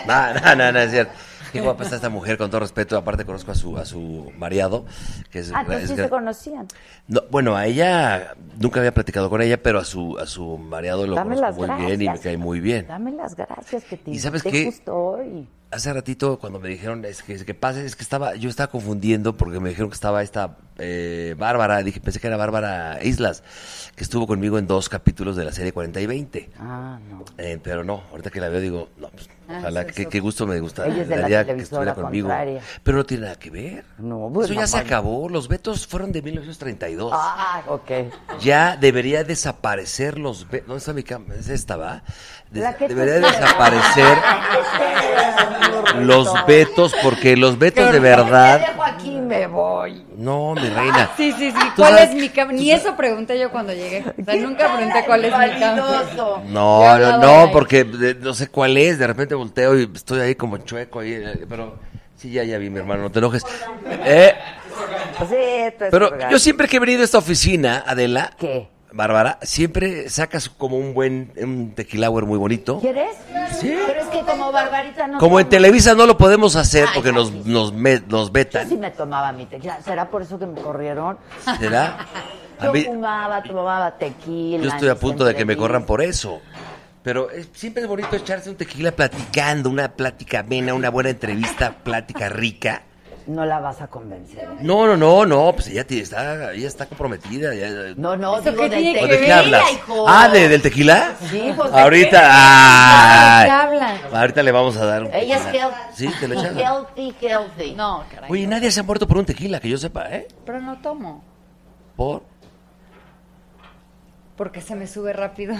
Speaker 16: No, no, no, no, es cierto. Qué guapa está esta mujer, con todo respeto, aparte conozco a su, a su mareado, que es...
Speaker 1: ah, pues
Speaker 16: es
Speaker 1: sí
Speaker 16: gran-
Speaker 1: se conocían.
Speaker 16: No, bueno, a ella, nunca había platicado con ella, pero a su, a su mareado lo
Speaker 1: Dame las
Speaker 16: conozco muy bien y me
Speaker 1: gracias.
Speaker 16: cae muy bien.
Speaker 1: Dame las gracias que te
Speaker 16: ¿Y sabes
Speaker 1: invité
Speaker 16: qué?
Speaker 1: justo hoy.
Speaker 16: Hace ratito cuando me dijeron es que, que pase, es que estaba, yo estaba confundiendo porque me dijeron que estaba esta eh, Bárbara, dije, pensé que era Bárbara Islas, que estuvo conmigo en dos capítulos de la serie 40 y 20.
Speaker 1: Ah, no.
Speaker 16: Eh, pero no, ahorita que la veo digo, no, pues,
Speaker 1: Ah,
Speaker 16: ojalá,
Speaker 1: eso es
Speaker 16: qué,
Speaker 1: otro.
Speaker 16: qué gusto me gusta,
Speaker 1: Ella es de la
Speaker 16: daría que
Speaker 1: televisora
Speaker 16: estuviera conmigo.
Speaker 1: contraria.
Speaker 16: Pero no tiene nada que ver. Eso
Speaker 1: No,
Speaker 16: ya
Speaker 1: bueno,
Speaker 16: se
Speaker 1: bueno.
Speaker 16: acabó, los vetos fueron de 1932.
Speaker 1: Ah, ok.
Speaker 16: Ya debería desaparecer los vetos. ¿Dónde está mi cámara? Es esta, ¿va? Des-
Speaker 1: La que tú
Speaker 16: debería
Speaker 1: quieras.
Speaker 16: desaparecer los vetos, porque los vetos de
Speaker 1: Te
Speaker 16: verdad
Speaker 1: dejo aquí,
Speaker 15: me voy.
Speaker 16: No, mi
Speaker 1: Ah,
Speaker 16: reina.
Speaker 15: Sí, sí, sí.
Speaker 16: Tú
Speaker 15: ¿Cuál
Speaker 16: sabes-
Speaker 15: es mi cama? Ni eso pregunté yo cuando llegué. O sea, nunca pregunté
Speaker 1: tal,
Speaker 15: cuál es mi cama.
Speaker 1: validoso?
Speaker 15: Yo
Speaker 16: No, no,
Speaker 15: hablaba
Speaker 16: no,
Speaker 15: de-
Speaker 16: porque de- no sé cuál es. De repente volteo y estoy ahí como chueco. Ahí, eh, pero sí, ya, ya vi, mi hermano, no te enojes. Eh,
Speaker 1: Sí, esto es
Speaker 16: pero
Speaker 1: orgánico.
Speaker 16: yo siempre que he venido a esta oficina, Adela,
Speaker 1: ¿Qué?
Speaker 16: Bárbara, siempre sacas como un buen un tequilauer muy bonito.
Speaker 1: ¿Quieres? Sí. Pero es que como Barbarita no...
Speaker 16: Como en
Speaker 1: toma-
Speaker 16: Televisa no lo podemos hacer porque nos, nos, me- nos
Speaker 1: Yo sí
Speaker 16: vetan.
Speaker 1: me tomaba mi tequila. ¿Será por eso que me corrieron?
Speaker 16: ¿Será? A
Speaker 1: Yo
Speaker 16: mí-
Speaker 1: fumaba, tomaba tequila.
Speaker 16: Yo estoy a
Speaker 1: mis
Speaker 16: punto de que me
Speaker 1: entrevistas.
Speaker 16: corran por eso. Pero es- siempre es bonito echarse un tequila platicando, una plática amena, una buena entrevista, plática rica.
Speaker 1: No la vas a convencer.
Speaker 16: No, no, no, no, pues ella tiene- está, ella está comprometida. ya-
Speaker 1: No, no,
Speaker 15: ¿Eso
Speaker 1: digo
Speaker 15: qué
Speaker 1: del
Speaker 15: tiene que
Speaker 16: ¿O
Speaker 1: tequila,
Speaker 16: ¿De qué hablas?
Speaker 1: hijo.
Speaker 16: Ah, ¿de- ¿del tequila?
Speaker 1: Sí, pues, ¿de
Speaker 16: Ahorita. ah,
Speaker 1: qué?
Speaker 16: ay.
Speaker 15: ¿De qué hablan?
Speaker 16: Ahorita le vamos a dar un
Speaker 1: Ella es
Speaker 16: tequila.
Speaker 1: health-
Speaker 16: Sí, te lo echas.
Speaker 1: healthy, healthy.
Speaker 15: No, caray.
Speaker 16: Oye, nadie se ha muerto por un tequila, que yo sepa, ¿eh?
Speaker 15: Pero no tomo.
Speaker 16: Por.
Speaker 15: Porque se me sube rápido.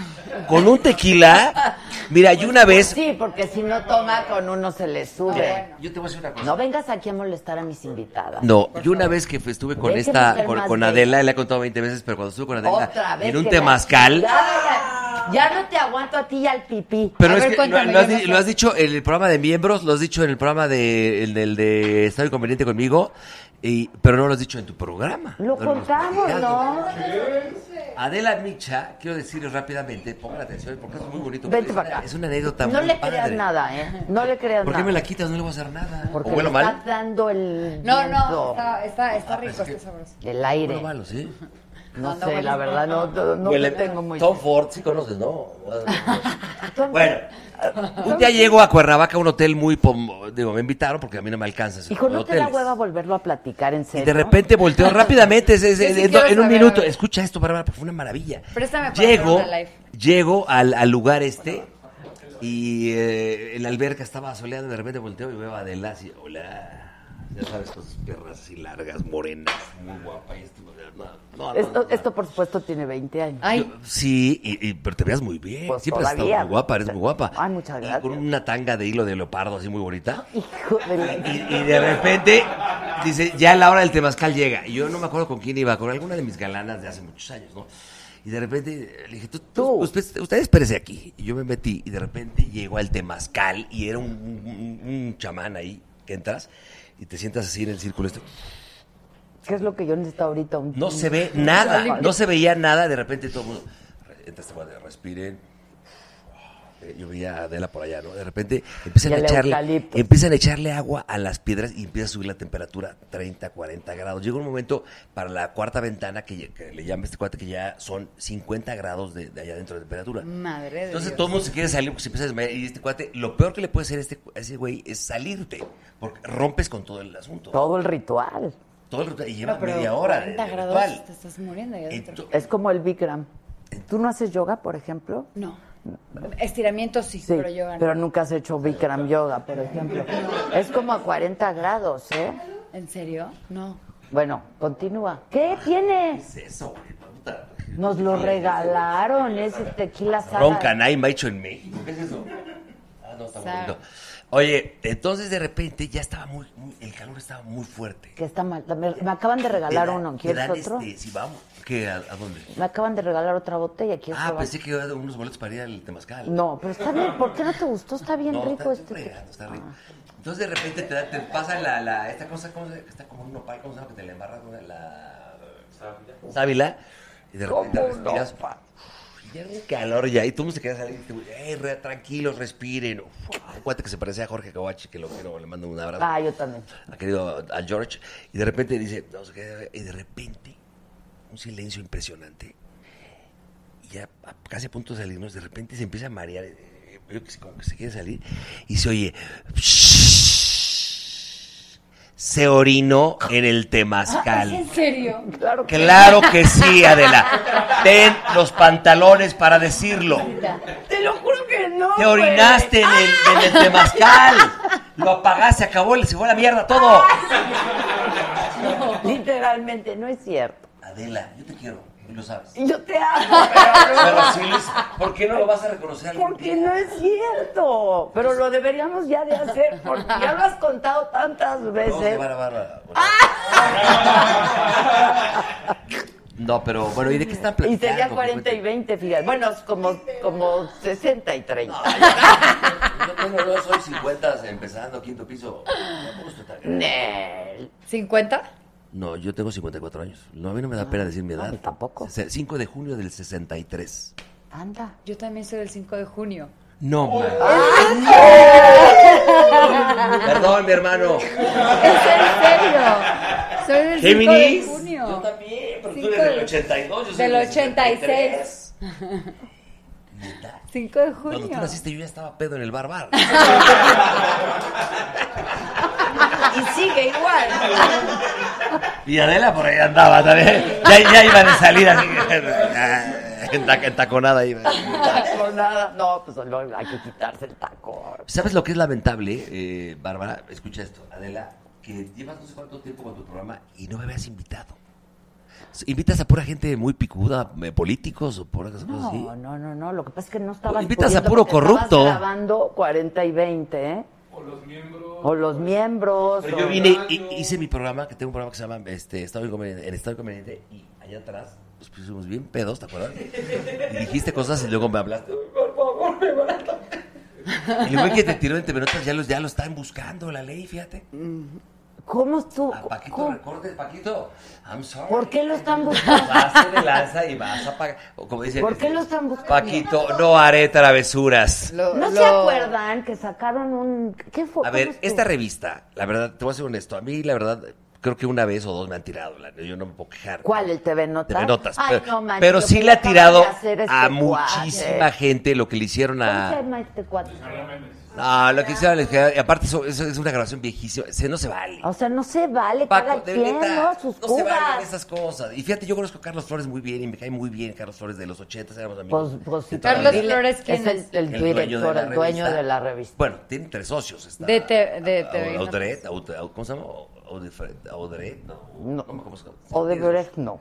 Speaker 16: Con un tequila. Mira, yo una vez.
Speaker 1: Sí, porque si no toma con uno se le sube.
Speaker 16: Yo te voy a decir una cosa.
Speaker 1: No vengas aquí a molestar a mis invitadas.
Speaker 16: No, yo una vez que fue- estuve con
Speaker 1: Déjeme
Speaker 16: esta,
Speaker 1: ser
Speaker 16: con,
Speaker 1: más
Speaker 16: con
Speaker 1: bella.
Speaker 16: Adela, le he contado 20 veces, pero cuando estuve con Adela,
Speaker 1: Otra vez.
Speaker 16: en un
Speaker 1: que
Speaker 16: temazcal.
Speaker 1: me-
Speaker 15: Ah.
Speaker 1: Ya, ya, ya no te aguanto a ti y al pipí.
Speaker 16: Pero
Speaker 1: A
Speaker 16: es
Speaker 1: ver,
Speaker 16: que
Speaker 1: cuéntame,
Speaker 16: lo, has,
Speaker 1: yo no
Speaker 16: di-
Speaker 1: sé.
Speaker 16: lo has dicho en el programa de miembros, lo has dicho en el programa de, en el de Estado Inconveniente conmigo, y, pero no lo has dicho en tu programa.
Speaker 1: Lo
Speaker 16: No lo hemos
Speaker 1: contamos,
Speaker 16: platicado.
Speaker 1: ¿no?
Speaker 16: Adela Micha, quiero decirles rápidamente, pongan atención porque es muy bonito.
Speaker 1: Vente
Speaker 16: es,
Speaker 1: para
Speaker 16: una,
Speaker 1: acá.
Speaker 16: es una anécdota
Speaker 1: No
Speaker 16: muy
Speaker 1: le
Speaker 16: padre.
Speaker 1: creas nada, ¿eh? No le creas
Speaker 16: ¿Por
Speaker 1: nada.
Speaker 16: qué me la quitas? No le voy a hacer nada.
Speaker 1: Porque
Speaker 16: ¿O huelo
Speaker 1: le
Speaker 16: mal?
Speaker 1: estás dando el
Speaker 15: No, no,
Speaker 1: viento,
Speaker 15: está, está,
Speaker 16: Ah,
Speaker 15: está rico, está sabroso.
Speaker 1: el aire.
Speaker 16: Huelo malo, sí.
Speaker 1: No
Speaker 15: Anda
Speaker 1: sé, la
Speaker 15: buenísimo.
Speaker 1: verdad, no, no, no
Speaker 16: Huele-
Speaker 1: tengo muy...
Speaker 16: Tom Ford, sí conoces, ¿no? bueno, un día llego a Cuernavaca, un hotel muy... pom- Digo, me invitaron porque a mí no me alcanza. ese
Speaker 1: Hijo,
Speaker 16: tipo de
Speaker 1: ¿no te da
Speaker 16: hoteles.
Speaker 1: hueva volverlo a platicar en serio?
Speaker 16: Y de repente volteo rápidamente, es- es-
Speaker 1: Yo sí
Speaker 16: es- en,
Speaker 1: quiero
Speaker 16: en un
Speaker 1: saber,
Speaker 16: minuto.
Speaker 1: a ver.
Speaker 16: Escucha esto, Bárbara, fue una maravilla.
Speaker 15: Préstame para
Speaker 16: Llego,
Speaker 15: hacer una live.
Speaker 16: llego al, al lugar este y eh, en la alberca estaba soleada. De repente volteo y veo a Adela así, hola. Ya sabes, con sus piernas así largas, morenas, muy guapa. Y esto, no, no, no,
Speaker 1: Esto,
Speaker 16: no.
Speaker 1: esto, por supuesto, tiene 20 años.
Speaker 16: Yo- sí, y, y- pero te veas muy bien.
Speaker 1: Pues
Speaker 16: Siempre has estado
Speaker 1: todavía.
Speaker 16: muy guapa, eres muy guapa.
Speaker 1: Ay, muchas
Speaker 16: Y con una tanga de hilo de leopardo así muy bonita.
Speaker 1: Hijo de la-
Speaker 16: Y, y de repente dice, ya la hora del temazcal llega. Y yo no me acuerdo con quién iba, con alguna de mis galanas de hace muchos años, ¿no? Y de repente le dije, tú, tú, Usted, usted espérese aquí. Y yo me metí y de repente llego al temazcal y era un, un- un- un chamán ahí que entras y te sientas así en el círculo este.
Speaker 1: ¿Qué es lo que yo necesito ahorita? Un-
Speaker 16: No se ve
Speaker 1: un-
Speaker 16: nada, no se veía nada, de repente todo el mundo. Entra este cuadro, respiren. Eh, Yo veía a Adela por allá, ¿no? De repente empiezan
Speaker 1: Y
Speaker 16: a,
Speaker 1: el
Speaker 16: echarle,
Speaker 1: eucalipto.
Speaker 16: empiezan a echarle agua a las piedras y empieza a subir la temperatura 30, 40 grados. Llega un momento para la cuarta ventana que, ya- que le llama este cuate que ya son 50 grados de, de allá dentro de temperatura.
Speaker 15: Madre de
Speaker 16: Entonces
Speaker 15: Dios.
Speaker 16: todo el mundo se quiere salir porque se empieza a desmayar. Y este cuate, lo peor que le puede hacer a este, a ese güey es salirte, porque rompes con todo el asunto.
Speaker 1: Todo el ritual.
Speaker 16: Todo el ritual, y lleva
Speaker 15: No, pero
Speaker 16: media hora. de-
Speaker 15: 40
Speaker 16: de
Speaker 15: grados,
Speaker 16: ritual.
Speaker 15: te estás muriendo ahí adentro.
Speaker 1: Es como el Bikram. ¿Tú no haces yoga, por ejemplo?
Speaker 15: No. Estiramiento sí,
Speaker 1: Sí,
Speaker 15: pero yo gano.
Speaker 1: pero nunca has hecho Bikram yoga, por ejemplo. Es como a 40 grados, ¿eh?
Speaker 15: ¿En serio? No.
Speaker 1: Bueno, continúa. ¿Qué tiene?
Speaker 16: ¿Qué es eso, güey? Puta.
Speaker 1: Nos lo regalaron, ese tequila saga.
Speaker 16: Ron Canay me ha hecho en México. ¿Qué es eso? Ah, no, está
Speaker 1: Sabe.
Speaker 16: bonito. Oye, entonces de repente ya estaba muy, muy- el calor estaba muy fuerte.
Speaker 1: Que está mal. Me, me acaban de regalar
Speaker 16: Te dan-
Speaker 1: uno.
Speaker 16: te
Speaker 1: ¿Quieres
Speaker 16: dan,
Speaker 1: otro?
Speaker 16: este, si vamos, ¿qué, a, a dónde?
Speaker 1: Me acaban de regalar otra botella. ¿Quieres
Speaker 16: Ah,
Speaker 1: probar?
Speaker 16: pensé que iba a dar unos boletos para ir al Temazcal.
Speaker 1: No, pero está bien. ¿Por qué no te gustó? Está bien
Speaker 16: No,
Speaker 1: rico
Speaker 16: está-
Speaker 1: este.
Speaker 16: está rico. Entonces de repente te, da- te pasa la, la- esta cosa, ¿cómo se, está como un nopal, ¿cómo se llama que te le embarras? ¿no? La sábila. Y de repente
Speaker 4: Como un
Speaker 16: respiras. Y ya era un calor ya. Y todo el mundo se queda salir. y te- "Ey, re- tranquilos, respiren. Uf, un cuate que se parecía a Jorge Cabachi, que lo quiero, le mando un abrazo.
Speaker 1: Ah, yo también.
Speaker 16: A querido a George. Y de repente dice, no sé qué, y de repente, un silencio impresionante. Y ya a- casi a punto de salirnos, de repente se empieza a marear. eh, eh, Veo que se- como que se quiere salir. Y se oye. Se orinó en el
Speaker 1: Ah,
Speaker 16: temazcal.
Speaker 15: ¿En serio?
Speaker 1: Claro
Speaker 16: Claro que sí, Adela. Ten los pantalones para decirlo.
Speaker 1: Te lo juro que no.
Speaker 16: Te orinaste en el, en el temazcal. Lo apagaste, se acabó, le- se fue a la mierda todo.
Speaker 1: Ah, Literalmente, no es cierto.
Speaker 16: Adela, yo te quiero, y lo sabes.
Speaker 1: Yo te amo, pero no.
Speaker 16: Pero sí, Luis, ¿por qué no lo vas a reconocer? algún
Speaker 1: Porque no es cierto. Pero lo deberíamos ya de hacer, porque ya lo has contado tantas
Speaker 16: día? No,
Speaker 1: veces.
Speaker 16: Bárbara, Bárbara. Ah. No, pero bueno, ¿y de qué están
Speaker 1: Y
Speaker 16: platicando?
Speaker 1: sería 40 y 20, fíjate. Bueno, es como, como 60 y 30.
Speaker 16: Yo tengo dos, soy 50 empezando, quinto piso. Tampoco estoy tan grande.
Speaker 15: ¿50?
Speaker 16: No, yo tengo 54 años. No, a mí no me da pena decir mi edad.
Speaker 1: tampoco.
Speaker 16: 5 de junio del 63.
Speaker 1: Anda.
Speaker 15: Yo también soy del 5 de junio.
Speaker 16: No, ma. Ah. Perdón, mi hermano.
Speaker 15: ¿En serio? Soy del 5 de
Speaker 16: ¿Géminis?
Speaker 15: junio. Yo
Speaker 16: también,
Speaker 15: pero
Speaker 16: tú eres del 82, yo soy
Speaker 15: Del
Speaker 16: del
Speaker 15: 86. 5 de
Speaker 16: Cuando tú
Speaker 15: junio.
Speaker 16: naciste yo ya estaba pedo en el bar bar.
Speaker 1: Y sigue igual.
Speaker 16: Y Adela por ahí andaba también. Ya, ya iba de salida. así, en, ta- en taconada iba.
Speaker 1: Con nada. No, pues no, hay que quitarse el taco.
Speaker 16: ¿Sabes lo que es lamentable, eh, Bárbara? Escucha esto, Adela, que llevas no sé cuánto tiempo con tu programa y no me habías invitado. S- Invitas a pura gente muy picuda, eh, políticos o por esas cosas así.
Speaker 1: No, no, no, no. Lo que pasa es que no estabas.
Speaker 16: Pues, Invitas a
Speaker 1: pudiendo
Speaker 16: puro
Speaker 1: porque
Speaker 16: corrupto.
Speaker 1: Estabas grabando 40 y 20, ¿eh? O los miembros.
Speaker 16: Pero
Speaker 1: o-
Speaker 16: yo vine, y- hice mi programa, que tengo un programa que se llama este, Estado Inconveniente, El Estado Inconveniente, y allá atrás nos pusimos bien pedos, ¿te acuerdas? Y dijiste cosas y luego me hablaste.
Speaker 4: Por favor, me van a
Speaker 16: El güey que te tiró en Temerotas ya, los, ya lo están buscando la ley, fíjate.
Speaker 1: Mm-hmm. ¿Cómo estuvo?
Speaker 16: Paquito Recortes, Paquito, I'm sorry.
Speaker 1: ¿Por qué lo están buscando?
Speaker 16: Vas de lanza y vas a pagar. O como dice,
Speaker 1: ¿Por qué lo están buscando?
Speaker 16: Paquito, no haré travesuras.
Speaker 1: ¿No se acuerdan que sacaron un... ¿Qué fue?
Speaker 16: A
Speaker 1: ¿Cómo
Speaker 16: ver,
Speaker 1: estuvo?
Speaker 16: esta revista, la verdad, te voy a ser honesto. A mí, la verdad, creo que una vez o dos me han tirado. la- yo no me puedo quejar.
Speaker 1: ¿Cuál? ¿El TV Notas?
Speaker 16: TV Notas.
Speaker 1: Ay,
Speaker 16: pero,
Speaker 1: no, manches,
Speaker 16: pero
Speaker 1: lo
Speaker 16: sí
Speaker 1: que
Speaker 16: le ha
Speaker 1: acaban
Speaker 16: tirado
Speaker 1: de hacer este
Speaker 16: a
Speaker 1: cuate.
Speaker 16: muchísima gente lo que le hicieron
Speaker 1: ¿Cómo se
Speaker 16: a.
Speaker 1: llama este cuate?
Speaker 16: No, lo que hicieron a la- y aparte, eso, eso es una grabación viejísima. Se no se vale.
Speaker 1: O sea, no se vale cada
Speaker 16: de
Speaker 1: quien,
Speaker 16: neta,
Speaker 1: ¿no? Sus
Speaker 16: no se
Speaker 1: cubas.
Speaker 16: valen esas cosas. Y fíjate, yo conozco a Carlos Flores muy bien y me cae muy bien Carlos Flores de los 80, éramos amigos.
Speaker 1: Pues- pues sí,
Speaker 16: Entonces,
Speaker 15: Carlos
Speaker 16: dile-
Speaker 15: Flores, ¿quién
Speaker 1: Es el-
Speaker 15: es?
Speaker 1: el director, el dueño de la revista.
Speaker 16: Bueno, tiene tres socios. Está,
Speaker 15: De te- de TV, ¿no?
Speaker 16: Audret, Aud- Aud- ¿cómo se llama? Audifred- Audret, no. ¿Cómo, cómo se llama?
Speaker 1: O de Brecht, no.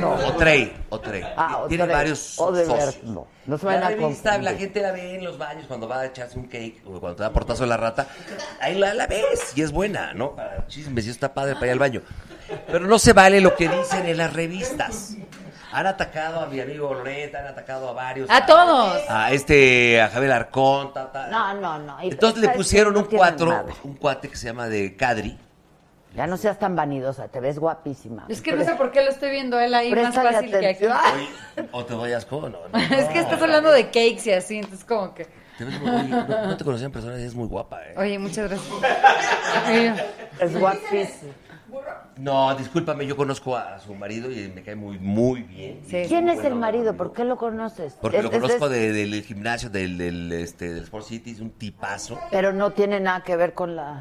Speaker 1: No.
Speaker 16: Otrey, Otrey.
Speaker 1: Ah,
Speaker 16: Tiene
Speaker 1: Odebrecht.
Speaker 16: varios
Speaker 1: Odebrecht,
Speaker 16: socios.
Speaker 1: no. No se vayan
Speaker 16: la
Speaker 1: a
Speaker 16: revista,
Speaker 1: confundir.
Speaker 16: la gente la ve en los baños cuando va a echarse un cake o cuando te da portazo la rata. Ahí la, la ves y es buena, ¿no? Para chismes y está padre para ir al baño. Pero no se vale lo que dicen en las revistas. Han atacado a mi amigo Loret, han atacado a varios.
Speaker 15: A todos.
Speaker 16: A este, a Javier Arcón, ta, ta.
Speaker 1: No, no, no. Y-
Speaker 16: Entonces le
Speaker 1: ¿sabes
Speaker 16: pusieron
Speaker 1: qué? No
Speaker 16: un
Speaker 1: tienen
Speaker 16: cuatro,
Speaker 1: madre.
Speaker 16: un cuate que se llama de Cadri.
Speaker 1: Ya no seas tan vanidosa, te ves guapísima.
Speaker 15: Es que no sé por qué lo estoy viendo él ahí más
Speaker 1: Préstale
Speaker 15: fácil que aquí.
Speaker 1: atención.
Speaker 16: O te doy asco, no, no.
Speaker 15: Es que estás hablando de cakes y así, entonces como que...
Speaker 16: Te ves muy- oye, no, no te conocía en persona y es muy guapa, ¿eh?
Speaker 15: Oye, muchas gracias.
Speaker 1: Es guapísima.
Speaker 16: No, discúlpame, yo conozco a, a su marido y me cae muy, muy bien.
Speaker 1: ¿Quién
Speaker 16: Muy
Speaker 1: es el
Speaker 16: bueno.
Speaker 1: marido? ¿Por qué lo conoces?
Speaker 16: Porque
Speaker 1: Es-
Speaker 16: lo
Speaker 1: es-
Speaker 16: conozco
Speaker 1: es-
Speaker 16: de- del gimnasio, del, del, este, del Sport City, es un tipazo.
Speaker 1: Pero no tiene nada que ver con la...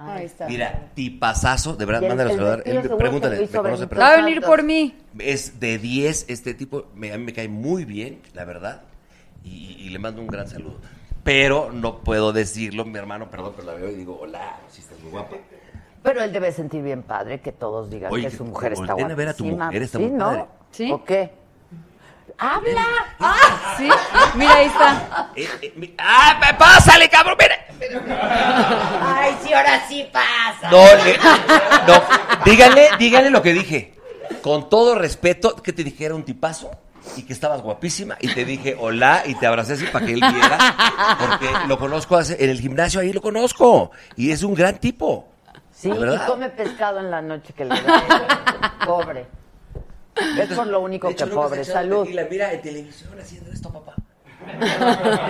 Speaker 1: Ahí está.
Speaker 16: Mira, tipazazo, de verdad,
Speaker 1: Y el-
Speaker 16: mándale a
Speaker 1: el
Speaker 16: saludar.
Speaker 1: vestido
Speaker 16: Él-
Speaker 1: seguro
Speaker 16: pregúntale,
Speaker 1: que lo
Speaker 16: me
Speaker 1: hizo
Speaker 16: conoce,
Speaker 1: Benito
Speaker 15: Va a
Speaker 16: perdón.
Speaker 15: venir por mí.
Speaker 16: Es de 10, este tipo, me- a mí me cae muy bien, la verdad, y, y le mando un gran saludo. Pero no puedo decirlo, mi hermano, perdón, pero la veo y digo, hola, si estás muy guapa.
Speaker 1: Pero él debe sentir bien padre que todos digan
Speaker 16: Oye,
Speaker 1: que
Speaker 16: que
Speaker 1: su mujer está
Speaker 16: volteen a ver a tu
Speaker 1: guapísima.
Speaker 16: mujer, está
Speaker 1: ¿Sí,
Speaker 16: muy
Speaker 1: no?
Speaker 16: padre.
Speaker 1: ¿Sí? ¿O qué? ¡Habla!
Speaker 15: ¡Ah! Sí, mira, ahí está.
Speaker 16: Eh, eh, mi- ¡Ah, p- pásale, cabrón! ¡Mira!
Speaker 1: ¡Ay, sí, ahora sí pasa!
Speaker 16: No, le- no, díganle, díganle lo que dije. Con todo respeto, que te dijera un tipazo y que estabas guapísima y te dije hola y te abracé así para que él viera. Porque lo conozco hace- en el gimnasio, ahí lo conozco. Y es un gran tipo.
Speaker 1: Sí,
Speaker 16: La
Speaker 1: y
Speaker 16: verdad.
Speaker 1: come pescado en la noche que le da. pobre. Es por lo único
Speaker 16: De hecho,
Speaker 1: que
Speaker 16: nunca se
Speaker 1: pobre.
Speaker 16: echaron
Speaker 1: Salud.
Speaker 16: tequila. mira en televisión haciendo esto, papá.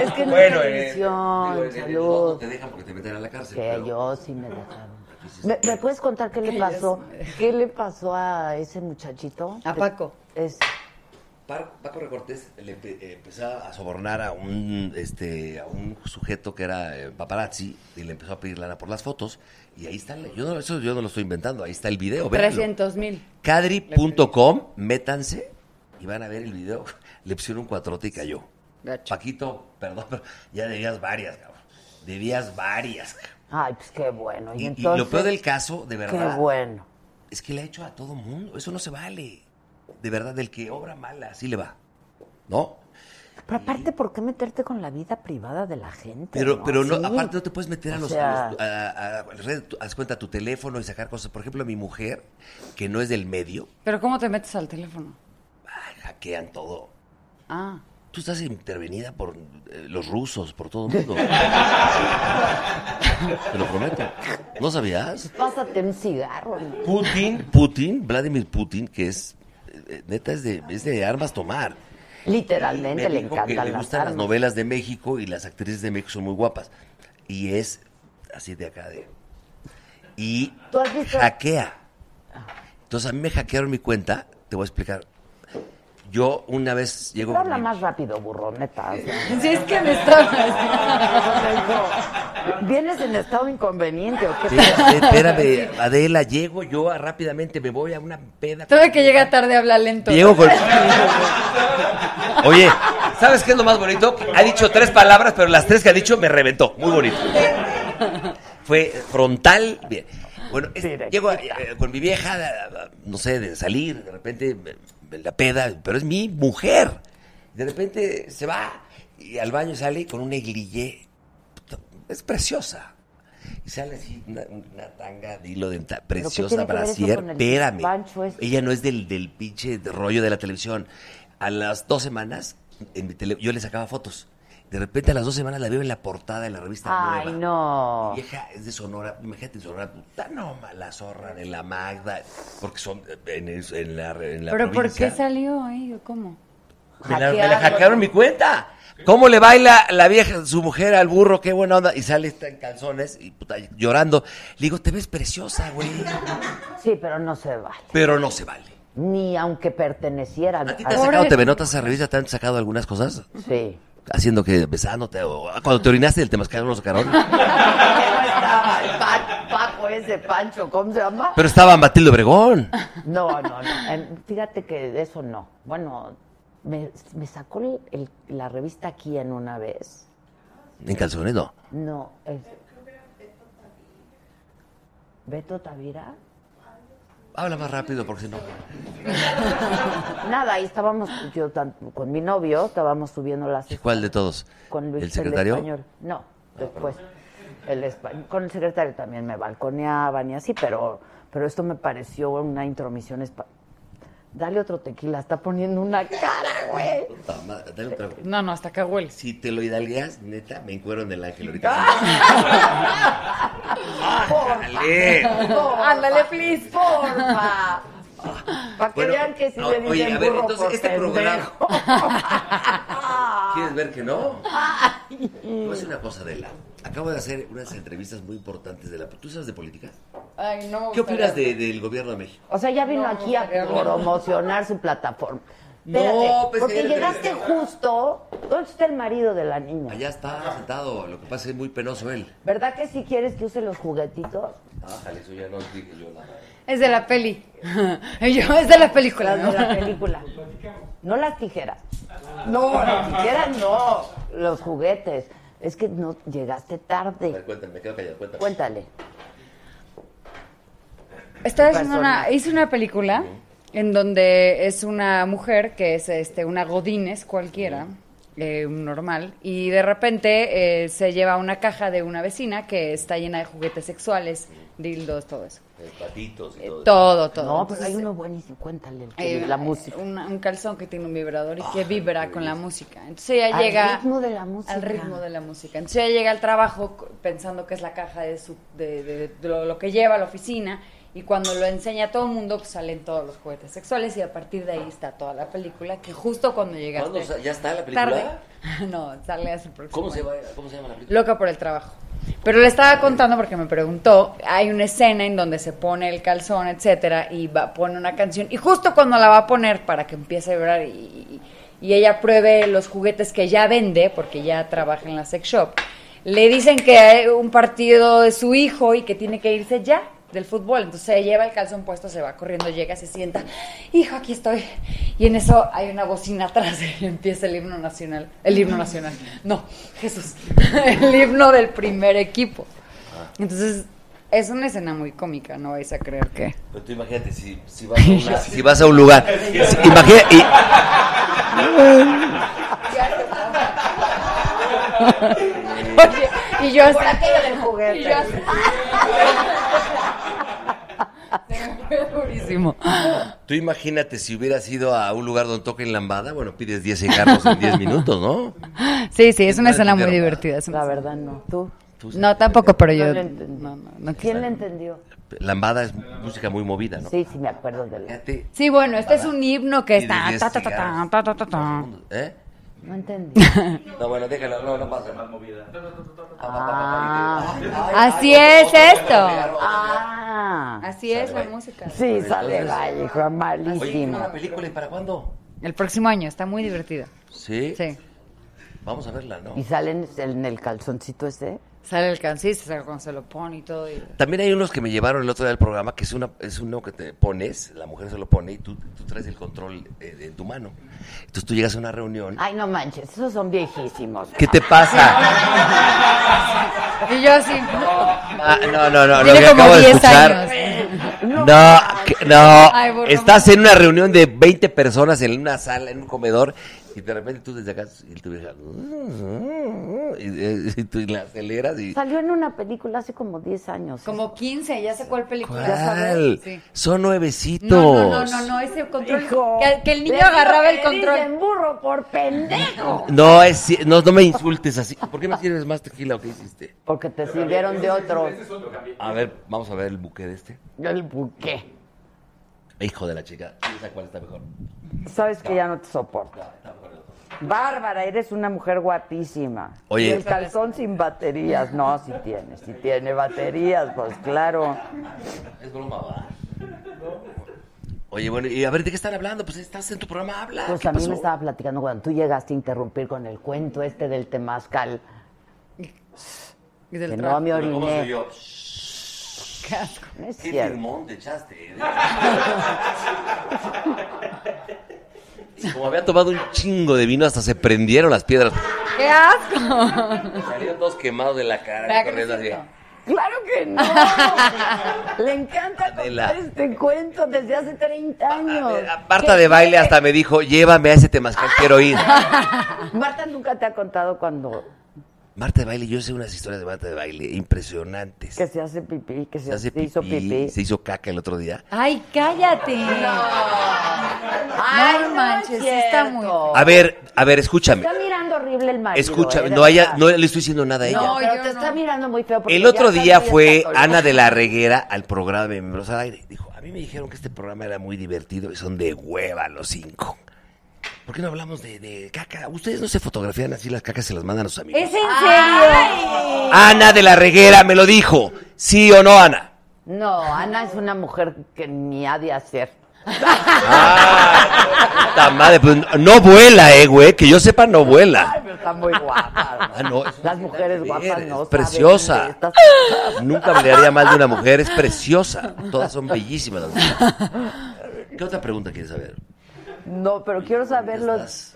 Speaker 1: Es que no
Speaker 16: Bueno,
Speaker 1: es
Speaker 16: eh,
Speaker 1: televisión,
Speaker 16: digo, en- en el
Speaker 1: salud.
Speaker 16: no te dejan porque te meten a la cárcel,
Speaker 1: Que
Speaker 16: pero-
Speaker 1: yo sí me dejaron. ¿Me, me puedes contar qué le
Speaker 15: Que ya
Speaker 1: pasó? ¿Qué le pasó a ese muchachito?
Speaker 15: A Paco.
Speaker 1: Es,
Speaker 16: Par- Paco Recortés le empe- eh, empezó a sobornar a un este a un sujeto que era eh, paparazzi y le empezó a pedir lana por las fotos y ahí está la- yo no, eso yo no lo estoy inventando ahí está el video véanlo.
Speaker 15: 300 mil.
Speaker 16: cadri.com métanse y van a ver el video le pusieron un cuatrote y cayó Paquito perdón pero ya debías varias cabrón debías varias cabrón.
Speaker 1: ay, pues qué bueno. Y,
Speaker 16: y, y
Speaker 1: entonces,
Speaker 16: lo peor del caso de verdad
Speaker 1: Qué bueno.
Speaker 16: es que le ha hecho a todo mundo eso no se vale de verdad del que obra mala así le va ¿no?
Speaker 1: Pero aparte, ¿por qué meterte con la vida privada de la gente?
Speaker 16: Pero, pero no,
Speaker 1: Sí.
Speaker 16: aparte no te puedes meter a
Speaker 1: O
Speaker 16: los,
Speaker 1: sea,
Speaker 16: a los- a- a- a las redes, tú- haz cuenta tu teléfono y sacar cosas. Por ejemplo, mi mujer, que no es del medio,
Speaker 15: Pero ¿cómo te metes al teléfono?
Speaker 16: hackean todo.
Speaker 15: Ah.
Speaker 16: Tú estás intervenida por eh, los rusos, por todo el mundo. Te lo prometo. ¿No sabías?
Speaker 1: Pásate un cigarro. ¿no?
Speaker 16: Putin, Putin, Vladimir Putin, que es, eh, neta, es de, es de armas tomar.
Speaker 1: Literalmente
Speaker 16: Me
Speaker 1: le
Speaker 16: dijo que
Speaker 1: encantan
Speaker 16: le
Speaker 1: las
Speaker 16: gustan las
Speaker 1: armas.
Speaker 16: novelas de México y las actrices de México son muy guapas. Y es así de acá de... Y
Speaker 1: ¿Tú has visto? Ah.
Speaker 16: hackea. Entonces a mí me hackearon mi cuenta, te voy a explicar. Yo una vez llego...
Speaker 1: Habla más rápido, burro, neta. o sea.
Speaker 15: Si es que me estrabas.
Speaker 1: ¿Vienes en estado inconveniente o qué?
Speaker 16: Sí, Eh, Espérame, Adela, llego yo a- rápidamente, me voy a una peda.
Speaker 15: Todo que llega tarde habla lento.
Speaker 16: Diego con- Oye, ¿sabes qué es lo más bonito? Ha dicho tres palabras, pero las tres que ha dicho me reventó. Muy bonito. Fue frontal. Bien. Bueno, es- llego eh, con mi vieja, eh, no sé, de salir, de repente me- me la peda, pero es mi mujer. De repente se va y al baño sale con una iglille. Puta, Es preciosa. Y sale así una, una tanga de hilo dental,
Speaker 1: ¿Pero qué
Speaker 16: preciosa,
Speaker 1: tiene que ver eso
Speaker 16: brasier,
Speaker 1: con el
Speaker 16: espérame.
Speaker 1: pancho este?
Speaker 16: Ella no es del, del pinche de rollo de la televisión. A las dos semanas, en mi tele- yo le sacaba fotos. De repente a las dos semanas la veo en la portada de la revista
Speaker 1: Ay,
Speaker 16: Nueva.
Speaker 1: no.
Speaker 16: Mi vieja es de Sonora, imagínate en Sonora, puta no, ma, la zorra de la Magda, porque son eh, en, es- en la, en la
Speaker 15: ¿Pero por
Speaker 16: provincia.
Speaker 15: qué salió ahí? ¿O ¿Cómo?
Speaker 16: Me la, me la hackearon mi cuenta. ¿Cómo le baila la vieja, su mujer al burro? Qué buena onda. Y sale está en calzones y puta, llorando. Le digo, te ves preciosa, güey.
Speaker 1: Sí, pero no se vale.
Speaker 16: Pero no se vale.
Speaker 1: Ni aunque perteneciera
Speaker 16: ¿A ti Ah, ¿Te has sacado TV Notas a revista? ¿Te han sacado algunas cosas?
Speaker 1: Sí.
Speaker 16: Haciendo que besándote o ah, cuando te orinaste del temazcal no lo sacaron.
Speaker 1: estaba el pan- Paco ese Pancho, ¿cómo se llama?
Speaker 16: Pero estaba Matilde Obregón.
Speaker 1: No, no, no. Eh, Fíjate que de eso no. Bueno, me, me sacó el- el- la revista aquí en una vez.
Speaker 16: En calzones no.
Speaker 1: No, es... ¿Beto Tavira?
Speaker 16: Habla más rápido porque si no.
Speaker 1: Nada, ahí estábamos, yo tan- con mi novio, estábamos subiendo las...
Speaker 16: ¿Cuál de todos?
Speaker 1: Con Luis,
Speaker 16: ¿El secretario?
Speaker 1: español. No, después. El español. Con el secretario también me balconeaban y así, pero, pero esto me pareció una intromisión. espa- Dale otro tequila, está poniendo una cara, güey.
Speaker 16: Puta madre, Ah, dale un trago.
Speaker 15: No, no, hasta acá huele.
Speaker 16: Si te lo hidalgueas, neta, me encuero en el ángel ahorita. ¡Ándale!
Speaker 15: Ándale, please.
Speaker 1: Porfa. Para que
Speaker 16: Bueno,
Speaker 1: vean que si
Speaker 16: no,
Speaker 1: le dicen
Speaker 16: oye, a ver,
Speaker 1: burro
Speaker 16: entonces
Speaker 1: por
Speaker 16: este
Speaker 1: pendejo.
Speaker 16: programa.
Speaker 1: Ah.
Speaker 16: ¿Quieres ver que no? Te voy a decir una cosa, Adela. Acabo de hacer unas entrevistas muy importantes de la. ¿Tú sabes de política?
Speaker 15: Ay, no.
Speaker 16: ¿Qué opinas de- del gobierno de México?
Speaker 1: O sea, ya vino
Speaker 15: No,
Speaker 1: aquí a
Speaker 15: pero-
Speaker 1: promocionar su plataforma.
Speaker 16: No,
Speaker 1: Espérate,
Speaker 16: pues,
Speaker 1: porque
Speaker 16: que-
Speaker 1: llegaste justo. ¿Dónde está el marido de la niña?
Speaker 16: Allá está sentado, lo que pasa es que es muy penoso él.
Speaker 1: ¿Verdad que si quieres que use los juguetitos?
Speaker 16: Ájale, eso ya no dije yo nada.
Speaker 15: Es de la peli. Y yo, es de la película.
Speaker 1: Las de la película. No las tijeras. No, las tijeras no. Los juguetes. Es que no llegaste
Speaker 16: A ver,
Speaker 1: tarde.
Speaker 16: cuéntame, me quedo callado, cuéntame.
Speaker 1: Cuéntale.
Speaker 15: Estaba haciendo
Speaker 1: Persona.
Speaker 15: una, hice una película en donde es una mujer que es este una Godines cualquiera, eh, un normal, y de repente eh, se lleva una caja de una vecina que está llena de juguetes sexuales, dildos, todo eso.
Speaker 16: Eh, Patitos y todo.
Speaker 15: Todo, todo.
Speaker 1: No, pero hay
Speaker 15: Entonces,
Speaker 1: uno buenísimo. Cuéntale. el que-
Speaker 15: eh,
Speaker 1: la música.
Speaker 15: una- un calzón que tiene un vibrador y que
Speaker 1: Ah,
Speaker 15: vibra
Speaker 1: qué
Speaker 15: con la
Speaker 1: belleza. Ah,
Speaker 15: música. Entonces ella
Speaker 1: Al
Speaker 15: llega
Speaker 1: ritmo de la música.
Speaker 15: al ritmo de la música. Entonces ella llega al trabajo c- pensando que es la caja de, su, de, de- de lo, lo que lleva a la oficina y cuando lo enseña a todo el mundo pues salen todos los juguetes sexuales y a partir de ahí está toda la película que justo cuando llegaste
Speaker 16: ¿Cuándo sa- ya está la película?
Speaker 15: tarde- no, sale hasta el próximo
Speaker 16: ¿Cómo se,
Speaker 15: año.
Speaker 16: va, ¿Cómo se llama la película?
Speaker 15: Loca por el trabajo. Pero le estaba contando porque me preguntó, hay una escena en donde se pone el calzón, etcétera, y va, pone una canción, y justo cuando la va a poner para que empiece a llorar y, y- y ella pruebe los juguetes que ya vende, porque ya trabaja en la sex shop, le dicen que hay un partido de su hijo y que tiene que irse ya del fútbol, entonces se lleva el calzón puesto, se va corriendo, llega, se sienta, hijo, aquí estoy, y en eso hay una bocina atrás y empieza el himno nacional, el himno nacional, no, Jesús, el himno del primer equipo.
Speaker 16: Ah.
Speaker 15: Entonces, es una escena muy cómica, no vais a creer que...
Speaker 16: Pero tú imagínate, si, si, vas, a una- si vas a un lugar. si- imagina- y-
Speaker 15: Oye, y yo
Speaker 1: Por
Speaker 15: así-
Speaker 1: aquello del juguete.
Speaker 15: Y yo así- Se me fue durísimo.
Speaker 16: Tú imagínate si hubieras ido a un lugar donde toquen lambada, bueno, pides 10 cigarros en 10 minutos, ¿no?
Speaker 15: Sí, sí, es una escena muy
Speaker 16: Pero,
Speaker 15: divertida. La
Speaker 1: verdad, no. ¿Tú?
Speaker 15: No, tampoco, pero yo.
Speaker 1: le entendí. ¿Quién le entendió?
Speaker 16: Lambada es música muy movida, ¿no?
Speaker 1: Sí, sí, me acuerdo de la...
Speaker 15: Sí, bueno, este es un himno que
Speaker 16: Y de
Speaker 15: está.
Speaker 16: diez
Speaker 15: ta, ta, ta, ta, ta, ta, ta, ta.
Speaker 16: ¿Eh?
Speaker 1: No entendí.
Speaker 16: No, bueno, déjalo, no, no pasa. Más movida.
Speaker 15: Así es esto.
Speaker 1: Ah.
Speaker 15: Así es la música.
Speaker 1: Sí, sale la hija, malísimo.
Speaker 16: película y para cuándo?
Speaker 15: El próximo año, está muy divertida.
Speaker 16: ¿Sí?
Speaker 15: Sí.
Speaker 16: Vamos a verla, ¿no?
Speaker 1: ¿Y salen en el calzoncito ese?
Speaker 15: Sale el cancista, sale cuando se lo pone y todo. y-
Speaker 16: También hay unos que me llevaron el otro día del programa que es una es uno que te pones, la mujer se lo pone y tú, tú traes el control eh, en tu mano. Entonces tú llegas a una
Speaker 15: Ah,
Speaker 16: reunión.
Speaker 1: Ay, no manches, esos son viejísimos.
Speaker 16: ¿Qué te pasa?
Speaker 15: Y yo así.
Speaker 16: Ah, no, no, no, lo
Speaker 15: Tiene
Speaker 16: que
Speaker 15: como
Speaker 16: acabo de
Speaker 15: 10
Speaker 16: escuchar.
Speaker 15: años.
Speaker 16: No, que- no.
Speaker 15: Ay, por
Speaker 16: Estás en una reunión de 20 personas en una sala, en un comedor, y de repente tú desde acá y tu vieja,
Speaker 1: Mm,
Speaker 16: y, eh, y tú la aceleras y.
Speaker 1: Salió en una película hace como 10 años. ¿eh?
Speaker 15: Como 15, ya sé cuál película.
Speaker 16: ¿Cuál?
Speaker 15: Sí.
Speaker 16: Son nuevecitos.
Speaker 15: No, no, no, no, no, ese control. que, que el niño
Speaker 1: les digo
Speaker 15: agarraba
Speaker 1: que
Speaker 15: el
Speaker 1: le
Speaker 15: control.
Speaker 1: dicen burro por pendejo.
Speaker 16: No, es, ci- no, no me insultes así. ¿Por qué me sirves más tequila o qué hiciste?
Speaker 1: Porque te sirvieron de otro.
Speaker 16: A ver, vamos a ver el buque de este.
Speaker 1: El buque.
Speaker 16: Hijo de la chica, ¿quién sabe cuál está mejor?
Speaker 1: Sabes que ya no te soporto. Bárbara, eres una mujer guapísima.
Speaker 16: Oye.
Speaker 1: Y el calzón sin baterías. No, si tiene, si tiene baterías, pues claro.
Speaker 16: Es broma, va. Oye, bueno, y a ver, ¿de qué están hablando? Pues estás en tu programa, habla.
Speaker 1: Pues
Speaker 16: ¿Qué
Speaker 1: a mí
Speaker 16: pasó?
Speaker 1: me estaba platicando cuando tú llegaste a interrumpir con el cuento este del temazcal.
Speaker 15: del
Speaker 1: que
Speaker 15: trabajo.
Speaker 1: no me
Speaker 16: Pero, ¿cómo
Speaker 1: oriné.
Speaker 16: soy yo?
Speaker 15: Qué asco.
Speaker 1: No es
Speaker 16: ¿Qué
Speaker 1: cierto.
Speaker 16: firmón Este te echaste? eh. Y Como había tomado un chingo de vino, hasta se prendieron las piedras.
Speaker 15: ¡Qué asco!
Speaker 16: Salieron todos quemados de la cara.
Speaker 15: Vea que
Speaker 16: corriendo así.
Speaker 1: Claro que no. Le encanta
Speaker 16: Adela.
Speaker 1: contar este cuento desde hace 30 años.
Speaker 16: Marta de baile hasta me dijo, llévame a ese temazcal, quiero ir.
Speaker 1: Marta nunca te ha contado cuando
Speaker 16: Marta de baile, yo sé unas historias de Marta de baile impresionantes.
Speaker 1: que se hace pipí, que se,
Speaker 16: Se hace
Speaker 1: se hizo pipí.
Speaker 16: Se hizo caca el otro día.
Speaker 15: Ay, cállate.
Speaker 1: Ay,
Speaker 15: No manches, sí está muy.
Speaker 16: A ver, a ver, escúchame.
Speaker 1: Está mirando horrible el marido.
Speaker 16: Escúchame,
Speaker 1: ¿eh? De
Speaker 16: no, haya,
Speaker 1: verdad.
Speaker 16: no le estoy diciendo nada a ella.
Speaker 1: No, pero te está mirando muy feo. porque
Speaker 16: El
Speaker 1: ya
Speaker 16: otro
Speaker 1: está
Speaker 16: día
Speaker 1: muy
Speaker 16: fue
Speaker 1: escatológico.
Speaker 16: Ana de la Reguera al programa de Miembros al Aire. Dijo, a mí me dijeron que este programa era muy divertido y son de hueva los cinco. ¿Por qué no hablamos de, de caca? ¿Ustedes no se fotografían así las cacas y se las mandan a sus amigos?
Speaker 15: ¿Es en serio?
Speaker 16: Ana de la Reguera me lo dijo. ¿Sí o no, Ana?
Speaker 1: No, Ana es una mujer que ni ha de hacer.
Speaker 16: Puta madre, pues, no vuela, eh, güey. Que yo sepa, no vuela.
Speaker 1: Ay, pero está muy guapa.
Speaker 16: Ah, no, es
Speaker 1: Las mujeres guapas no. saben de
Speaker 16: preciosa.
Speaker 1: estas
Speaker 16: Nunca hablaría mal de una mujer, es preciosa. Todas son bellísimas las mujeres. ¿Qué otra pregunta quieres saber?
Speaker 1: No, pero quiero saber los.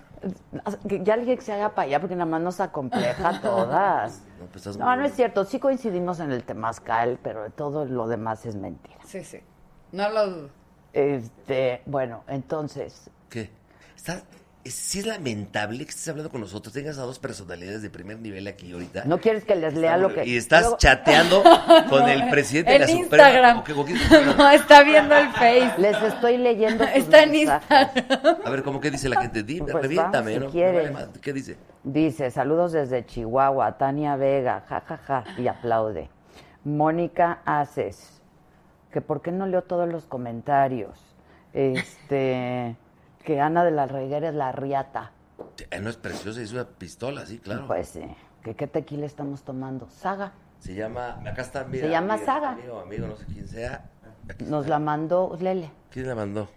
Speaker 1: Que ya alguien que se haga para allá, porque nada más nos acompleja a todas.
Speaker 16: No, pues, estás
Speaker 1: No, no es cierto. Sí coincidimos en el temazcal, pero todo lo demás es mentira.
Speaker 15: Sí, sí. No lo dudo.
Speaker 1: Este, bueno, entonces.
Speaker 16: ¿Qué? Está, es, sí es lamentable que estés hablando con nosotros, tengas a dos personalidades de primer nivel aquí ahorita.
Speaker 1: No quieres que les lea lo que.
Speaker 16: Y estás
Speaker 1: Luego-
Speaker 16: chateando con el presidente de
Speaker 15: En
Speaker 16: la
Speaker 15: Instagram.
Speaker 16: Suprema. ¿O qué- o qué-
Speaker 15: No, está viendo el Face.
Speaker 1: Les estoy leyendo. sus
Speaker 15: Está en
Speaker 1: mensajes.
Speaker 16: A ver, ¿cómo qué dice la gente? Dime,
Speaker 1: Pues va,
Speaker 16: reviéntame,
Speaker 1: si
Speaker 16: ¿no?
Speaker 1: quieres.
Speaker 16: Me vale madre. ¿Qué dice?
Speaker 1: Dice, saludos desde Chihuahua, Tania Vega, jajaja, y aplaude. Mónica Aces, que por qué no leo todos los comentarios. Este, que Ana de la Reguera es la riata.
Speaker 16: Eh, No es preciosa, es una pistola, sí, claro.
Speaker 1: Pues sí, que qué tequila estamos tomando. Saga.
Speaker 16: Se llama, acá está, mira.
Speaker 1: Se llama
Speaker 16: mira,
Speaker 1: Saga.
Speaker 16: Amigo, amigo, no sé quién sea.
Speaker 1: Nos la mandó Lele.
Speaker 16: ¿Quién la mandó?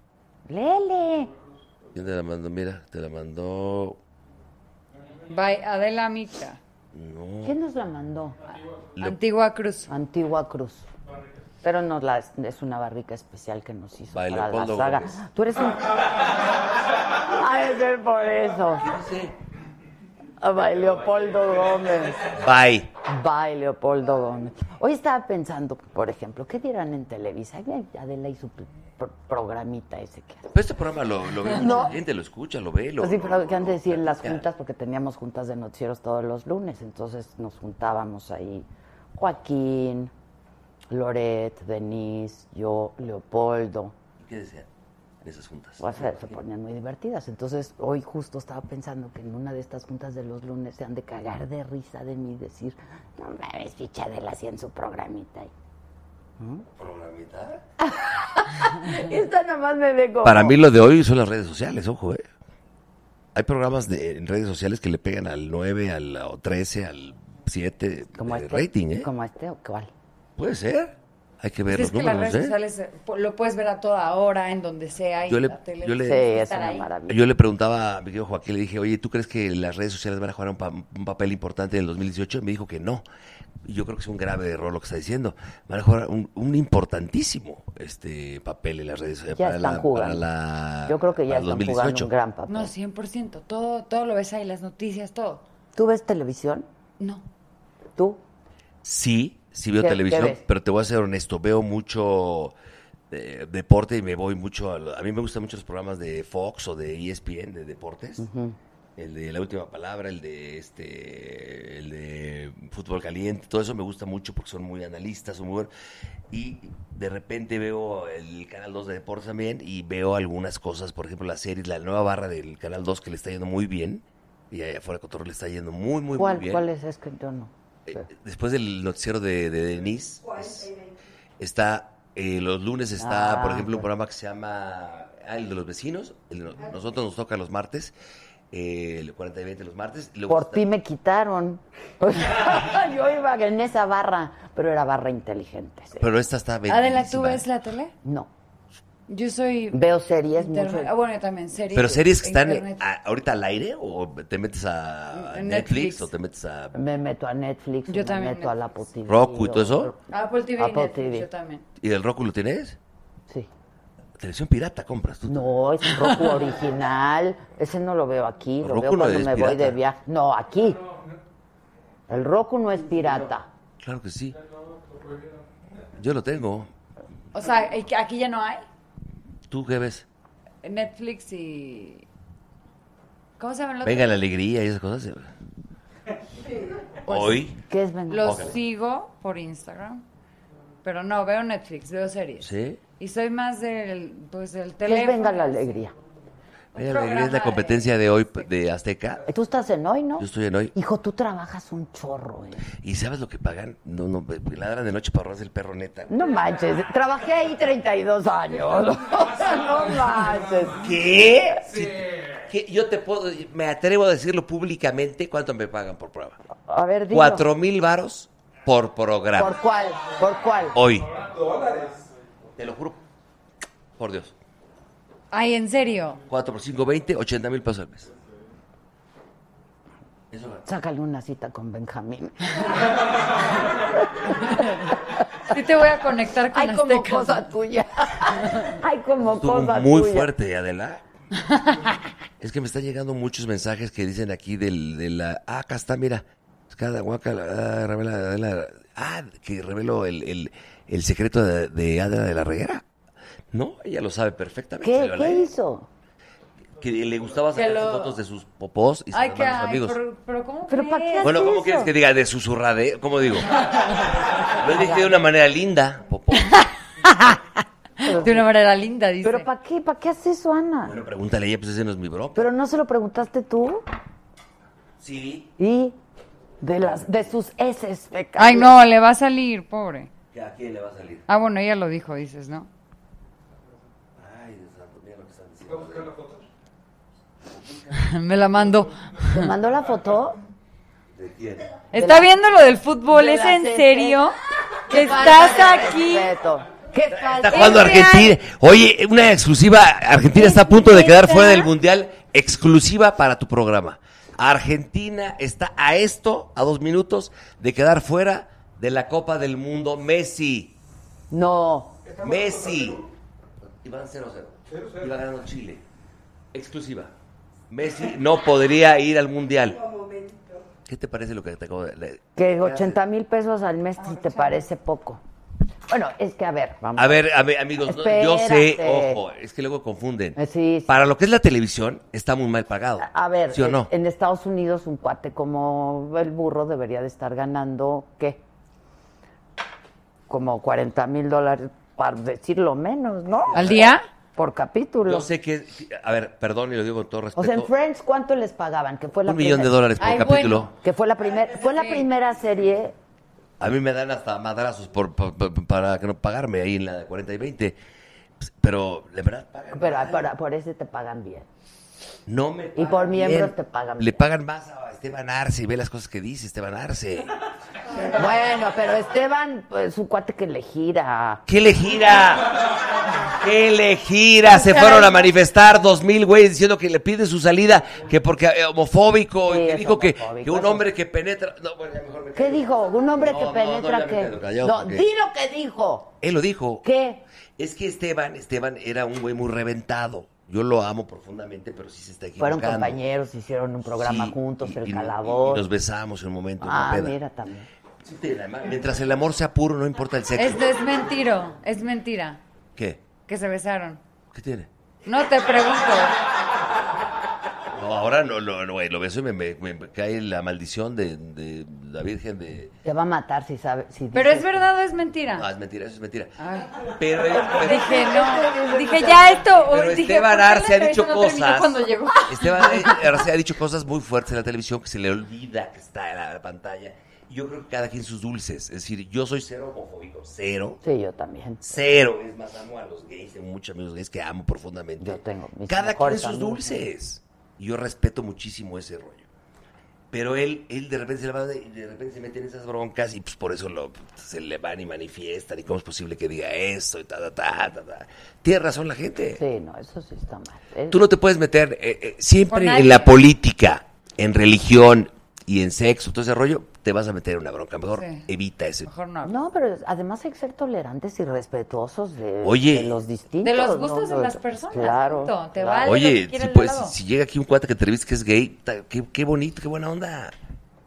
Speaker 1: Lele.
Speaker 16: ¿Quién te la mandó? Mira, te la mandó.
Speaker 15: By Adela Micha.
Speaker 16: No.
Speaker 1: ¿Quién nos la mandó?
Speaker 15: Antigua Cruz.
Speaker 1: Antigua Cruz. Pero nos la, es una barrica especial que nos hizo
Speaker 16: By
Speaker 1: para la
Speaker 16: Leopoldo
Speaker 1: saga.
Speaker 16: Gómez.
Speaker 1: Tú eres un... Ha de ser por eso. A Ah, Leopoldo Gómez.
Speaker 16: Bye.
Speaker 1: Bye, Leopoldo Gómez. Hoy estaba pensando, por ejemplo, ¿qué dirán en Televisa? Ahí viene Adela y su pl- pro- programita ese que hace.
Speaker 16: Pero este programa lo, lo ve
Speaker 1: No.
Speaker 16: mucha gente, lo escucha, lo ve, lo...
Speaker 1: Sí, pero
Speaker 16: lo-
Speaker 1: que antes decía en las
Speaker 16: platica.
Speaker 1: juntas, porque teníamos juntas de noticieros todos los lunes, entonces nos juntábamos ahí Joaquín, Loret, Denise, yo, Leopoldo.
Speaker 16: ¿Qué decían en esas juntas?
Speaker 1: O sea, pues, se ponían muy divertidas. Entonces, hoy justo estaba pensando que en una de estas juntas de los lunes se han de cagar de risa de mí, decir, no mames, ficha de la en su programita.
Speaker 16: ¿Mm? ¿Programita?
Speaker 1: Esta nomás me ve como...
Speaker 16: Para mí lo de hoy son las redes sociales, ojo, ¿eh? Hay programas de, en redes sociales que le pegan al 9, al o 13, al 7
Speaker 1: Como
Speaker 16: de
Speaker 1: este,
Speaker 16: rating, ¿eh?
Speaker 1: Como este o cuál. Pues
Speaker 16: Puede ser. Hay que ver
Speaker 15: Pues Es
Speaker 16: los
Speaker 15: que las
Speaker 16: números,
Speaker 15: redes
Speaker 16: ¿eh?
Speaker 15: sociales eh, po- lo puedes ver a toda hora, en donde sea, y
Speaker 16: Yo
Speaker 15: en
Speaker 16: le-
Speaker 15: la tele.
Speaker 16: yo le-
Speaker 15: tienes que
Speaker 16: Sí, es
Speaker 15: estar
Speaker 16: una
Speaker 15: ahí.
Speaker 16: Yo le preguntaba a mi querido Joaquín, le dije, oye, ¿tú crees que las redes sociales van a jugar un, pa- un papel importante en el 2018? Y me dijo que no. Y Yo creo que es un grave error lo que está diciendo. Van a jugar un, un importantísimo este papel en las redes sociales
Speaker 1: Ya
Speaker 16: para,
Speaker 1: están
Speaker 16: la, para
Speaker 1: jugando.
Speaker 16: la-
Speaker 1: Yo creo que ya
Speaker 16: para el
Speaker 1: están jugando un gran papel.
Speaker 15: No, 100%. Todo, todo lo ves ahí, las noticias, todo.
Speaker 1: ¿Tú ves televisión?
Speaker 15: No.
Speaker 1: ¿Tú?
Speaker 16: Sí, sí veo
Speaker 1: ¿Qué-
Speaker 16: televisión,
Speaker 1: qué ves?
Speaker 16: pero te voy a ser honesto, veo mucho eh, deporte y me voy mucho a... lo- A mí me gustan mucho los programas de Fox o de E ESPN, de deportes. El de La Última Palabra, el de este, el de Fútbol Caliente, todo eso me gusta mucho porque son muy analistas, son muy buenos. Y de repente veo el Canal 2 de Deportes también y veo algunas cosas, por ejemplo, la serie, la nueva barra del Canal 2 que le está yendo muy bien. Y allá afuera Cotorro le está yendo muy, muy,
Speaker 1: ¿Cuál,
Speaker 16: muy bien. Eh,
Speaker 1: ¿Cuál es? Es que yo no.
Speaker 16: Después del noticiero de, de Denise, es- está, eh, los lunes está,
Speaker 1: Ah,
Speaker 16: por ejemplo, un
Speaker 1: bueno.
Speaker 16: programa que se llama ah, el de los vecinos. el de no-
Speaker 15: Ah,
Speaker 16: nosotros nos toca los martes, eh, el 40 y 20 los martes. y luego
Speaker 1: Por
Speaker 16: está-
Speaker 1: ti me quitaron. O sea, yo iba en esa barra, pero era barra inteligente. sí.
Speaker 16: Pero esta está
Speaker 15: Adela, ¿tú
Speaker 16: bellísima.
Speaker 15: ves la tele?
Speaker 1: No.
Speaker 15: Yo soy...
Speaker 1: Veo series
Speaker 15: internet.
Speaker 1: mucho.
Speaker 15: Ah, bueno, yo también, series.
Speaker 16: Pero series que están eh,
Speaker 15: internet.
Speaker 16: a- ahorita al aire o te metes a
Speaker 15: En
Speaker 16: Netflix,
Speaker 15: Netflix.
Speaker 16: o te metes a
Speaker 1: Me meto a Netflix,
Speaker 15: Yo
Speaker 1: me
Speaker 15: también
Speaker 1: meto a la putina.
Speaker 16: Roku y todo eso.
Speaker 15: Apple TV y
Speaker 1: Apple
Speaker 15: Netflix,
Speaker 1: TV.
Speaker 15: yo también.
Speaker 16: ¿Y el Roku lo tienes?
Speaker 1: Sí.
Speaker 16: Televisión pirata compras tú.
Speaker 1: No, es Roku original. Ese no lo veo aquí, lo
Speaker 16: Roku
Speaker 1: veo
Speaker 16: no
Speaker 1: cuando
Speaker 16: es
Speaker 1: me voy
Speaker 16: pirata.
Speaker 1: de viaje. No, aquí. El Roku no es pirata.
Speaker 16: Claro que sí. Yo lo tengo.
Speaker 15: O sea, ¿y que aquí ya no hay
Speaker 16: ¿Tú qué ves?
Speaker 15: Netflix y... ¿Cómo se llaman los
Speaker 16: Venga la alegría y esas cosas.
Speaker 15: Pues
Speaker 16: Hoy.
Speaker 1: Pues, ¿Qué es venga?
Speaker 15: Los
Speaker 16: Ok.
Speaker 15: sigo por Instagram, pero no, veo Netflix, veo series.
Speaker 16: ¿Sí?
Speaker 15: Y soy más del, pues,
Speaker 1: ¿Qué
Speaker 15: del
Speaker 1: es
Speaker 15: teléfono.
Speaker 1: venga la alegría?
Speaker 16: Venga la alegría es la competencia de hoy de Azteca.
Speaker 1: Tú estás en hoy, ¿no?
Speaker 16: Yo estoy en hoy.
Speaker 1: Hijo, tú trabajas un chorro. ¿eh?
Speaker 16: ¿Y sabes lo que pagan? No, no, porque ladran de noche para ahorrarse el perro neta.
Speaker 1: No manches, trabajé ahí 32 años. no manches.
Speaker 16: ¿Qué? Si- ¿qué? Yo te puedo, me atrevo a decirlo públicamente, ¿cuánto me pagan por programa?
Speaker 1: A ver, dilo.
Speaker 16: Cuatro mil varos por programa.
Speaker 1: ¿Por cuál? ¿Por cuál?
Speaker 16: Hoy. Te lo juro. Por Dios.
Speaker 15: Ay, ¿en serio?
Speaker 16: 4 por 5, 20, 80 mil pesos al mes.
Speaker 1: Sácale una cita con Benjamín.
Speaker 15: Sí te voy a conectar con
Speaker 1: Ay, como
Speaker 15: Azteca.
Speaker 1: cosa tuya. Ay, como
Speaker 16: Estuvo
Speaker 1: cosa
Speaker 16: muy
Speaker 1: tuya.
Speaker 16: fuerte, Adela. es que me están llegando muchos mensajes que dicen aquí del, de la... Ah, acá está, mira. Es Cada guaca, la- ah, revela, Adela. Ah, que reveló el, el, el secreto de, de Adela de la Reguera. No, ella lo sabe perfectamente.
Speaker 1: ¿Qué,
Speaker 16: salió al
Speaker 1: ¿qué
Speaker 16: aire.
Speaker 1: hizo?
Speaker 16: Que le gustaba
Speaker 15: Que
Speaker 16: sacar
Speaker 15: lo-
Speaker 16: fotos de sus popós y se
Speaker 15: Ay,
Speaker 16: las
Speaker 15: que,
Speaker 16: manda a sus
Speaker 15: ay,
Speaker 16: amigos.
Speaker 15: pero, pero ¿cómo
Speaker 1: ¿Pero para qué
Speaker 15: crees?
Speaker 16: Bueno, ¿cómo quieres que diga? De susurrade, ¿cómo digo? Lo dije de una manera linda, popó.
Speaker 15: De una manera linda, dice.
Speaker 1: ¿Pero para qué? ¿Para qué haces eso, Ana?
Speaker 16: Pregúntale a ella, pues ese no es mi bro.
Speaker 1: ¿Pero no se lo preguntaste tú?
Speaker 16: Sí.
Speaker 1: Y de las de sus heces, pecado.
Speaker 15: Ay, no, le va a salir, pobre.
Speaker 16: ¿Que ¿A quién le va a salir?
Speaker 15: Ah, bueno, ella lo dijo, dices, ¿no?
Speaker 16: Ay, Dios santo, mira lo que están diciendo.
Speaker 15: Me la mandó.
Speaker 1: ¿Te mandó la foto?
Speaker 16: ¿De quién?
Speaker 15: ¿Está viendo lo del fútbol?
Speaker 1: de
Speaker 15: ¿Es
Speaker 1: las
Speaker 15: en
Speaker 1: heces.
Speaker 15: serio?
Speaker 1: Qué
Speaker 15: ¿Estás
Speaker 1: falta de
Speaker 15: aquí? Este
Speaker 1: respeto. ¿Qué
Speaker 16: Está jugando Argentina. Oye, una exclusiva. Argentina está a punto de quedar fuera del mundial. Exclusiva para tu programa. Argentina está a esto, a dos minutos, de quedar fuera de la Copa del Mundo. Messi.
Speaker 1: No.
Speaker 16: Messi. Iban 0-0. Iba ganando Chile. Exclusiva. Messi no podría ir al mundial. ¿Qué te parece lo que te acabo de leer?
Speaker 1: Que 80 mil pesos al mes si te parece poco. Bueno, es que a ver, vamos.
Speaker 16: A ver, a ver, amigos, no, yo sé,
Speaker 1: Espérate. Eh,
Speaker 16: ojo, es que luego confunden.
Speaker 1: Sí, Ah, sí.
Speaker 16: Para lo que es la televisión, está muy mal pagado.
Speaker 1: A ver,
Speaker 16: ¿Sí o
Speaker 1: en-
Speaker 16: no?
Speaker 1: en Estados Unidos un cuate como el burro debería de estar ganando, ¿qué? Como 40 mil dólares, para decirlo menos, ¿no?
Speaker 15: ¿Al día?
Speaker 1: Por capítulo.
Speaker 16: Yo sé que, a ver, perdón y lo digo con todo respeto.
Speaker 1: O sea, en Friends, ¿cuánto les pagaban? Que fue la
Speaker 16: Un millón
Speaker 1: primera-
Speaker 16: de dólares por Ay, capítulo. bueno.
Speaker 1: Que fue la primera, fue la primera serie.
Speaker 16: A mí me dan hasta madrazos por, por- por- para que no pagarme ahí en la de 40 y 20. Pues, Pero, la verdad,
Speaker 1: Pero por, por ese te pagan bien.
Speaker 16: no me
Speaker 1: Y por
Speaker 16: pagan
Speaker 1: miembros
Speaker 16: bien.
Speaker 1: te pagan
Speaker 16: Le pagan más a Esteban Arce y ve las cosas que dice Esteban Arce.
Speaker 1: Bueno, pero Esteban pues, es un cuate que le gira.
Speaker 16: ¿Qué le gira? ¿Qué le gira? Se fueron a manifestar dos mil güeyes diciendo que le pide su salida, que porque eh, homofóbico, y que dijo que, que un hombre que penetra... No, bueno, ya mejor me
Speaker 1: ¿Qué dijo? Un hombre
Speaker 16: No,
Speaker 1: que
Speaker 16: no,
Speaker 1: penetra
Speaker 16: no, ya me
Speaker 1: que...
Speaker 16: quedo callado,
Speaker 1: no,
Speaker 16: porque-
Speaker 1: di lo que dijo.
Speaker 16: Él lo dijo.
Speaker 1: ¿Qué?
Speaker 16: Es que Esteban, Esteban era un güey muy reventado. Yo lo amo profundamente, pero sí se está equivocando.
Speaker 1: Fueron compañeros, hicieron un programa
Speaker 16: Sí,
Speaker 1: juntos,
Speaker 16: y-
Speaker 1: el
Speaker 16: y-
Speaker 1: calabozo.
Speaker 16: Y nos besamos en un momento. en una
Speaker 1: ah,
Speaker 16: peda.
Speaker 1: mira también.
Speaker 16: Mientras el amor sea puro, no importa el sexo.
Speaker 15: Es, es mentiro, es mentira
Speaker 16: ¿Qué?
Speaker 15: que se besaron.
Speaker 16: ¿Qué tiene?
Speaker 15: No te pregunto.
Speaker 16: No, ahora no, no, no, güey, lo beso y me, me- me cae la maldición de, de la Virgen de...
Speaker 1: Te va a matar si sabe. Si
Speaker 15: ¿Pero
Speaker 1: dices-
Speaker 15: es verdad o es mentira?
Speaker 16: No, es mentira, eso es mentira.
Speaker 15: Ay.
Speaker 16: Pero, pero-
Speaker 15: Dije, no. Dije, ya esto.
Speaker 16: Pero
Speaker 15: dije,
Speaker 16: Esteban
Speaker 15: ¿por qué la
Speaker 16: Arce ha
Speaker 15: entrevista
Speaker 16: dicho
Speaker 15: no terminó
Speaker 16: cosas.
Speaker 15: cuando llegó?
Speaker 16: Esteban eh, Arce ha dicho cosas muy fuertes en la televisión que se le olvida que está en la pantalla. Y Yo creo que cada quien sus dulces. Es decir, yo soy cero homofóbico, cero.
Speaker 1: Sí, yo también.
Speaker 16: Cero. Es más, amo a los gays, tengo muchos amigos gays que amo profundamente. Yo
Speaker 1: tengo.
Speaker 16: Cada quien
Speaker 1: mejores
Speaker 16: sus
Speaker 1: amigos.
Speaker 16: dulces. Y yo respeto muchísimo ese rollo. Pero él, él de repente se le va de, de repente se mete en esas broncas y pues por eso lo, se le van y manifiestan y cómo es posible que diga eso y ta, ta, ta, ta, ta. Tiene razón la gente.
Speaker 1: Sí, no, eso sí está mal. Es-
Speaker 16: Tú no te puedes meter eh, eh, siempre
Speaker 1: Con nadie.
Speaker 16: en la política, en religión y en sexo, todo ese rollo, te vas a meter en una bronca. Mejor
Speaker 1: Sí.
Speaker 16: evita ese.
Speaker 1: no. pero además hay que ser tolerantes y respetuosos de,
Speaker 16: Oye.
Speaker 1: de los distintos.
Speaker 15: De los
Speaker 1: ¿no?
Speaker 15: gustos de
Speaker 1: No,
Speaker 15: las personas.
Speaker 1: Claro.
Speaker 15: punto. Te
Speaker 1: claro.
Speaker 15: vale lo que
Speaker 16: Oye,
Speaker 15: quiera
Speaker 16: si,
Speaker 15: el
Speaker 16: pues,
Speaker 15: lado.
Speaker 16: si llega aquí un cuate que te reviste que es gay, ta- qué, qué bonito, qué buena onda.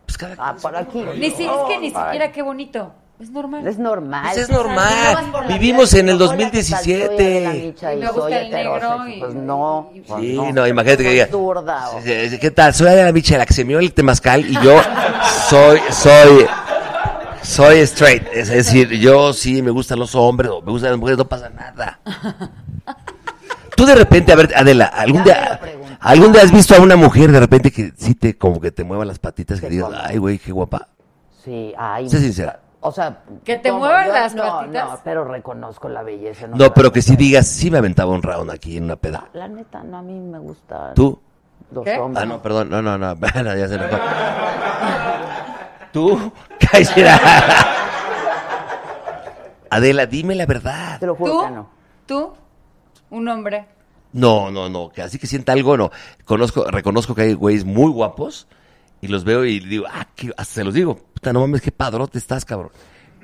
Speaker 16: Pues cada
Speaker 1: Ah, por aquí.
Speaker 15: Ni si, es que ni
Speaker 16: Ay.
Speaker 15: siquiera qué bonito. Es normal.
Speaker 1: Oh, Es normal.
Speaker 16: Pues es normal. Vivimos en el 2017.
Speaker 15: Me gusta el negro y-
Speaker 1: Pues no. pues
Speaker 16: Sí, no, imagínate que diga.
Speaker 1: Zurda.
Speaker 16: sí, sí, ¿Qué tal? Soy Adela Micha, la que se mió el temazcal y yo soy, soy, soy straight. Es decir, yo sí me gustan los hombres, o me gustan las mujeres, no pasa nada. Tú de repente, a ver, Adela, algún día, algún día has visto a una mujer de repente que sí te, como que te mueva las patitas, que digas, ay, güey, qué guapa.
Speaker 1: Sí, ay.
Speaker 16: Sé sincera.
Speaker 1: O sea,
Speaker 15: Que te
Speaker 1: ¿cómo?
Speaker 15: muevan
Speaker 1: Yo-
Speaker 15: las
Speaker 1: no,
Speaker 15: patitas.
Speaker 1: No, pero reconozco la belleza. en
Speaker 16: No,
Speaker 1: otras
Speaker 16: pero que sí digas, sí me aventaba un round aquí en una peda.
Speaker 1: La neta, no, a mí me gusta.
Speaker 16: ¿Tú?
Speaker 1: Los
Speaker 16: ¿Qué?
Speaker 1: hombres.
Speaker 16: Ah, no, perdón. No, no, no. Bueno, ya se me fue. ¿Tú? Cállate. Adela, dime la verdad.
Speaker 1: Te lo
Speaker 15: ¿Tú? ¿Tú? Un hombre.
Speaker 16: No, no, no. Que así que sienta algo, no. Conozco, reconozco que hay güeyes muy guapos y los veo y digo, ah, qué- hasta se los digo. Puta, no mames, qué padrote estás, cabrón.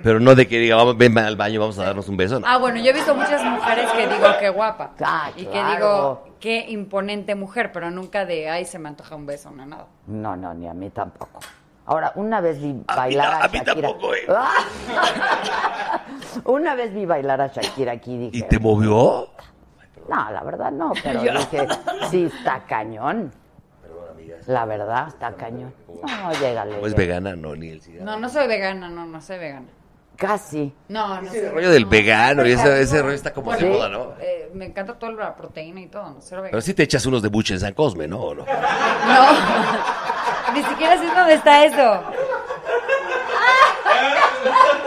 Speaker 16: Pero no de que diga, vamos, ven al baño, vamos a darnos un beso, no.
Speaker 15: Ah, bueno, yo he visto muchas mujeres que digo qué guapa. y que
Speaker 1: Ah, claro.
Speaker 15: digo qué imponente mujer, pero nunca de ay se me antoja un beso, no nada.
Speaker 1: No, no, ni a mí tampoco. Ahora, una vez vi bailar a, Shakira.
Speaker 16: eh.
Speaker 1: ¡Ah! una vez vi bailar a Shakira aquí dije. ¿Y
Speaker 16: te movió?
Speaker 1: No, la verdad no, pero
Speaker 16: Yo-
Speaker 1: dije, sí, está cañón. La verdad, está cañón. No, llégale.
Speaker 16: No es
Speaker 1: llégale.
Speaker 16: vegana, no, ni el cigarro.
Speaker 15: No, no soy vegana, no, no soy vegana.
Speaker 1: Casi.
Speaker 15: No, no
Speaker 16: El rollo del vegano y ese, ese rollo está como de moda, ¿no?
Speaker 15: Eh, me encanta toda la proteína y todo, no soy vegana.
Speaker 16: Pero sí te echas unos de buche en San Cosme, ¿no? ¿O no?
Speaker 15: No, ni siquiera sé dónde está eso.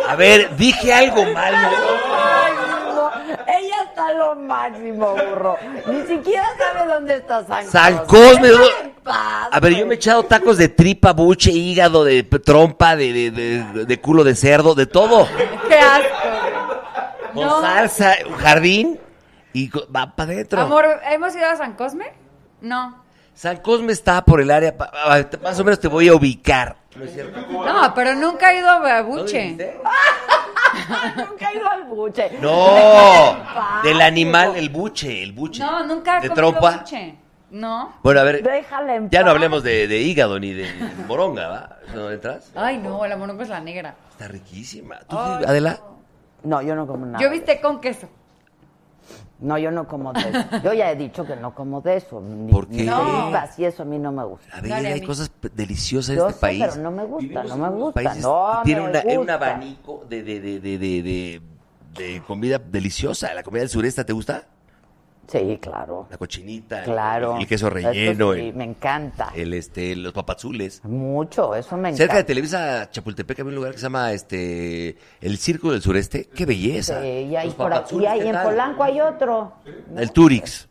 Speaker 16: A ver, dije algo malo.
Speaker 1: Ay, no, Ella está lo máximo, burro. Ni siquiera sabe dónde está San Cosme.
Speaker 16: San Cosme, ¿no?
Speaker 1: Déjala en paz.
Speaker 16: A ver, yo me he echado tacos de tripa, buche, hígado, de p- trompa, de, de- de- de culo de cerdo, de todo.
Speaker 15: Qué asco.
Speaker 16: Con
Speaker 15: No.
Speaker 16: salsa, jardín y co- va para adentro.
Speaker 15: Amor, ¿hemos ido a San Cosme? No.
Speaker 16: San Cosme está por el área, pa- pa- pa- más o menos te voy a ubicar.
Speaker 15: No, pero nunca he ido a Buche.
Speaker 1: Nunca he ido al buche.
Speaker 16: No, del animal, el buche, el buche.
Speaker 15: No, nunca he
Speaker 16: ¿De
Speaker 15: comido
Speaker 16: trompa?
Speaker 15: buche. ¿No?
Speaker 16: Bueno, a ver,
Speaker 15: Déjala en
Speaker 16: ya no
Speaker 15: paz.
Speaker 16: hablemos de, de hígado ni de moronga, ¿va? ¿Eso ¿No entras?
Speaker 15: Ay, no, la moronga es la negra.
Speaker 16: Está riquísima. ¿Tú,
Speaker 15: Ay,
Speaker 16: Adela?
Speaker 1: No, yo no como nada.
Speaker 15: Yo viste con queso.
Speaker 1: No, yo no como de eso. Yo ya he dicho que no como de eso. Ni,
Speaker 16: ¿Por qué?
Speaker 1: ni
Speaker 16: No.
Speaker 1: tripas y eso a mí no me gusta.
Speaker 16: A ver, hay cosas p- deliciosas en
Speaker 1: Yo
Speaker 16: este
Speaker 1: sé,
Speaker 16: país.
Speaker 1: pero no me gusta, no me gusta.
Speaker 16: países
Speaker 1: no
Speaker 16: que tiene
Speaker 1: me
Speaker 16: una- un
Speaker 1: gusta.
Speaker 16: abanico de, de, de, de, de, de- de comida deliciosa. ¿La comida del sureste te gusta?
Speaker 1: Sí, claro.
Speaker 16: La cochinita, el-
Speaker 1: Claro.
Speaker 16: el, queso
Speaker 1: Eso
Speaker 16: relleno,
Speaker 1: sí,
Speaker 16: el,
Speaker 1: me encanta.
Speaker 16: el, este, los papazules.
Speaker 1: Mucho, eso me
Speaker 16: Cerca de
Speaker 1: encanta.
Speaker 16: Televisa Chapultepec había un lugar que se llama este el Círculo del Sureste. ¡Qué belleza!
Speaker 1: Sí, y hay
Speaker 16: Los
Speaker 1: por aquí,
Speaker 16: papazules,
Speaker 1: hay-
Speaker 16: ¿qué
Speaker 1: en
Speaker 16: tal?
Speaker 1: Polanco hay otro.
Speaker 16: El Turix,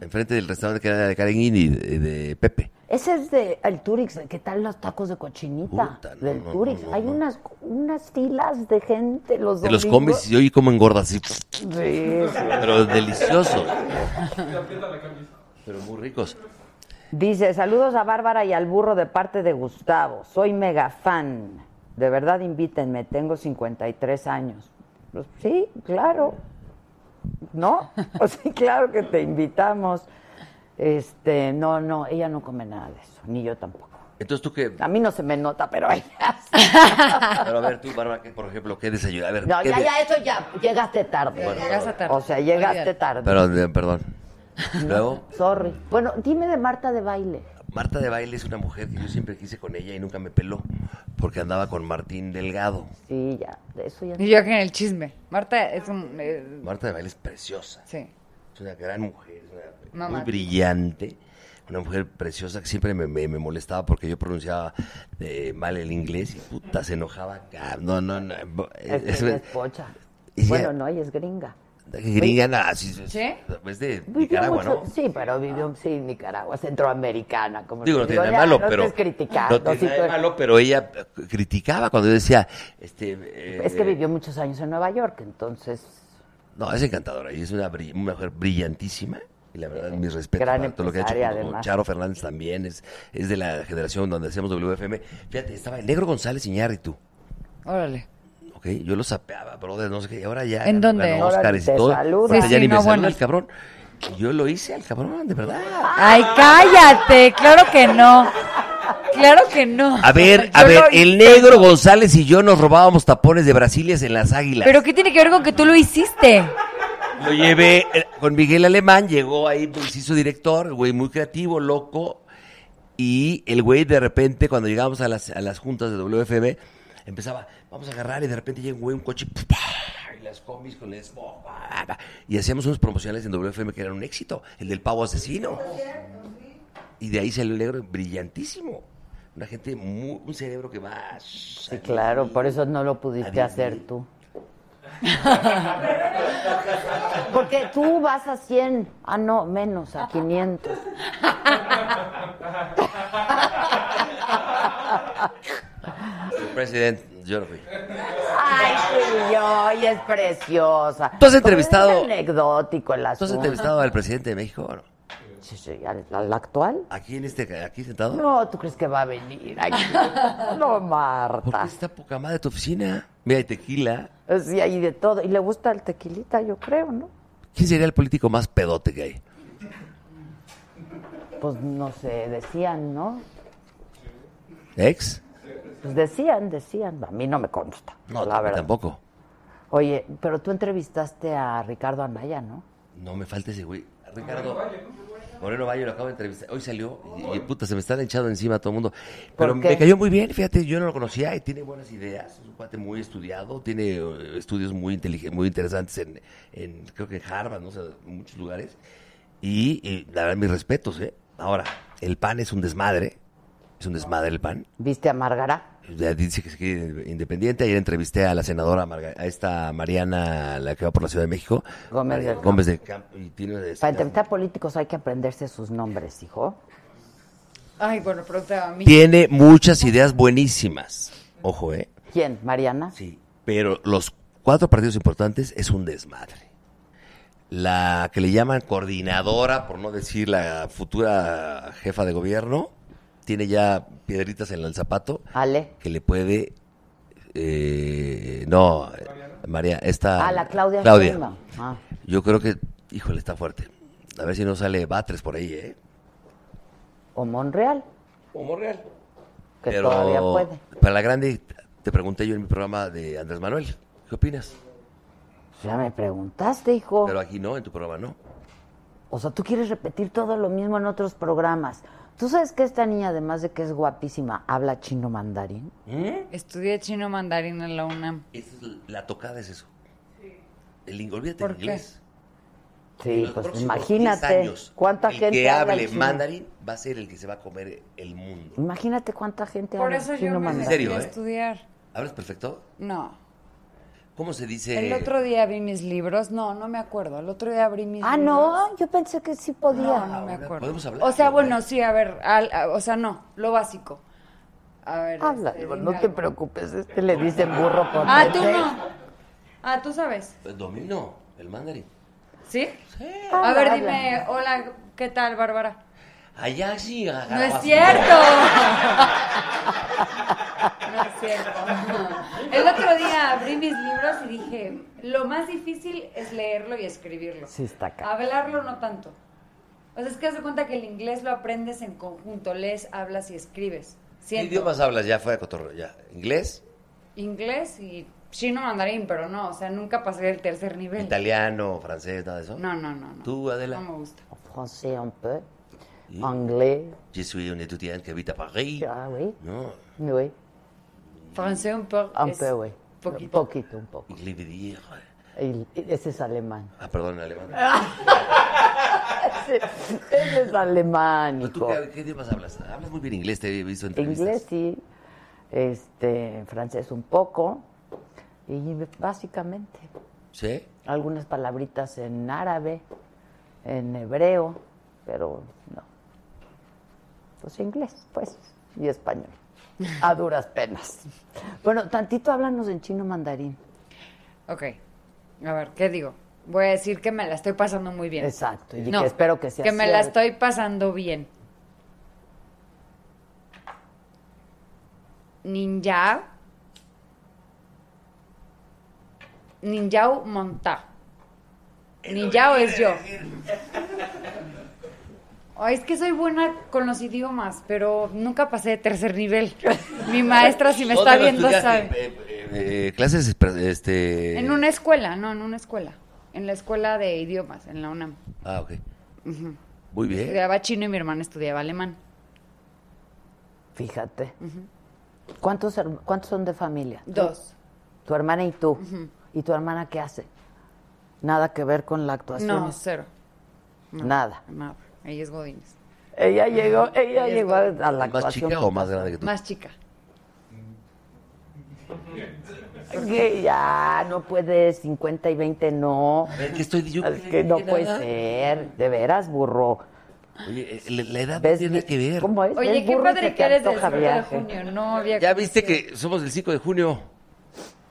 Speaker 16: enfrente del restaurante que era de Karen Guini, de, de Pepe.
Speaker 1: Ese es de el Turix, ¿de ¿qué tal los tacos de cochinita? del
Speaker 16: no,
Speaker 1: Turix.
Speaker 16: no, no,
Speaker 1: Hay unas unas filas de gente los
Speaker 16: Te los
Speaker 1: domingos.
Speaker 16: comes y hoy como engordas así.
Speaker 1: sí.
Speaker 16: Pero delicioso. Pero muy ricos.
Speaker 1: Dice, saludos a Bárbara y al burro de parte de Gustavo. Soy mega fan. De verdad invítenme, tengo 53 años. Pues, sí, claro. ¿No? Pues, sí, claro que te invitamos. Este, no, no, ella no come nada de eso, ni yo tampoco.
Speaker 16: Entonces tú qué.
Speaker 1: A mí no se me nota, pero a ella.
Speaker 16: Pero a ver, tú, Bárbara, ¿qué, por ejemplo, ¿qué desayunas? A ver,
Speaker 1: No,
Speaker 16: ¿qué
Speaker 1: ya,
Speaker 16: de-
Speaker 1: ya, eso ya, llegaste tarde.
Speaker 16: Bueno,
Speaker 15: Llegaste tarde.
Speaker 1: O sea, llegaste tarde.
Speaker 16: Perdón, eh, perdón. Luego,
Speaker 1: Sorry. Bueno, dime de Marta de baile.
Speaker 16: Marta de Baile es una mujer que yo siempre quise con ella y nunca me peló porque andaba con Martín Delgado.
Speaker 1: Sí, ya, de eso ya.
Speaker 15: Y yo aquí en el chisme. Marta es un... eh,
Speaker 16: Marta de Baile es preciosa.
Speaker 15: sí.
Speaker 16: Es una gran mujer, es una
Speaker 15: Mamá.
Speaker 16: muy brillante, una mujer preciosa que siempre me, me- me molestaba porque yo pronunciaba eh, mal el inglés y puta, se enojaba. cab- No, no, no.
Speaker 1: Es,
Speaker 16: Eh, Es,
Speaker 1: que
Speaker 16: una-
Speaker 1: es pocha.
Speaker 16: es
Speaker 1: Bueno, no, ella es gringa.
Speaker 16: gringa, nada, sí, sí,
Speaker 1: ¿Sí?
Speaker 16: Es de
Speaker 1: Vivió
Speaker 16: Nicaragua,
Speaker 1: mucho-
Speaker 16: ¿no? Ah.
Speaker 1: Sí, pero vivió, sí, en Nicaragua, centroamericana. Como
Speaker 16: Digo, no
Speaker 1: te
Speaker 16: tiene nada
Speaker 1: ya,
Speaker 16: malo,
Speaker 1: no
Speaker 16: pero.
Speaker 1: estés criticando,
Speaker 16: no tiene
Speaker 1: si
Speaker 16: nada
Speaker 1: tú
Speaker 16: de
Speaker 1: eres-
Speaker 16: malo, pero ella eh, criticaba cuando yo decía. Este, eh,
Speaker 1: Es que vivió muchos años en Nueva York, entonces.
Speaker 16: No, es encantadora y es una, bri- una mujer brillantísima. Y la verdad, mis respetos
Speaker 1: Gran
Speaker 16: para todo lo que ha hecho.
Speaker 1: empresaria,
Speaker 16: con- con
Speaker 1: además.
Speaker 16: Charo Fernández también es, es de la generación donde hacíamos WFM. Fíjate, estaba el Negro González Iñárritu,
Speaker 15: Órale.
Speaker 16: ¿ok? Yo lo sapeaba, brother, no sé qué. y Ahora ya.
Speaker 15: ¿En
Speaker 16: ganó-
Speaker 15: dónde?
Speaker 16: ganó
Speaker 15: Ahora
Speaker 16: Óscares y
Speaker 15: te
Speaker 16: todo.
Speaker 15: saluda.
Speaker 16: Ahorita
Speaker 15: Sí,
Speaker 16: ya
Speaker 15: sí,
Speaker 16: ni me
Speaker 15: no,
Speaker 16: saluda
Speaker 15: bueno.
Speaker 16: el cabrón. Y Yo lo hice al cabrón, de verdad.
Speaker 1: Ah.
Speaker 15: Ay, cállate. Claro que no. Claro que no.
Speaker 16: A ver, a
Speaker 15: Yo
Speaker 16: ver,
Speaker 15: lo-
Speaker 16: el Negro González y yo nos robábamos tapones de Brasilias en las Águilas.
Speaker 15: ¿Pero qué tiene que ver con que tú lo hiciste?
Speaker 16: Lo llevé eh, con Miguel Alemán, llegó ahí, pues, hizo director, el güey muy creativo, loco. Y el güey de repente, cuando llegábamos a las, a las juntas de WFM, empezaba, vamos a agarrar, y de repente llega un güey, un coche, ¡pum! ¡pah! y las combis con el smog, ¡pah! ¡pah! y hacíamos unos promocionales en WFM que eran un éxito, el del pavo asesino. Y de ahí salió el negro brillantísimo. Una gente, muy- un cerebro que va... Sí,
Speaker 1: Claro, por eso no lo pudiste
Speaker 16: Adivina.
Speaker 1: hacer tú. Porque tú vas a 100. Ah, no, menos, a 500.
Speaker 16: Presidente, yo lo fui.
Speaker 1: Ay, sí, yo, y es preciosa.
Speaker 16: ¿Tú has entrevistado-
Speaker 1: Como es anecdótico el
Speaker 16: ¿Tú has
Speaker 1: asunto.
Speaker 16: entrevistado al presidente de México o no?
Speaker 1: Sí, sí, al, al actual.
Speaker 16: ¿Aquí en este, aquí sentado?
Speaker 1: No, ¿tú crees que va a venir aquí? No, Marta.
Speaker 16: Está poca madre tu oficina. Mira, hay tequila.
Speaker 1: Sí, hay de todo. Y le gusta el tequilita, yo creo, ¿no?
Speaker 16: ¿Quién sería el político más pedote que hay?
Speaker 1: Pues no sé, decían, ¿no?
Speaker 16: ¿Ex?
Speaker 1: Pues decían, decían. A mí no me consta.
Speaker 16: No,
Speaker 1: la verdad.
Speaker 16: tampoco.
Speaker 1: Oye, pero tú entrevistaste a Ricardo Anaya, ¿no?
Speaker 16: No me falta ese güey. Ricardo. Moreno Valle lo acabo de entrevistar. Hoy salió y, y, puta, se me están echando encima a todo el mundo. Pero
Speaker 1: ¿Por qué?
Speaker 16: me cayó muy bien, fíjate, yo no lo conocía y tiene buenas ideas. Es un cuate muy estudiado, tiene eh, estudios muy inteligentes, muy interesantes en, en, creo que en Harvard, no sé, en muchos lugares. Y, y la verdad, mis respetos, ¿eh? Ahora, el pan es un desmadre. Es un desmadre el pan.
Speaker 1: ¿Viste a Margará?
Speaker 16: Ya dice que es que independiente. Ayer entrevisté a la senadora, Marga- a esta Mariana, la que va por la Ciudad de México.
Speaker 1: Gómez
Speaker 16: María-
Speaker 1: del
Speaker 16: Gómez de Campo. Y tiene una de
Speaker 1: Para entrevistar políticos hay que aprenderse sus nombres, hijo.
Speaker 15: Ay, bueno, pregunta a mí.
Speaker 16: Tiene muchas ideas buenísimas. Ojo, ¿eh?
Speaker 1: ¿Quién? ¿Mariana?
Speaker 16: Sí. Pero los cuatro partidos importantes es un desmadre. La que le llaman coordinadora, por no decir la futura jefa de gobierno, tiene ya piedritas en el zapato.
Speaker 1: Ale.
Speaker 16: Que le puede. eh, no, eh, María, esta.
Speaker 1: Ah, la Claudia.
Speaker 16: Claudia.
Speaker 1: Sheinbaum. Ah.
Speaker 16: Yo creo que, híjole, está fuerte. A ver si no sale Batres por ahí, ¿eh?
Speaker 1: o Monreal,
Speaker 16: O Monreal.
Speaker 1: que todavía puede.
Speaker 16: Para la grande, te pregunté yo en mi programa de Andrés Manuel. ¿Qué opinas?
Speaker 1: Ya me preguntaste, hijo.
Speaker 16: Pero aquí no, en tu programa no.
Speaker 1: O sea, tú quieres repetir todo lo mismo en otros programas. ¿Tú sabes que esta niña, además de que es guapísima, habla chino mandarín? ¿Mm?
Speaker 15: Estudié chino mandarín en la UNAM.
Speaker 16: Esa es la tocada es eso. El ing- olvídate
Speaker 15: ¿Por
Speaker 16: del
Speaker 15: qué?
Speaker 16: inglés.
Speaker 1: Sí,
Speaker 16: Los
Speaker 1: pues
Speaker 16: próximos 10
Speaker 1: imagínate
Speaker 16: años,
Speaker 1: cuánta
Speaker 16: el
Speaker 1: gente
Speaker 16: que
Speaker 1: habla
Speaker 16: hable
Speaker 1: chino.
Speaker 16: mandarín va a ser el que se va a comer el mundo.
Speaker 1: Imagínate cuánta gente
Speaker 15: Por
Speaker 1: habla
Speaker 15: eso
Speaker 1: chino
Speaker 15: yo me
Speaker 1: mandarín.
Speaker 16: mandarín. ¿En serio,
Speaker 15: metí a
Speaker 16: eh?
Speaker 15: estudiar.
Speaker 16: ¿Hablas perfecto?
Speaker 15: No.
Speaker 16: ¿Cómo se dice?
Speaker 15: El otro día vi mis libros. No, no me acuerdo. El otro día abrí mis
Speaker 1: Ah,
Speaker 15: libros.
Speaker 1: no, yo pensé que sí podía.
Speaker 15: No, no me acuerdo.
Speaker 16: Podemos hablar.
Speaker 15: O sea, bueno, sí, a ver. al- a- o sea, no. Lo básico. A ver.
Speaker 16: Ah,
Speaker 1: Habla,
Speaker 15: este,
Speaker 1: digo,
Speaker 15: dime
Speaker 1: no te
Speaker 15: algo.
Speaker 1: preocupes, este le dicen burro este. por
Speaker 15: Ah, tú
Speaker 1: pendejo.
Speaker 15: no. Ah, tú sabes.
Speaker 16: Pues domino, el mandarín.
Speaker 15: ¿Sí?
Speaker 1: Habla,
Speaker 15: A ver,
Speaker 1: habla.
Speaker 15: dime. Hola, ¿qué tal, Bárbara?
Speaker 16: Allá sí.
Speaker 15: No es cierto. No es cierto. El otro día abrí mis libros y dije, lo más difícil es leerlo y escribirlo.
Speaker 1: Sí, está acá.
Speaker 15: Hablarlo no tanto. O sea, es que haz de cuenta que el inglés lo aprendes en conjunto, lees, hablas y escribes.
Speaker 16: ¿Qué
Speaker 15: Siento
Speaker 16: idiomas hablas ya fuera de cotorreo? Ya. ¿Inglés?
Speaker 15: inglés y chino mandarín, pero no, o sea, nunca pasé el tercer nivel.
Speaker 16: ¿Italiano? ¿Francés? ¿Nada de eso?
Speaker 15: No, no, no, no.
Speaker 16: ¿Tú, Adela?
Speaker 15: No me gusta.
Speaker 1: Français un peu, anglais,
Speaker 16: Je suis un étudiant que habita París.
Speaker 1: Ah, oui.
Speaker 16: No.
Speaker 1: oui,
Speaker 15: Francés un poco.
Speaker 1: Ah, un
Speaker 15: es
Speaker 1: peu, oui.
Speaker 15: poquito.
Speaker 1: Poquito, un poco.
Speaker 16: Ich liebe dich.
Speaker 1: El- ese es alemán.
Speaker 16: Ah, perdón, en alemán.
Speaker 1: ese, ese es alemán,
Speaker 16: ¿Tú
Speaker 1: hijo.
Speaker 16: qué, qué idiomas hablas? Hablas muy bien inglés, te he visto en entrevistas.
Speaker 1: Inglés sí, este, francés un poco, y básicamente
Speaker 16: ¿Sí?
Speaker 1: algunas palabritas en árabe, en hebreo, pero no. Pues inglés, pues, y español. A duras penas. Bueno, tantito háblanos en chino mandarín.
Speaker 15: Ok. A ver, ¿qué digo? Voy a decir que me la estoy pasando muy bien.
Speaker 1: Exacto, y que espero que sea
Speaker 15: Que me la
Speaker 1: cierto.
Speaker 15: estoy pasando bien. Ninja. Ninjao monta. Ninjao es yo. Ay, es que soy buena con los idiomas, pero nunca pasé de tercer nivel. Mi maestra, si me
Speaker 16: ¿Dónde
Speaker 15: está
Speaker 16: lo
Speaker 15: viendo,
Speaker 16: estudiaste?
Speaker 15: sabe.
Speaker 16: Eh, clases, este...
Speaker 15: En una escuela, no, en una escuela. En la escuela de idiomas, en la UNAM.
Speaker 16: Ah, ok.
Speaker 15: Ujú.
Speaker 16: Muy bien.
Speaker 15: Estudiaba chino y mi hermana estudiaba alemán.
Speaker 1: Fíjate. ¿Cuántos, herma- ¿Cuántos son de familia?
Speaker 15: Dos.
Speaker 1: Tu hermana y tú. ¿Y tu hermana qué hace? Nada que ver con la actuación.
Speaker 15: No, cero. no.
Speaker 1: Nada.
Speaker 15: Nada. Ella es Godínez.
Speaker 1: Ella llegó, ella
Speaker 15: es
Speaker 1: llegó a a la
Speaker 16: ¿Más
Speaker 1: actuación.
Speaker 16: chica o más grande que tú?
Speaker 15: Más chica.
Speaker 16: eh.
Speaker 1: Que ya, no puede 50 y 20 no.
Speaker 16: ¿Qué estoy diciendo?
Speaker 1: Es que no puede ser, de veras, burro.
Speaker 16: Oye, eh, la, la edad no tiene nada que ver.
Speaker 1: ¿Cómo es?
Speaker 15: Oye,
Speaker 1: Es
Speaker 15: qué
Speaker 1: burro y se
Speaker 15: padre
Speaker 1: te
Speaker 15: que eres del
Speaker 1: antoja
Speaker 15: 5 de
Speaker 1: viaje.
Speaker 15: junio. No había
Speaker 16: Ya viste que somos del 5 de junio.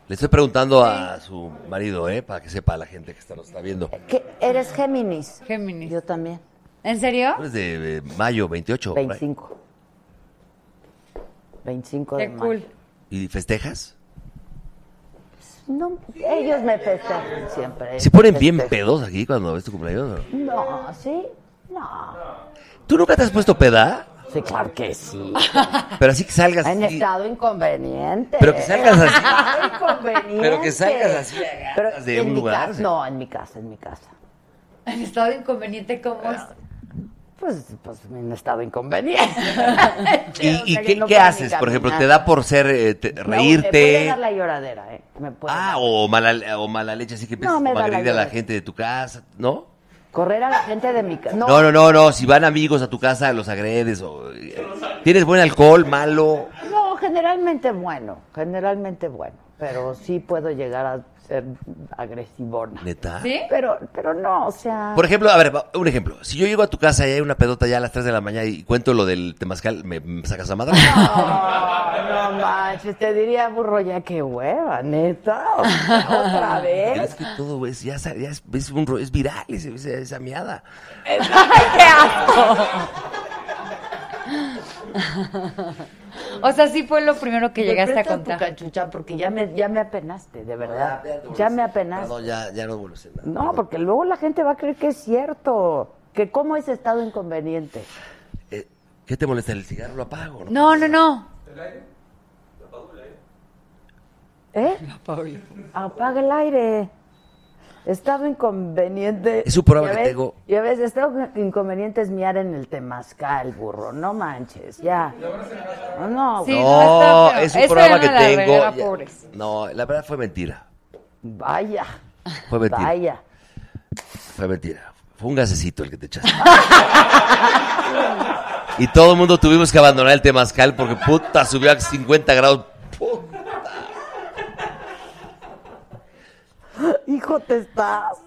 Speaker 16: Le estoy preguntando a su marido, ¿eh? Para que sepa la gente que está, nos está viendo.
Speaker 1: ¿Qué? ¿Eres Géminis?
Speaker 15: Géminis.
Speaker 1: Yo también.
Speaker 15: ¿En serio?
Speaker 16: Tú eres de eh, mayo 28. por ahí.
Speaker 1: 25. 25 de
Speaker 15: Qué
Speaker 1: mayo.
Speaker 15: cool.
Speaker 16: ¿Y festejas?
Speaker 1: No, ellos me festejan siempre.
Speaker 16: ¿Se ponen bien pedos aquí cuando ves tu cumpleaños? no?
Speaker 1: No, ¿sí? No.
Speaker 16: Ah, ¿Tú nunca te has puesto peda?
Speaker 1: Sí, claro que sí.
Speaker 16: Pero así que salgas
Speaker 1: Han
Speaker 16: así.
Speaker 1: estado inconveniente.
Speaker 16: Pero que salgas así.
Speaker 1: Inconveniente.
Speaker 16: Pero que salgas así a
Speaker 1: Pero
Speaker 16: gatas de
Speaker 1: en
Speaker 16: un
Speaker 1: mi
Speaker 16: lugar,
Speaker 1: casa-
Speaker 16: sí.
Speaker 1: no, en mi casa, en mi casa.
Speaker 15: En estado inconveniente, ¿cómo es?
Speaker 1: Pues, pues en estado inconveniente.
Speaker 16: ¿Y, y
Speaker 1: O sea, que
Speaker 16: qué,
Speaker 1: no
Speaker 16: qué
Speaker 1: puedo ni
Speaker 16: haces? Por ejemplo, ¿te
Speaker 1: caminar.
Speaker 16: da por ser eh, te-
Speaker 1: No, Me puede
Speaker 16: reírte?
Speaker 1: dar la lloradera, ¿eh? Me puede
Speaker 16: Ah, o mala, o mala leche, así que empiezas
Speaker 1: No, me
Speaker 16: como a
Speaker 1: da la
Speaker 16: agredir a la
Speaker 1: llora.
Speaker 16: gente de tu casa, ¿no?
Speaker 1: correr a la gente de mi casa. No,
Speaker 16: No, no, no, no. Si van amigos a tu casa, los agredes. O... ¿Tienes buen alcohol, malo?
Speaker 1: no, generalmente bueno, generalmente bueno, pero sí puedo llegar a ser agresivona.
Speaker 16: ¿Neta?
Speaker 1: Pero, pero no, o sea...
Speaker 16: Por ejemplo, a ver, va- un ejemplo. Si yo llego a tu casa y hay una pedota ya a las 3 de la mañana y cuento lo del temazcal, ¿me, me sacas a madre?
Speaker 1: No manches, te diría burro ya que hueva, neta. o sea, Otra
Speaker 16: Es
Speaker 1: vez.
Speaker 16: que todo es, ya, sa- ya es, es un ro- es viral ese- esa, esa miada.
Speaker 1: ¡Qué asco!
Speaker 15: O sea, sí fue lo primero que
Speaker 1: Me
Speaker 15: llegaste a
Speaker 1: prestas tu
Speaker 15: contar.
Speaker 1: cachucha porque ya me, ya me apenaste, de verdad. Ya me apenaste.
Speaker 16: Perdón, ya, ya no vuelvo a hacer nada.
Speaker 1: No, porque luego la gente va a creer que es cierto. Que cómo es estado inconveniente.
Speaker 16: Eh, ¿Qué te molesta? El cigarro lo apago, ¿no?
Speaker 15: No, no, no.
Speaker 1: ¿Eh? Apaga el aire. Estaba inconveniente.
Speaker 16: Es un programa
Speaker 1: Ya
Speaker 16: que
Speaker 1: ves-
Speaker 16: tengo-
Speaker 1: Ya ves, estaba inconveniente es miar en el temazcal, burro. No manches, ya. No, no,
Speaker 16: no,
Speaker 1: güey.
Speaker 16: es un programa que tengo. ya-
Speaker 15: pobres.
Speaker 16: No, la verdad fue mentira.
Speaker 1: Vaya,
Speaker 16: Fue mentira.
Speaker 1: vaya.
Speaker 16: Fue mentira. Fue un gasecito el que te echaste. y todo el mundo tuvimos que abandonar el temazcal porque puta subió a 50 grados.
Speaker 1: Hijo, te estás.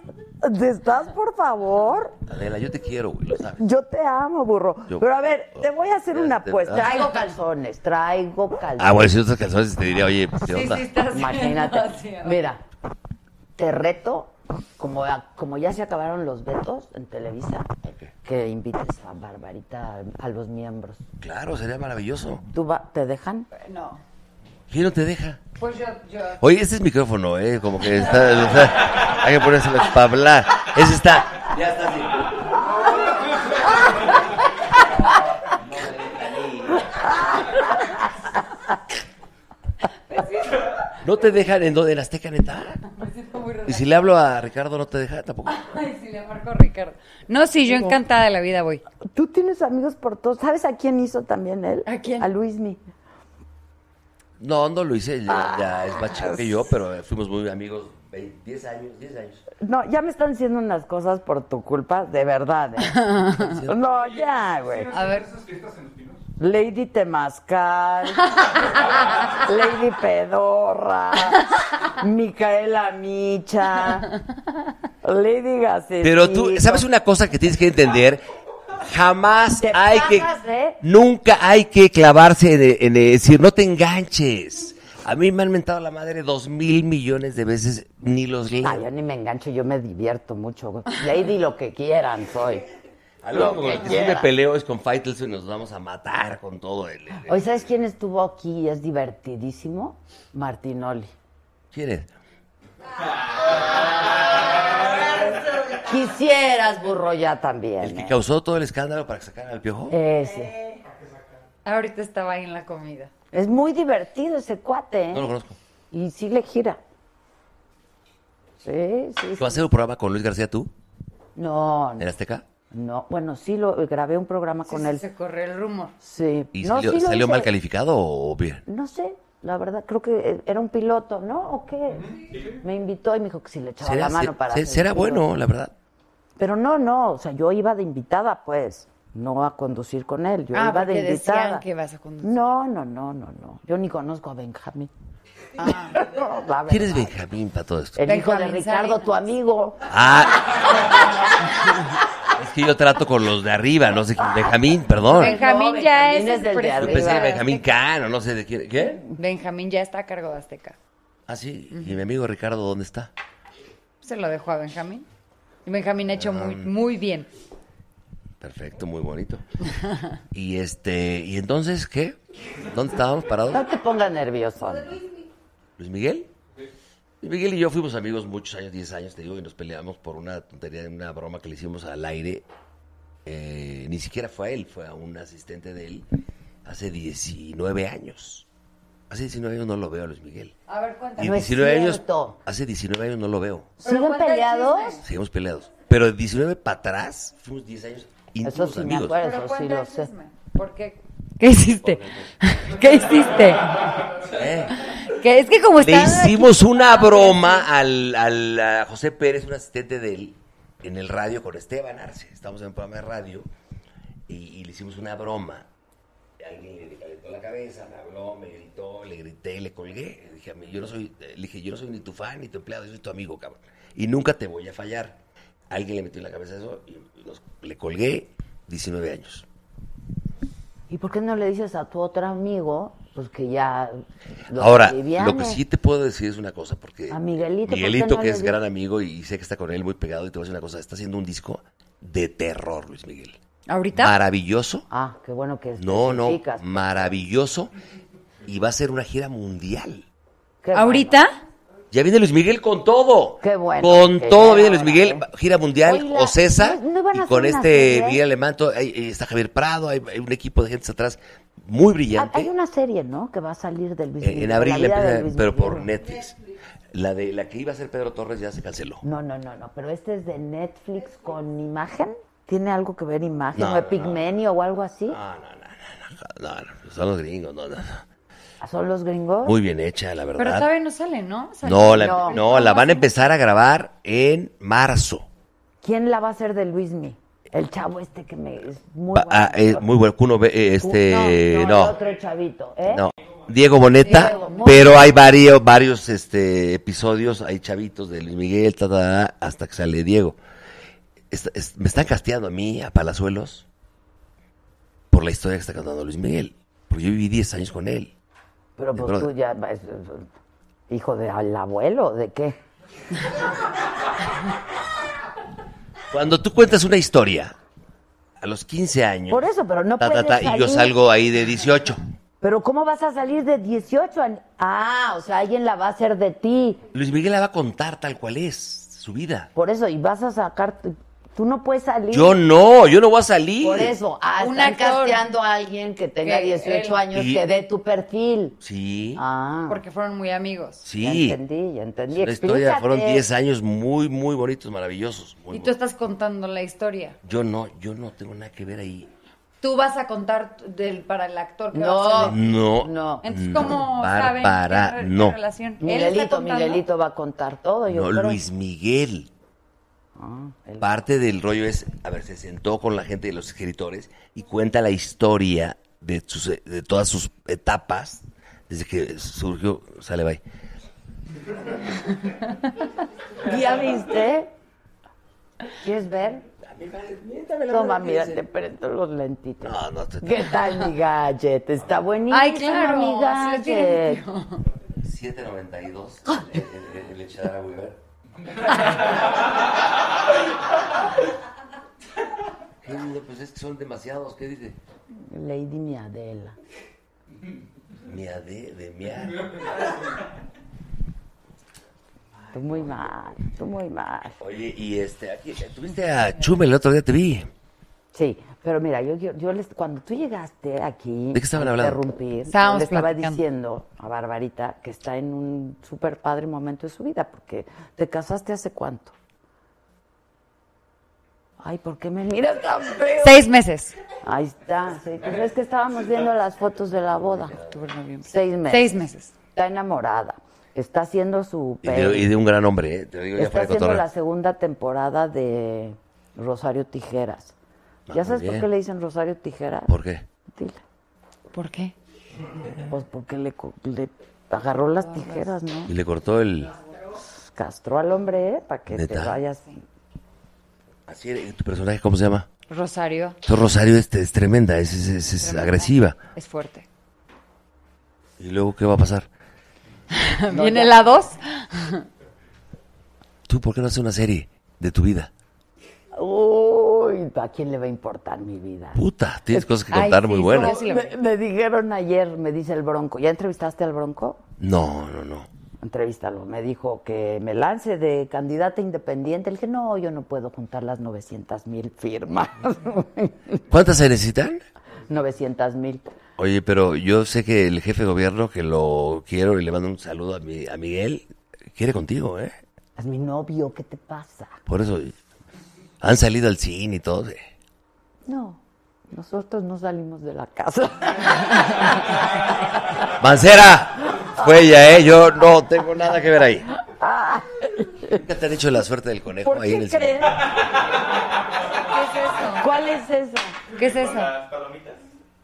Speaker 1: ¿Te estás, por favor?
Speaker 16: Adela, yo te quiero, güey, lo sabes.
Speaker 1: Yo te amo, burro.
Speaker 16: Yo-
Speaker 1: Pero a ver, te voy a hacer una
Speaker 16: te-
Speaker 1: apuesta.
Speaker 16: ah.
Speaker 1: Traigo calzones, traigo calzones.
Speaker 16: Ah, bueno, si otras calzones te diría, oye, ¿qué onda?
Speaker 1: Imagínate. Mira, te reto, como, como ya se acabaron los vetos en Televisa, que invites a Barbarita a los miembros.
Speaker 16: Claro, sería maravilloso.
Speaker 1: ¿Tú va- ¿Te dejan?
Speaker 15: No.
Speaker 16: ¿Quién no te deja?
Speaker 15: Pues yo, yo.
Speaker 16: Oye, este es micrófono, ¿eh? Como que está. está- hay que ponérselo para hablar. Ese está. Ya está así. ¿No te dejan en donde? ¿En Azteca, neta?
Speaker 15: Me siento muy rara.
Speaker 16: Y si le hablo a Ricardo, ¿no te deja tampoco?
Speaker 15: Ay, si le marco a Ricardo. No, sí, yo encantada de la vida voy.
Speaker 1: Tú tienes amigos por todos. ¿Sabes a quién hizo también él? ¿A quién? A Luismi.
Speaker 16: No, no lo hice. Ya, ya es más chico que yo, pero eh, fuimos muy amigos. 20, 10 años, 10 años.
Speaker 1: No, ya me están diciendo unas cosas por tu culpa, de verdad. ¿eh? no, ya, güey.
Speaker 15: A ver.
Speaker 1: Lady Temazcal, Lady Pedorra, Micaela Micha, Lady Gacetito.
Speaker 16: Pero tú, ¿sabes una cosa que tienes que entender? Jamás
Speaker 1: Te
Speaker 16: hay que.
Speaker 1: pasas, ¿eh?
Speaker 16: Nunca hay que clavarse en, en- en decir, no te enganches. A mí me han mentado la madre dos mil millones de veces, ni los leo.
Speaker 1: Ah, yo ni me engancho, yo me divierto mucho. güey. Lady lo que quieran soy.
Speaker 16: Algo
Speaker 1: Lo
Speaker 16: con lo
Speaker 1: que
Speaker 16: que sí me
Speaker 1: quiera.
Speaker 16: peleo es con Faitelson y nos vamos a matar con todo el... el-
Speaker 1: Hoy, ¿sabes quién estuvo aquí y es divertidísimo? Martinoli.
Speaker 16: ¿Quién es?
Speaker 1: Quisieras, burro, ya también.
Speaker 16: Que
Speaker 1: ¿eh?
Speaker 16: causó todo el escándalo para que sacaran al piojo.
Speaker 1: Ese.
Speaker 15: Ahorita estaba ahí en la comida.
Speaker 1: Es muy divertido ese cuate, ¿eh?
Speaker 16: No lo conozco.
Speaker 1: Y sí le gira. Sí, sí.
Speaker 16: ¿Vas a hacer un programa con Luis García tú?
Speaker 1: No,
Speaker 16: ¿En Azteca?
Speaker 1: no. Bueno, sí lo grabé un programa con él.
Speaker 15: Se corrió el rumor.
Speaker 1: Sí.
Speaker 16: ¿Y
Speaker 1: No,
Speaker 16: salió,
Speaker 1: sí lo
Speaker 16: salió
Speaker 1: hice.
Speaker 16: mal calificado o bien?
Speaker 1: No sé, la verdad, creo que eh, era un piloto, ¿no? ¿O qué? Me invitó y me dijo que si le echaba la mano
Speaker 16: se-
Speaker 1: para.
Speaker 16: se-
Speaker 1: hacer
Speaker 16: será
Speaker 1: un piloto.
Speaker 16: bueno, la verdad.
Speaker 1: Pero no, no, o sea, yo iba de invitada, pues, no a conducir con él, yo
Speaker 15: ah,
Speaker 1: iba de
Speaker 15: porque
Speaker 1: invitada.
Speaker 15: decían que vas a conducir.
Speaker 1: No, no, no, no, no. Yo ni conozco a Benjamín. No, la
Speaker 16: ¿Quién es
Speaker 1: verdad.
Speaker 16: Benjamín para todo esto?
Speaker 1: El hijo de Ricardo, tu amigo.
Speaker 16: Ah. es que yo trato con los de arriba, no sé quién. Benjamín, perdón.
Speaker 15: Benjamín
Speaker 1: No,
Speaker 15: ya
Speaker 1: Benjamín
Speaker 15: es,
Speaker 1: es
Speaker 15: el
Speaker 1: del
Speaker 16: Yo
Speaker 1: de
Speaker 15: presidente.
Speaker 16: pensé que Benjamín Cano, no sé de quién. ¿Qué?
Speaker 15: Benjamín ya está a cargo de Azteca.
Speaker 16: Ah, sí. ¿Y mi amigo Ricardo dónde está?
Speaker 15: Se lo dejó a Benjamín. Y Benjamín ha
Speaker 16: Ah.
Speaker 15: hecho muy, muy bien.
Speaker 16: Perfecto, muy bonito. Y este, ¿y entonces qué? ¿Dónde estábamos parados?
Speaker 1: No te pongas nervioso.
Speaker 16: ¿Luis Miguel? Luis Miguel y yo fuimos amigos muchos años, 10 años, te digo, y nos peleamos por una tontería, una broma que le hicimos al aire. Eh, ni siquiera fue a él, fue a un asistente de él hace 19 años. Hace 19 años no lo veo a Luis Miguel.
Speaker 15: A ver,
Speaker 16: Y
Speaker 15: cuéntanos.
Speaker 16: 19 años, hace 19 años no lo veo.
Speaker 1: ¿Siguen peleados?
Speaker 16: Seguimos peleados. Pero de 19 para atrás fuimos 10 años
Speaker 1: Eso
Speaker 16: íntimos
Speaker 1: sí me
Speaker 16: amigos.
Speaker 1: acuerdo, eso sí lo sé.
Speaker 15: ¿Por qué? ¿Qué hiciste? ¿Qué hiciste?
Speaker 16: ¿Eh?
Speaker 15: Que es que como
Speaker 16: Le
Speaker 15: está...
Speaker 16: hicimos una broma al, al- a José Pérez, un asistente de él, en el radio con Esteban Arce. Estamos en un programa de radio y, y le hicimos una broma. Alguien le calentó la cabeza, me habló, me gritó, le grité, le colgué. Le dije, a mí, yo no soy, eh, le dije, yo no soy ni tu fan ni tu empleado, yo soy tu amigo, cabrón. Y nunca te voy a fallar. Alguien le metió en la cabeza eso y nos- le colgué 19 años.
Speaker 1: ¿Y por qué no le dices a tu otro amigo, pues que ya. lo
Speaker 16: Ahora,
Speaker 1: aliviane?
Speaker 16: lo que sí te puedo decir es una cosa, porque
Speaker 1: A Miguelito. ¿por qué
Speaker 16: Miguelito,
Speaker 1: no
Speaker 16: que
Speaker 1: le
Speaker 16: es
Speaker 1: dices?
Speaker 16: gran amigo y sé que está con él muy pegado, y te voy a decir una cosa, está haciendo un disco de terror, Luis Miguel.
Speaker 15: ¿Ahorita?
Speaker 16: Maravilloso.
Speaker 1: Ah, pues, qué bueno que
Speaker 16: No, no,
Speaker 1: especificas.
Speaker 16: maravilloso. Y va a ser una gira mundial.
Speaker 1: Qué
Speaker 15: ¿Ahorita?
Speaker 16: Ya viene Luis Miguel con todo.
Speaker 1: Qué bueno.
Speaker 16: Con
Speaker 1: Que
Speaker 16: todo
Speaker 1: ya
Speaker 16: viene
Speaker 1: era
Speaker 16: Luis Miguel, gira mundial,
Speaker 1: Oye, la-
Speaker 16: Ocesa.
Speaker 1: ¿no- no va van a
Speaker 16: Y
Speaker 1: hacer
Speaker 16: con
Speaker 1: una
Speaker 16: este
Speaker 1: serie.
Speaker 16: Miguel Alemán, to- ahí- ahí está Javier Prado, hay, hay un equipo de gente atrás muy brillante.
Speaker 1: Hay una serie, ¿no? Que va a salir del Luis
Speaker 16: Eh,
Speaker 1: Miguel,
Speaker 16: en
Speaker 1: la
Speaker 16: abril, la
Speaker 1: vida
Speaker 16: empieza-
Speaker 1: de Luis
Speaker 16: pero por
Speaker 1: Miguel.
Speaker 16: Netflix. La, de, la que iba a ser Pedro Torres ya se canceló.
Speaker 1: No, no, no, no. Pero este es de Netflix con imagen. ¿Tiene algo que ver imagen?
Speaker 16: No,
Speaker 1: ¿O
Speaker 16: no, Ah, no.
Speaker 1: Epigmenio o algo así?
Speaker 16: No, no, son los gringos, no, no, no.
Speaker 1: ¿Son los gringos?
Speaker 16: Muy bien hecha, la
Speaker 15: Pero
Speaker 16: verdad.
Speaker 15: todavía no sale, ¿no? Sale-
Speaker 16: No, la, no. la van a empezar a grabar en marzo.
Speaker 1: ¿Quién la va a hacer de Luis Mi? El chavo este que me es muy
Speaker 16: Va- ah, eh, muy bueno, Cuno, ve- eh, este,
Speaker 1: no,
Speaker 16: no,
Speaker 1: el otro chavito, ¿eh?
Speaker 16: no. Diego Boneta,
Speaker 1: Diego, muy
Speaker 16: pero
Speaker 1: bien.
Speaker 16: hay varios, varios este, episodios, hay chavitos de Luis Miguel, ta, ta, ta, hasta que sale Diego. Est- est- me están casteando a mí, a Palazuelos, por la historia que está contando Luis Miguel, porque yo viví 10 años con él.
Speaker 1: Pero
Speaker 16: Mi
Speaker 1: pues
Speaker 16: brother.
Speaker 1: tú ya es- es- hijo del abuelo, ¿de qué?
Speaker 16: Cuando tú cuentas una historia, a los 15 años,
Speaker 1: Por eso, pero no
Speaker 16: ta, ta,
Speaker 1: puedes
Speaker 16: ta, y yo
Speaker 1: salir-
Speaker 16: salgo ahí de 18.
Speaker 1: Pero ¿cómo vas a salir de 18? an- Ah, o sea, alguien la va a hacer de ti.
Speaker 16: Luis Miguel la va a contar tal cual es, su vida.
Speaker 1: Por eso, y vas a sacar... tu- Tú no puedes salir.
Speaker 16: Yo no, yo no voy a salir.
Speaker 1: Por eso, ah,
Speaker 15: Un
Speaker 1: están
Speaker 15: actor.
Speaker 1: casteando a alguien que tenga
Speaker 15: Que
Speaker 1: 18
Speaker 15: él-
Speaker 1: años
Speaker 16: Y-
Speaker 1: que dé tu perfil.
Speaker 16: Sí.
Speaker 1: Ah.
Speaker 15: Porque fueron muy amigos.
Speaker 16: Sí.
Speaker 1: Ya entendí, ya entendí.
Speaker 16: Es una historia,
Speaker 1: Explícate.
Speaker 16: fueron 10 años muy, muy bonitos, maravillosos. muy
Speaker 15: Y tú estás contando la historia.
Speaker 16: bonitos. Yo no, yo no tengo nada que ver ahí.
Speaker 15: Tú vas a contar del, para el actor que
Speaker 1: No.
Speaker 15: va a salir.
Speaker 16: No.
Speaker 1: No.
Speaker 15: Entonces,
Speaker 16: no,
Speaker 15: ¿cómo saben
Speaker 16: Bárbara,
Speaker 15: qué re- qué
Speaker 16: no.
Speaker 15: relación? ¿Él está
Speaker 1: Miguelito,
Speaker 15: contando?
Speaker 1: Miguelito va a contar todo. Yo Ah,
Speaker 16: No,
Speaker 1: creo.
Speaker 16: Luis Miguel. Parte del rollo es, a ver, se sentó con la gente de los escritores y cuenta la historia de, sus- de todas sus etapas desde que surgió, sale, bye.
Speaker 1: ¿Ya viste? ¿Quieres ver? Toma, mírate, prendo los lentitos.
Speaker 16: No, no,
Speaker 1: ¿Qué tal mi gadget? Está buenísimo.
Speaker 15: Ay, claro,
Speaker 1: mi
Speaker 15: sí, es bien
Speaker 1: gadget.
Speaker 16: 792, el, el, el echar a Weaver. ¿Qué dice? Pues es que son demasiados, ¿qué dice?
Speaker 1: Lady mi Adela.
Speaker 16: Mia de, de mia.
Speaker 1: Tú muy mal, tú muy mal.
Speaker 16: Oye, y este, aquí, ¿tuviste a Chumel el otro día? Te vi.
Speaker 1: Sí, pero mira, yo, yo, yo les, cuando tú llegaste aquí,
Speaker 16: ¿De qué estaban
Speaker 1: a
Speaker 16: hablando?
Speaker 1: interrumpir,
Speaker 15: Estábamos
Speaker 1: yo le estaba
Speaker 15: platicando.
Speaker 1: diciendo a Barbarita que está en un súper padre momento de su vida, porque te casaste hace cuánto. Ay, ¿por qué me miras tan feo?
Speaker 15: Seis meses.
Speaker 1: Ahí está. sí, pues es que estábamos viendo las fotos de la boda. Seis meses.
Speaker 15: Seis meses.
Speaker 1: Está enamorada. Está haciendo su
Speaker 16: Y de,
Speaker 1: peli.
Speaker 16: y de un gran hombre, ¿eh? Te lo digo ya
Speaker 1: Está
Speaker 16: fuera de
Speaker 1: haciendo la
Speaker 16: cotorra.
Speaker 1: segunda temporada de Rosario Tijeras.
Speaker 16: Ah,
Speaker 1: ¿Ya
Speaker 16: muy
Speaker 1: sabes por
Speaker 16: bien.
Speaker 1: qué le dicen Rosario Tijeras?
Speaker 16: ¿Por qué?
Speaker 15: ¿Por qué?
Speaker 1: Pues porque le, co- le agarró las tijeras, ¿no?
Speaker 16: Y le cortó el...
Speaker 1: Castró al hombre, ¿eh? Para que te
Speaker 16: Neta.
Speaker 1: vayas.
Speaker 16: Así era, ¿y tu personaje cómo se llama?
Speaker 15: Rosario
Speaker 16: Tu Rosario este, es tremenda, es, es- es- es agresiva.
Speaker 15: es fuerte.
Speaker 16: ¿Y luego qué va a pasar?
Speaker 15: ¿Viene la dos?
Speaker 16: ¿Tú por qué no haces una serie de tu vida?
Speaker 1: Uy, ¿a quién le va a importar mi vida?
Speaker 16: Puta, tienes cosas que
Speaker 1: Ay,
Speaker 16: contar muy
Speaker 1: sí,
Speaker 16: buenas.
Speaker 1: no, me, me dijeron ayer, me dice el Bronco. ¿Ya entrevistaste al Bronco?
Speaker 16: No, no, no.
Speaker 1: Entrevístalo. Me dijo que me lance de candidata independiente. Le dije, no, yo no puedo juntar las 900 mil firmas.
Speaker 16: ¿Cuántas se necesitan?
Speaker 1: 900 mil.
Speaker 16: Oye, pero yo sé que el jefe de gobierno, que lo quiero y le mando un saludo a, mi, a Miguel, quiere contigo, ¿eh?
Speaker 1: Es mi novio, ¿qué te pasa?
Speaker 16: Por eso han salido al cine y todo. ¿eh?
Speaker 1: No, nosotros no salimos de la casa.
Speaker 16: ¡Mancera! Fue ella, ¿eh? Yo no tengo nada que ver ahí. ¿Nunca te han hecho la suerte del conejo
Speaker 1: Ah, ¿Por
Speaker 16: ahí
Speaker 1: qué
Speaker 16: en el cine?
Speaker 1: crees? ¿Qué es eso? ¿Cuál es esa?
Speaker 15: ¿Qué es eso?
Speaker 5: Con las palomitas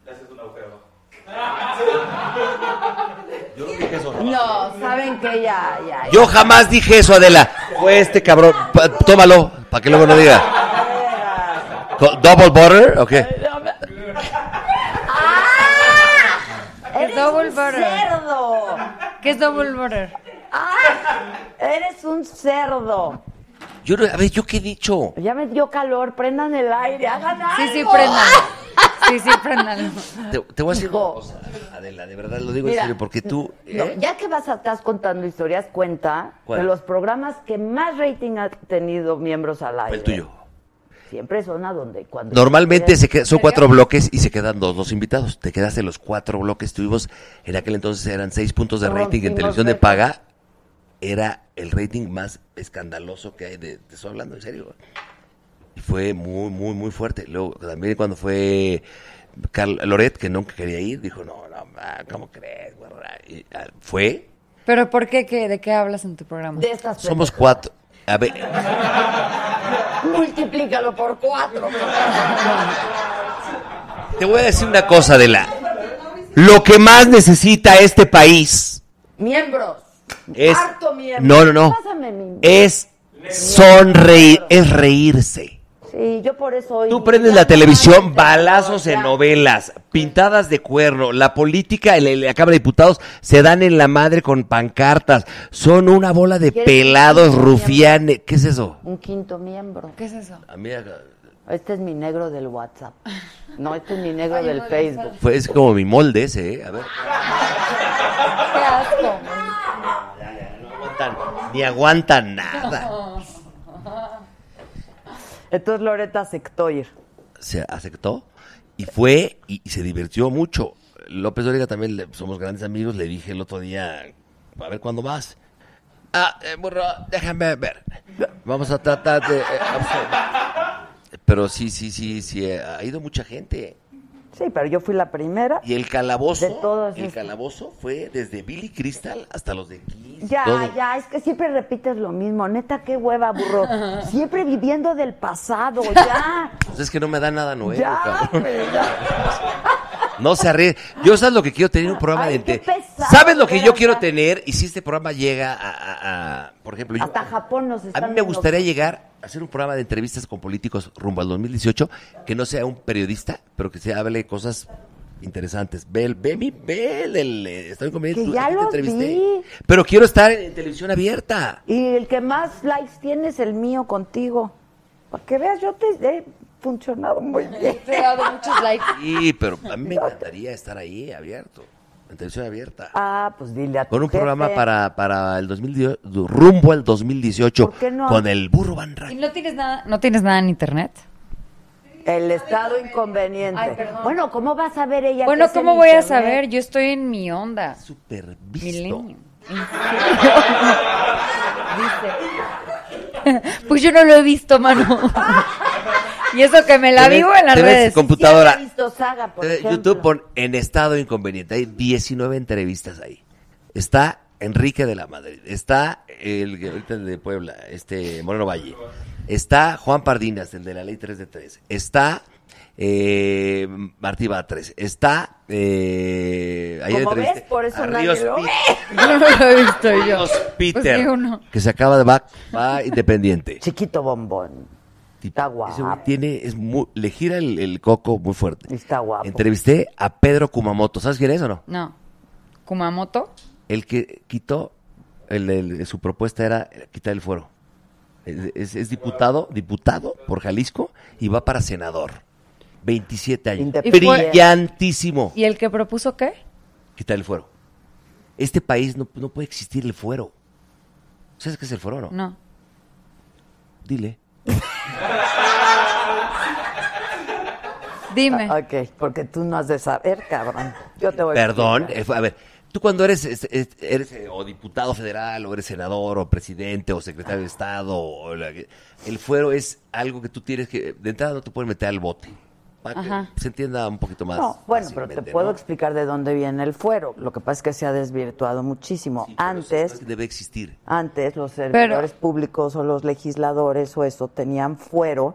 Speaker 5: le haces un agujero abajo.
Speaker 16: Yo no dije eso.
Speaker 1: No, saben que ya, ya. ya.
Speaker 16: Yo jamás dije eso, Adela. Fue este cabrón. Pa- tómalo, para que luego no diga. Co- ¿Double butter? ¿O qué?
Speaker 1: ¡Ah!
Speaker 15: ¿Qué es double butter?
Speaker 1: cerdo.
Speaker 15: ¿Qué es double butter?
Speaker 1: ¡Ah! Eres un cerdo.
Speaker 16: Yo, no- a ver, ¿yo qué he dicho?
Speaker 1: Ya me dio calor, prendan el aire, hagan algo.
Speaker 15: Sí, sí, prendan. Sí, sí, prendan.
Speaker 16: Te, te voy a decir una cosa, Adela, de verdad lo digo
Speaker 1: Mira,
Speaker 16: en serio, porque tú... ¿eh?
Speaker 1: No, ya que vas a estás contando historias, cuenta
Speaker 16: ¿Cuál?
Speaker 1: de los programas que más rating ha tenido miembros al aire.
Speaker 16: El tuyo.
Speaker 1: Siempre son a donde cuando
Speaker 16: Normalmente
Speaker 1: quieren.
Speaker 16: se que- son cuatro bloques y se quedan dos los invitados. Te quedaste los cuatro bloques. Tuvimos, en aquel entonces eran seis puntos de rating en
Speaker 1: Rompimos
Speaker 16: televisión de
Speaker 1: récord.
Speaker 16: paga. Era el rating más escandaloso que hay. De, te estoy hablando en serio. Y fue muy, muy, muy fuerte. Luego, también cuando fue Carl Loret, que nunca quería ir, dijo, no, no, ma, ¿cómo crees? guarra?" Y, ah, fue.
Speaker 15: ¿Pero por qué? qué? ¿De qué hablas en tu programa?
Speaker 1: De estas
Speaker 16: Somos cuatro. A ver,
Speaker 1: Multiplícalo por cuatro.
Speaker 16: te voy a decir una cosa de la... Lo que más necesita este país
Speaker 1: Miembros.
Speaker 16: es...
Speaker 1: Harto miembro.
Speaker 16: No, no, no.
Speaker 1: Pásame mi-
Speaker 16: Es sonreír, es reírse.
Speaker 1: Sí, yo por eso hoy.
Speaker 16: Tú prendes la televisión, balazos en novelas, pintadas de cuerno, la política, el- el- la Cámara de Diputados se dan en la madre con pancartas, son una bola de
Speaker 1: ¿Quieres que
Speaker 16: pelados
Speaker 1: te diga?
Speaker 16: rufianes. ¿Qué es eso?
Speaker 1: Un quinto miembro.
Speaker 15: ¿Qué es eso?
Speaker 1: Este es mi negro del WhatsApp. No, este es mi negro
Speaker 15: Ay,
Speaker 1: del
Speaker 15: no,
Speaker 1: Facebook.
Speaker 16: Fue- es como mi molde ese, ¿eh? A ver.
Speaker 15: ¡Qué asco!
Speaker 16: aguantan, ni aguantan nada.
Speaker 1: Entonces Loreta aceptó ir.
Speaker 16: se aceptó y fue y, y se divirtió mucho. López Dóriga también le- somos grandes amigos, le dije el otro día, a ver cuándo vas. Ah, eh, burro, déjame ver. Vamos a tratar de... eh, observar. Pero sí, sí, sí, sí, eh, ha ido mucha gente.
Speaker 1: Sí, pero yo fui la primera.
Speaker 16: Y el calabozo,
Speaker 1: De todos
Speaker 16: el
Speaker 1: estos.
Speaker 16: calabozo fue desde Billy Crystal hasta los de Kiss.
Speaker 1: Ya,
Speaker 16: todo.
Speaker 1: ya, es que siempre repites lo mismo. Neta, qué hueva, burro. Siempre viviendo del pasado, ya.
Speaker 16: Pues es que no me da nada nuevo,
Speaker 1: Ya,
Speaker 16: cabrón.
Speaker 1: pero ya.
Speaker 16: No se arrie. Yo sabes lo que quiero tener un programa de.
Speaker 1: qué pesado,
Speaker 16: ¿Sabes lo que
Speaker 1: pero,
Speaker 16: yo
Speaker 1: o
Speaker 16: quiero
Speaker 1: sea-
Speaker 16: tener? Y si este programa llega a, a- a- por ejemplo, yo-
Speaker 1: Hasta Japón nos
Speaker 16: a
Speaker 1: están
Speaker 16: mí me gustaría
Speaker 1: viendo.
Speaker 16: llegar a hacer un programa de entrevistas con políticos rumbo al 2018 que no sea un periodista, pero que se hable de cosas interesantes. Ve, el- ve mi, ve el, el, eh, estoy conmigo,
Speaker 1: Que
Speaker 16: tú-
Speaker 1: ya
Speaker 16: aquí te
Speaker 1: los
Speaker 16: entrevisté.
Speaker 1: vi.
Speaker 16: Pero quiero estar en, en televisión abierta.
Speaker 1: Y el que más likes tiene es el mío contigo. Para que veas, yo te he funcionado muy bien.
Speaker 15: Te he dado muchos likes.
Speaker 16: Sí, pero a mí me encantaría estar ahí abierto, en televisión abierta.
Speaker 1: Ah, pues dile a tu
Speaker 16: Con un
Speaker 1: jefe.
Speaker 16: programa para, para el 2018, rumbo al 2018,
Speaker 1: ¿Por qué no?
Speaker 16: con el burro Van
Speaker 15: ¿Y no tienes nada, no tienes nada en internet?
Speaker 1: El estado inconveniente.
Speaker 15: Ay, perdón.
Speaker 1: bueno, ¿cómo vas a ver ella? que
Speaker 15: Bueno,
Speaker 1: es
Speaker 15: ¿cómo
Speaker 1: el
Speaker 15: voy a
Speaker 1: internet?
Speaker 15: saber? Yo estoy en mi onda.
Speaker 16: Super
Speaker 15: Milenio. Dice. Pues yo no lo he visto, mano. y eso que me la
Speaker 16: Te ves-
Speaker 15: vivo en las
Speaker 16: te ves
Speaker 15: redes.
Speaker 16: computadora.
Speaker 1: Sí, había visto Saga, por
Speaker 16: Eh,
Speaker 1: ejemplo.
Speaker 16: YouTube pon en estado inconveniente. Hay 19 entrevistas ahí. Está Enrique de la Madrid. Está el, que ahorita el de Puebla, este Moreno Valle. Está Juan Pardinas, el de la ley 3 de 3. Está eh, Martí Batres. Está. Eh, ayer
Speaker 1: Como ves,
Speaker 16: entrevisté
Speaker 1: por eso
Speaker 16: a
Speaker 1: nadie
Speaker 16: Ríos
Speaker 1: lo
Speaker 16: Pi-
Speaker 1: ve.
Speaker 15: Yo no lo he visto yo.
Speaker 16: Ríos Peter,
Speaker 15: Pues digo, no.
Speaker 16: que se acaba de va, va independiente.
Speaker 1: Chiquito bombón. Está
Speaker 16: Ese güey
Speaker 1: guapo.
Speaker 16: tiene, es muy, le gira el, el coco muy fuerte.
Speaker 1: Está guapo.
Speaker 16: Entrevisté a Pedro Kumamoto. ¿Sabes quién es o no?
Speaker 15: No. Kumamoto.
Speaker 16: El que quitó, el, el- su propuesta era quitar el fuero. Es, es- es diputado, diputado por Jalisco y va para senador. 27 años.
Speaker 1: Indep-
Speaker 15: Y fue-
Speaker 16: Brillantísimo.
Speaker 15: ¿Y el que propuso qué?
Speaker 16: Quitar el fuero. Este país no, no puede existir el fuero. ¿Sabes qué es el fuero o no?
Speaker 15: No.
Speaker 16: Dile.
Speaker 15: Dime.
Speaker 1: Ah, Ok, porque tú no has de saber, cabrón. Yo te voy a
Speaker 16: Perdón,
Speaker 1: explicar.
Speaker 16: eh, a ver, tú cuando eres, es- es- eres eh, o diputado federal, o eres senador, o presidente, o secretario de Estado, o la- el fuero es algo que tú tienes que, de entrada no te pueden meter al bote, para
Speaker 15: Ajá.
Speaker 16: que se entienda un poquito más.
Speaker 1: No, bueno, pero te
Speaker 16: fácilmente,
Speaker 1: puedo
Speaker 16: ¿no?
Speaker 1: explicar de dónde viene el fuero. Lo que pasa es que se ha desvirtuado muchísimo.
Speaker 16: Pero
Speaker 1: Antes,
Speaker 16: eso Debe existir.
Speaker 1: Antes los servidores públicos o los legisladores o eso tenían fuero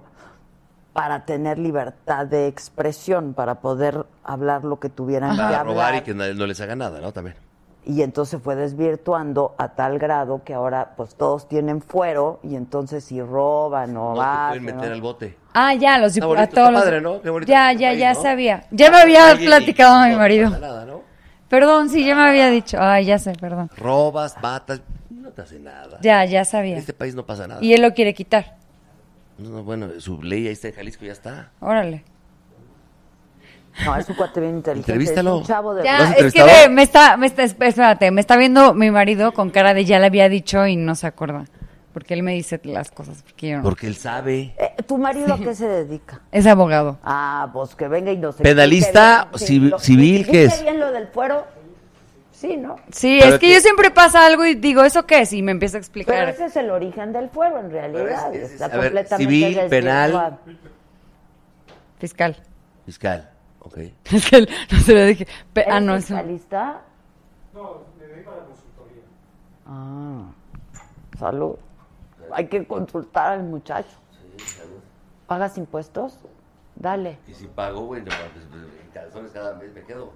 Speaker 1: para tener libertad de expresión, para poder hablar lo que tuvieran que
Speaker 16: Para robar y
Speaker 1: hablar.
Speaker 16: que nadie- no les haga nada, ¿no? También.
Speaker 1: Y entonces fue desvirtuando a tal grado que ahora pues todos tienen fuero y entonces si roban o
Speaker 16: No te pueden
Speaker 1: hacen,
Speaker 16: meter
Speaker 1: ¿no?
Speaker 16: al bote.
Speaker 15: Ah, ya, los
Speaker 16: Está
Speaker 15: diputados.
Speaker 16: bonito, está padre, ¿no? Qué bonito
Speaker 15: Ya,
Speaker 16: este
Speaker 15: ya,
Speaker 16: país,
Speaker 15: ya
Speaker 16: ¿no?
Speaker 15: sabía. Ya me había
Speaker 16: Alguien
Speaker 15: platicado a mi
Speaker 16: no
Speaker 15: marido.
Speaker 16: pasa nada, ¿no?
Speaker 15: Perdón, sí, ya me había dicho. Ay, ya sé, perdón.
Speaker 16: Robas, matas, no te hace nada.
Speaker 15: Ya, ya
Speaker 16: En
Speaker 15: sabía.
Speaker 16: este país no pasa nada.
Speaker 15: Y él lo quiere quitar.
Speaker 16: No, no, bueno, su ley ahí está en Jalisco, ya está.
Speaker 15: Órale.
Speaker 1: No, es un cuate bien inteligente.
Speaker 16: Entrevístalo.
Speaker 1: Es un chavo de...
Speaker 16: ¿Lo has
Speaker 15: Ya, es que
Speaker 16: entrevistado?
Speaker 15: ve, me está, me está, espérate, me está viendo mi marido con cara de ya le había dicho y no se acuerda. Porque él me dice las cosas, porque yo no.
Speaker 16: Porque él sabe.
Speaker 1: Eh, ¿Tu marido a qué se dedica?
Speaker 15: Es abogado.
Speaker 1: Ah, pues que venga y nos explique
Speaker 16: Penalista,
Speaker 1: bien, sí,
Speaker 16: civi-
Speaker 1: lo-
Speaker 16: civil,
Speaker 1: ¿dijiste
Speaker 16: ¿qué es?
Speaker 1: bien lo del fuero? Sí, ¿no?
Speaker 15: Sí,
Speaker 16: Pero
Speaker 15: es que
Speaker 16: te-
Speaker 15: yo siempre pasa algo y digo, ¿eso qué es? Y me empieza a
Speaker 1: Pero
Speaker 15: explicar.
Speaker 1: ese es el origen del fuero, en realidad. Está
Speaker 16: a ver,
Speaker 1: completamente
Speaker 16: civil,
Speaker 1: desvirtuado.
Speaker 16: penal.
Speaker 15: Fiscal.
Speaker 16: Fiscal. Ok.
Speaker 15: Es que no se lo dije. Pe- ah,
Speaker 1: ¿Eres
Speaker 15: no, eso.
Speaker 1: fiscalista?
Speaker 4: No, me dedico a la consultoría.
Speaker 1: Ah, salud. Hay que consultar al muchacho. ¿Pagas impuestos? Dale.
Speaker 16: Y si pago, bueno, pues, pues, en calzones cada mes me quedo.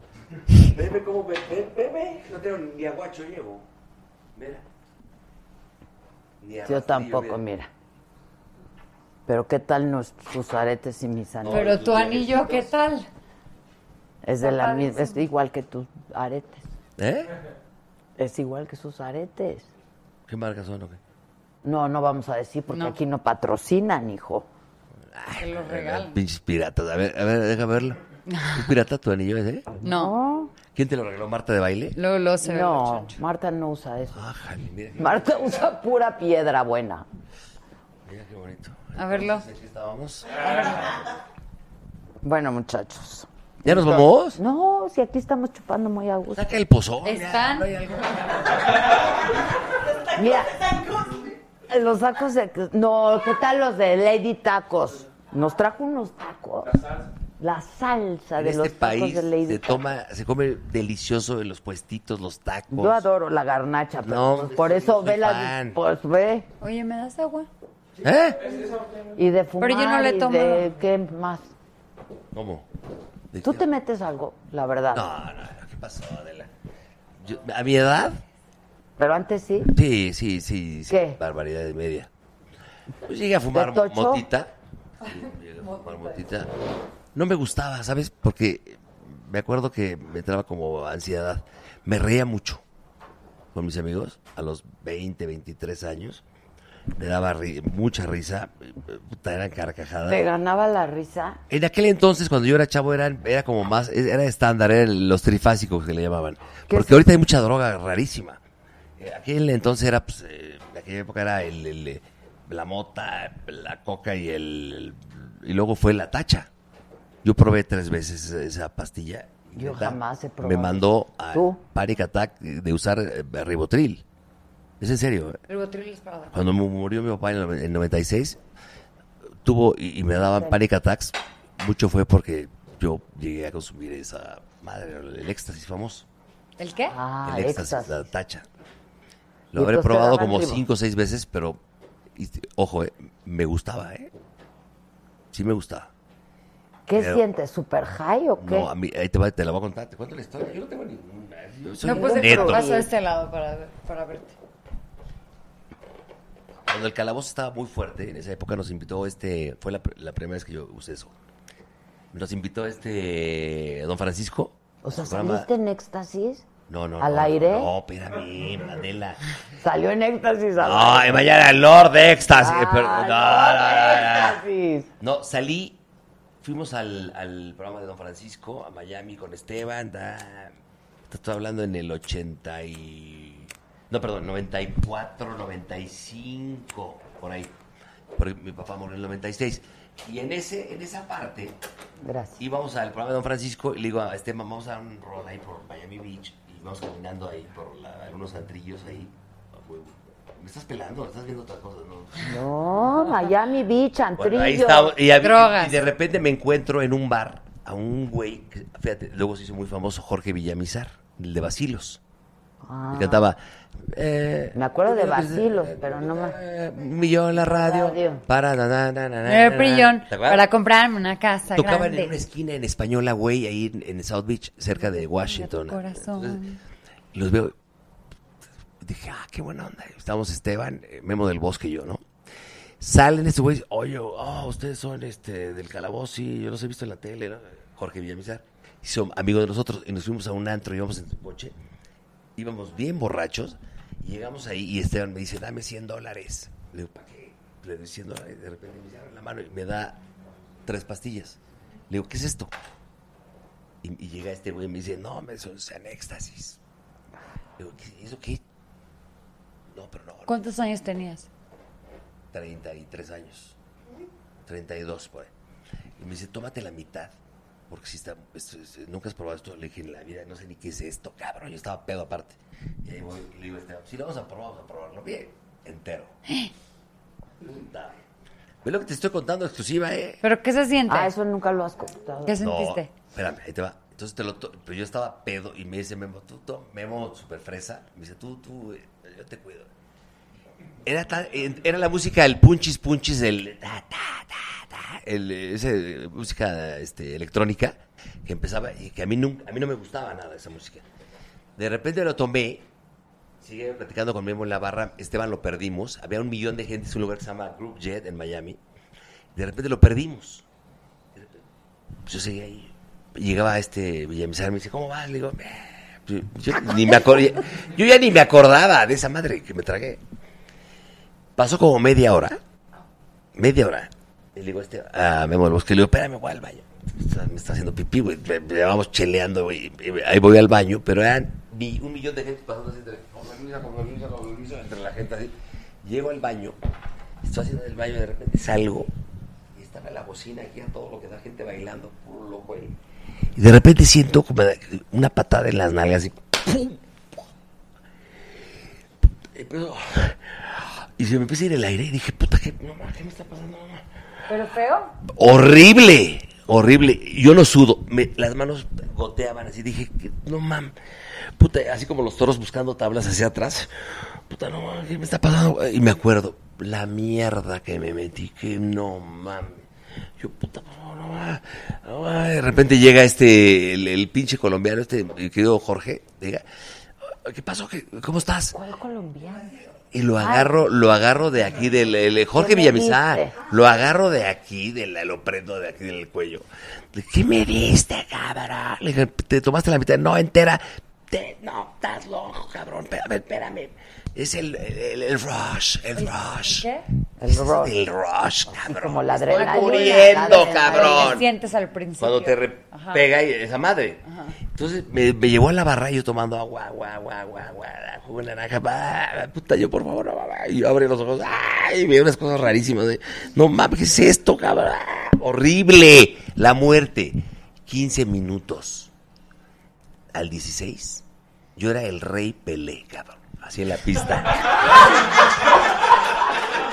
Speaker 16: Bebe, ¿cómo ve? ve- Bebe, no tengo ni aguacho llevo. Mira. Ni
Speaker 1: Yo
Speaker 16: abastillo, mira.
Speaker 1: tampoco, mira. Pero ¿qué tal nos, sus aretes y mis anillos?
Speaker 15: Pero tu anillo, ¿qué tal?
Speaker 1: Es de la misma, es igual que tus aretes.
Speaker 16: ¿Eh?
Speaker 1: Es igual que sus aretes.
Speaker 16: ¿Qué marcas son o qué?
Speaker 1: No, no vamos a decir porque
Speaker 16: No.
Speaker 1: aquí no patrocinan, hijo.
Speaker 15: Que lo regalan.
Speaker 16: Pinches piratas. A ver, a ver, deja verlo. ¿Es pirata tu anillo ese?
Speaker 15: No.
Speaker 16: ¿Quién te lo regaló? ¿Marta de baile?
Speaker 15: Luego lo se ve lo
Speaker 1: no,
Speaker 15: choncho.
Speaker 1: Marta no usa eso.
Speaker 16: Ah, mira.
Speaker 1: Marta usa pura piedra buena.
Speaker 16: Mira qué bonito.
Speaker 15: A verlo.
Speaker 16: Aquí estábamos.
Speaker 1: Bueno, muchachos.
Speaker 16: ¿Ya nos vamos?
Speaker 1: No, si aquí estamos chupando muy a gusto.
Speaker 16: Saca el pozón.
Speaker 15: Están.
Speaker 1: Mira, los tacos de... No, ¿qué tal los de Lady Tacos? Nos trajo unos tacos. La salsa
Speaker 16: En
Speaker 1: de
Speaker 16: este
Speaker 1: los
Speaker 16: país
Speaker 1: tacos de Lady
Speaker 16: se toma, se come delicioso en los puestitos, los tacos.
Speaker 1: Yo adoro la garnacha, pero
Speaker 16: pues. No,
Speaker 1: pues por eso
Speaker 16: soy
Speaker 1: ve la...
Speaker 16: fan.
Speaker 1: Pues ve.
Speaker 15: Oye, ¿me das agua?
Speaker 16: ¿Eh?
Speaker 1: Y de fumar
Speaker 15: yo no le
Speaker 1: y
Speaker 15: tomo.
Speaker 1: de qué más.
Speaker 16: ¿Cómo? ¿De
Speaker 1: Tú
Speaker 16: qué?
Speaker 1: te metes algo, la verdad.
Speaker 16: No, no, no, ¿qué pasó, Adela? Yo- ¿A mi edad?
Speaker 1: Pero antes sí.
Speaker 16: Sí, sí, sí. sí
Speaker 1: ¿Qué?
Speaker 16: Barbaridad de media. Pues llegué a fumar
Speaker 1: ¿De tocho?
Speaker 16: motita. Sí, llegué a fumar motita. No me gustaba, ¿sabes? Porque me acuerdo que me entraba como ansiedad. Me reía mucho con mis amigos a los 20, 23 años. Me daba ri- mucha risa. Puta, eran carcajadas.
Speaker 1: Te ganaba la risa.
Speaker 16: En aquel entonces, cuando yo era chavo, eran, era como más, era estándar, eran los trifásicos que le llamaban. Porque ahorita hay mucha droga rarísima. Eh, Aquel entonces era, pues, eh, en aquella época era el, el, eh, la mota, la coca y el, y luego fue la tacha. Yo probé tres veces esa- esa pastilla.
Speaker 1: Yo
Speaker 16: Neta,
Speaker 1: jamás he probado.
Speaker 16: Me mandó a
Speaker 1: ¿Tú?
Speaker 16: Panic Attack de usar eh, ribotril. Es en serio. eh.
Speaker 15: El botril es para dar.
Speaker 16: Cuando mu- murió mi papá en el en 96, tuvo y, y me daban panic attacks. Mucho fue porque yo llegué a consumir esa madre, el éxtasis famoso.
Speaker 15: ¿El qué?
Speaker 1: Ah,
Speaker 16: el éxtasis,
Speaker 1: éxtasis.
Speaker 16: la tacha.
Speaker 1: Y
Speaker 16: Lo habré
Speaker 1: entonces te
Speaker 16: probado
Speaker 1: daban
Speaker 16: como
Speaker 1: ribo.
Speaker 16: cinco o seis veces, pero y- ojo, eh, me gustaba, ¿eh? Sí me gustaba.
Speaker 1: ¿Qué
Speaker 16: Pero-
Speaker 1: sientes? ¿Super high o qué?
Speaker 16: No, a mí, ahí te, va- te la voy a contar. Te cuento la historia. Yo no tengo ninguna. Yo soy
Speaker 15: No puse
Speaker 16: neto.
Speaker 15: el vaso de este lado para, ver- para verte.
Speaker 16: Cuando el calabozo estaba muy fuerte, en esa época nos invitó este, fue la, pr- la primera vez que yo usé eso. Nos invitó este don Francisco.
Speaker 1: O sea,
Speaker 16: Su programa-
Speaker 1: ¿saliste en éxtasis?
Speaker 16: No, no,
Speaker 1: ¿Al
Speaker 16: no,
Speaker 1: aire?
Speaker 16: No, espérame, Adela.
Speaker 1: Salió en éxtasis. al
Speaker 16: Ay,
Speaker 1: aire.
Speaker 16: mañana Lord Extas.
Speaker 1: Ah,
Speaker 16: Eh, pero-
Speaker 1: Lord
Speaker 16: no, no, no, no,
Speaker 1: Éxtasis.
Speaker 16: No, salí, fuimos al, al programa de don Francisco, a Miami con Esteban. da- te estoy hablando en el 80 y... No, perdón, 94, 95, por ahí. Porque mi papá murió en el 96. Y en, ese, en esa parte
Speaker 1: Gracias.
Speaker 16: íbamos al programa de Don Francisco y le digo a Esteban, vamos a dar un rol ahí por Miami Beach y vamos caminando ahí por la- algunos antrillos ahí. Ah, Me estás pelando, estás viendo otras cosas, ¿no?
Speaker 1: No, Miami Beach, Antrillo.
Speaker 16: Bueno, ahí estaba, y, hab-
Speaker 1: Drogas.
Speaker 16: y de repente me encuentro en un bar a un güey, que, fíjate, luego se hizo muy famoso Jorge Villamizar, el de Basilos.
Speaker 1: Ah,
Speaker 16: que cantaba... eh,
Speaker 1: me acuerdo de
Speaker 16: eh,
Speaker 1: vacilos, pero no más.
Speaker 16: Un millón en la radio. Para, na, na, na, na, na,
Speaker 1: Eh,
Speaker 15: El
Speaker 16: na,
Speaker 15: prillón
Speaker 16: ¿te acuerdas?
Speaker 15: para comprarme una casa
Speaker 16: Tocaban en una
Speaker 15: grande.
Speaker 16: esquina en española, güey, ahí en, en South Beach, cerca de Washington.
Speaker 15: Corazón.
Speaker 16: Los veo. Dije, ah, qué buena onda. Estamos Esteban, eh, Memo del Bosque y yo, ¿no? Salen estos güeyes, oye, oh, ustedes son este del calabozo, sí, yo los he visto en la tele, ¿no? Jorge Villamizar. Y son amigos de nosotros y nos fuimos a un antro, íbamos en su coche, íbamos bien borrachos, y llegamos ahí y Esteban me dice, dame 100 dólares. Le digo, ¿para qué? Le doy 100 dólares, de repente me agarra la mano y me da tres pastillas. Le digo, ¿qué es esto? Y, y llega este güey y me dice, no, me son son éxtasis. Le digo, ¿qué, ¿eso qué? No, pero no,
Speaker 15: ¿Cuántos años tenías?
Speaker 16: 33 años, 32 por ahí. pues. Y me dice, tómate la mitad, porque si está, esto es- nunca has probado esto, le dije en la vida, no sé ni qué es esto, cabrón, yo estaba pedo aparte. Y ahí voy, le digo, a este, si lo vamos a probar, vamos a probarlo bien, entero. Puta. Ve lo que te estoy contando, exclusiva, ¿eh?
Speaker 15: ¿Pero qué se siente?
Speaker 1: Ah, eso nunca lo has contado.
Speaker 15: ¿Qué
Speaker 16: No,
Speaker 15: sentiste?
Speaker 16: espérame, ahí te va. Entonces te lo to- pero yo estaba pedo y me dice Memo, tú, tú, Memo, super fresa. Me dice, tú, tú, eh, yo te cuido. Era, tan- eh, era la música del punchis punchis, el, ta, ta, ta, ta, el, eh, ese, eh, música este, electrónica que empezaba y que a mí, nunca, a mí no me gustaba nada esa música. De repente lo tomé, sigue platicando con Memo en la barra, Esteban lo perdimos, había un millón de gente, es un lugar que se llama Group Jet en Miami, de repente lo perdimos. Pues yo seguía ahí. Llegaba este Villamizar y me dice, ¿cómo vas? Le digo, "Eh". yo, ni me acor- yo ya ni me acordaba de esa madre que me tragué. Pasó como media hora, media hora. Y le digo, este, a Memo del Bosque, le digo, espérame, voy al baño. Está- Me está haciendo pipí, güey. Me- me Vamos cheleando, güey. Y Ahí voy al baño, pero eran vi un millón de gente pasando así entre, con permiso, con permiso, con permiso, entre la gente así. Llego al baño, estoy haciendo el baño y de repente salgo y estaba la bocina aquí a todo lo que da gente bailando, puro loco ahí. Y de repente siento como una patada en las nalgas y ¡pum! Empezó- Y se me empieza a ir el aire y dije, puta, que no mames, ¿qué me está pasando? No mames.
Speaker 15: ¿Pero feo?
Speaker 16: Horrible, horrible. Yo no sudo, me- las manos goteaban así. Dije, que- no mames, puta, así como los toros buscando tablas hacia atrás. Puta, no mames, ¿qué me está pasando? Y me acuerdo, la mierda que me metí, que no mames. Yo, puta, por favor, no mames. no mames. De repente llega este, el, el pinche colombiano, este, el querido Jorge, diga, ¿qué pasó? ¿Qué- ¿Cómo estás?
Speaker 1: ¿Cuál colombiano?
Speaker 16: Y lo agarro, lo agarro de aquí, del el Jorge
Speaker 1: ¿Qué me
Speaker 16: Villamizar.
Speaker 1: diste?
Speaker 16: Lo agarro de aquí, de la- lo prendo de aquí del cuello. Le dije, ¿Qué me diste, cabrón? Ah, Le dije, ¿te tomaste la mitad? No, entera. Te- no, estás loco, cabrón. Espérame, espérame. Es el, el, el rush, el rush.
Speaker 15: ¿Qué?
Speaker 16: El rush. El rush, cabrón. Como
Speaker 1: la adrenalina,
Speaker 16: Estoy muriendo,
Speaker 1: la
Speaker 15: ¿Qué
Speaker 16: cabrón.
Speaker 15: sientes al principio?
Speaker 16: Cuando te re-
Speaker 15: Ajá.
Speaker 16: pega y- esa madre.
Speaker 15: Ajá.
Speaker 16: Entonces me, me llevó a la barra y yo tomando agua, agua, agua, agua, agua, jugo de naranja, pa, puta, yo por favor, no, mamá. Y yo abrí los ojos, ay, y veo unas cosas rarísimas. de, no mames, ¿qué es esto, cabrón? Ah, Horrible, la muerte. 15 minutos. Al 16, yo era el rey Pelé, cabrón. Así en la pista.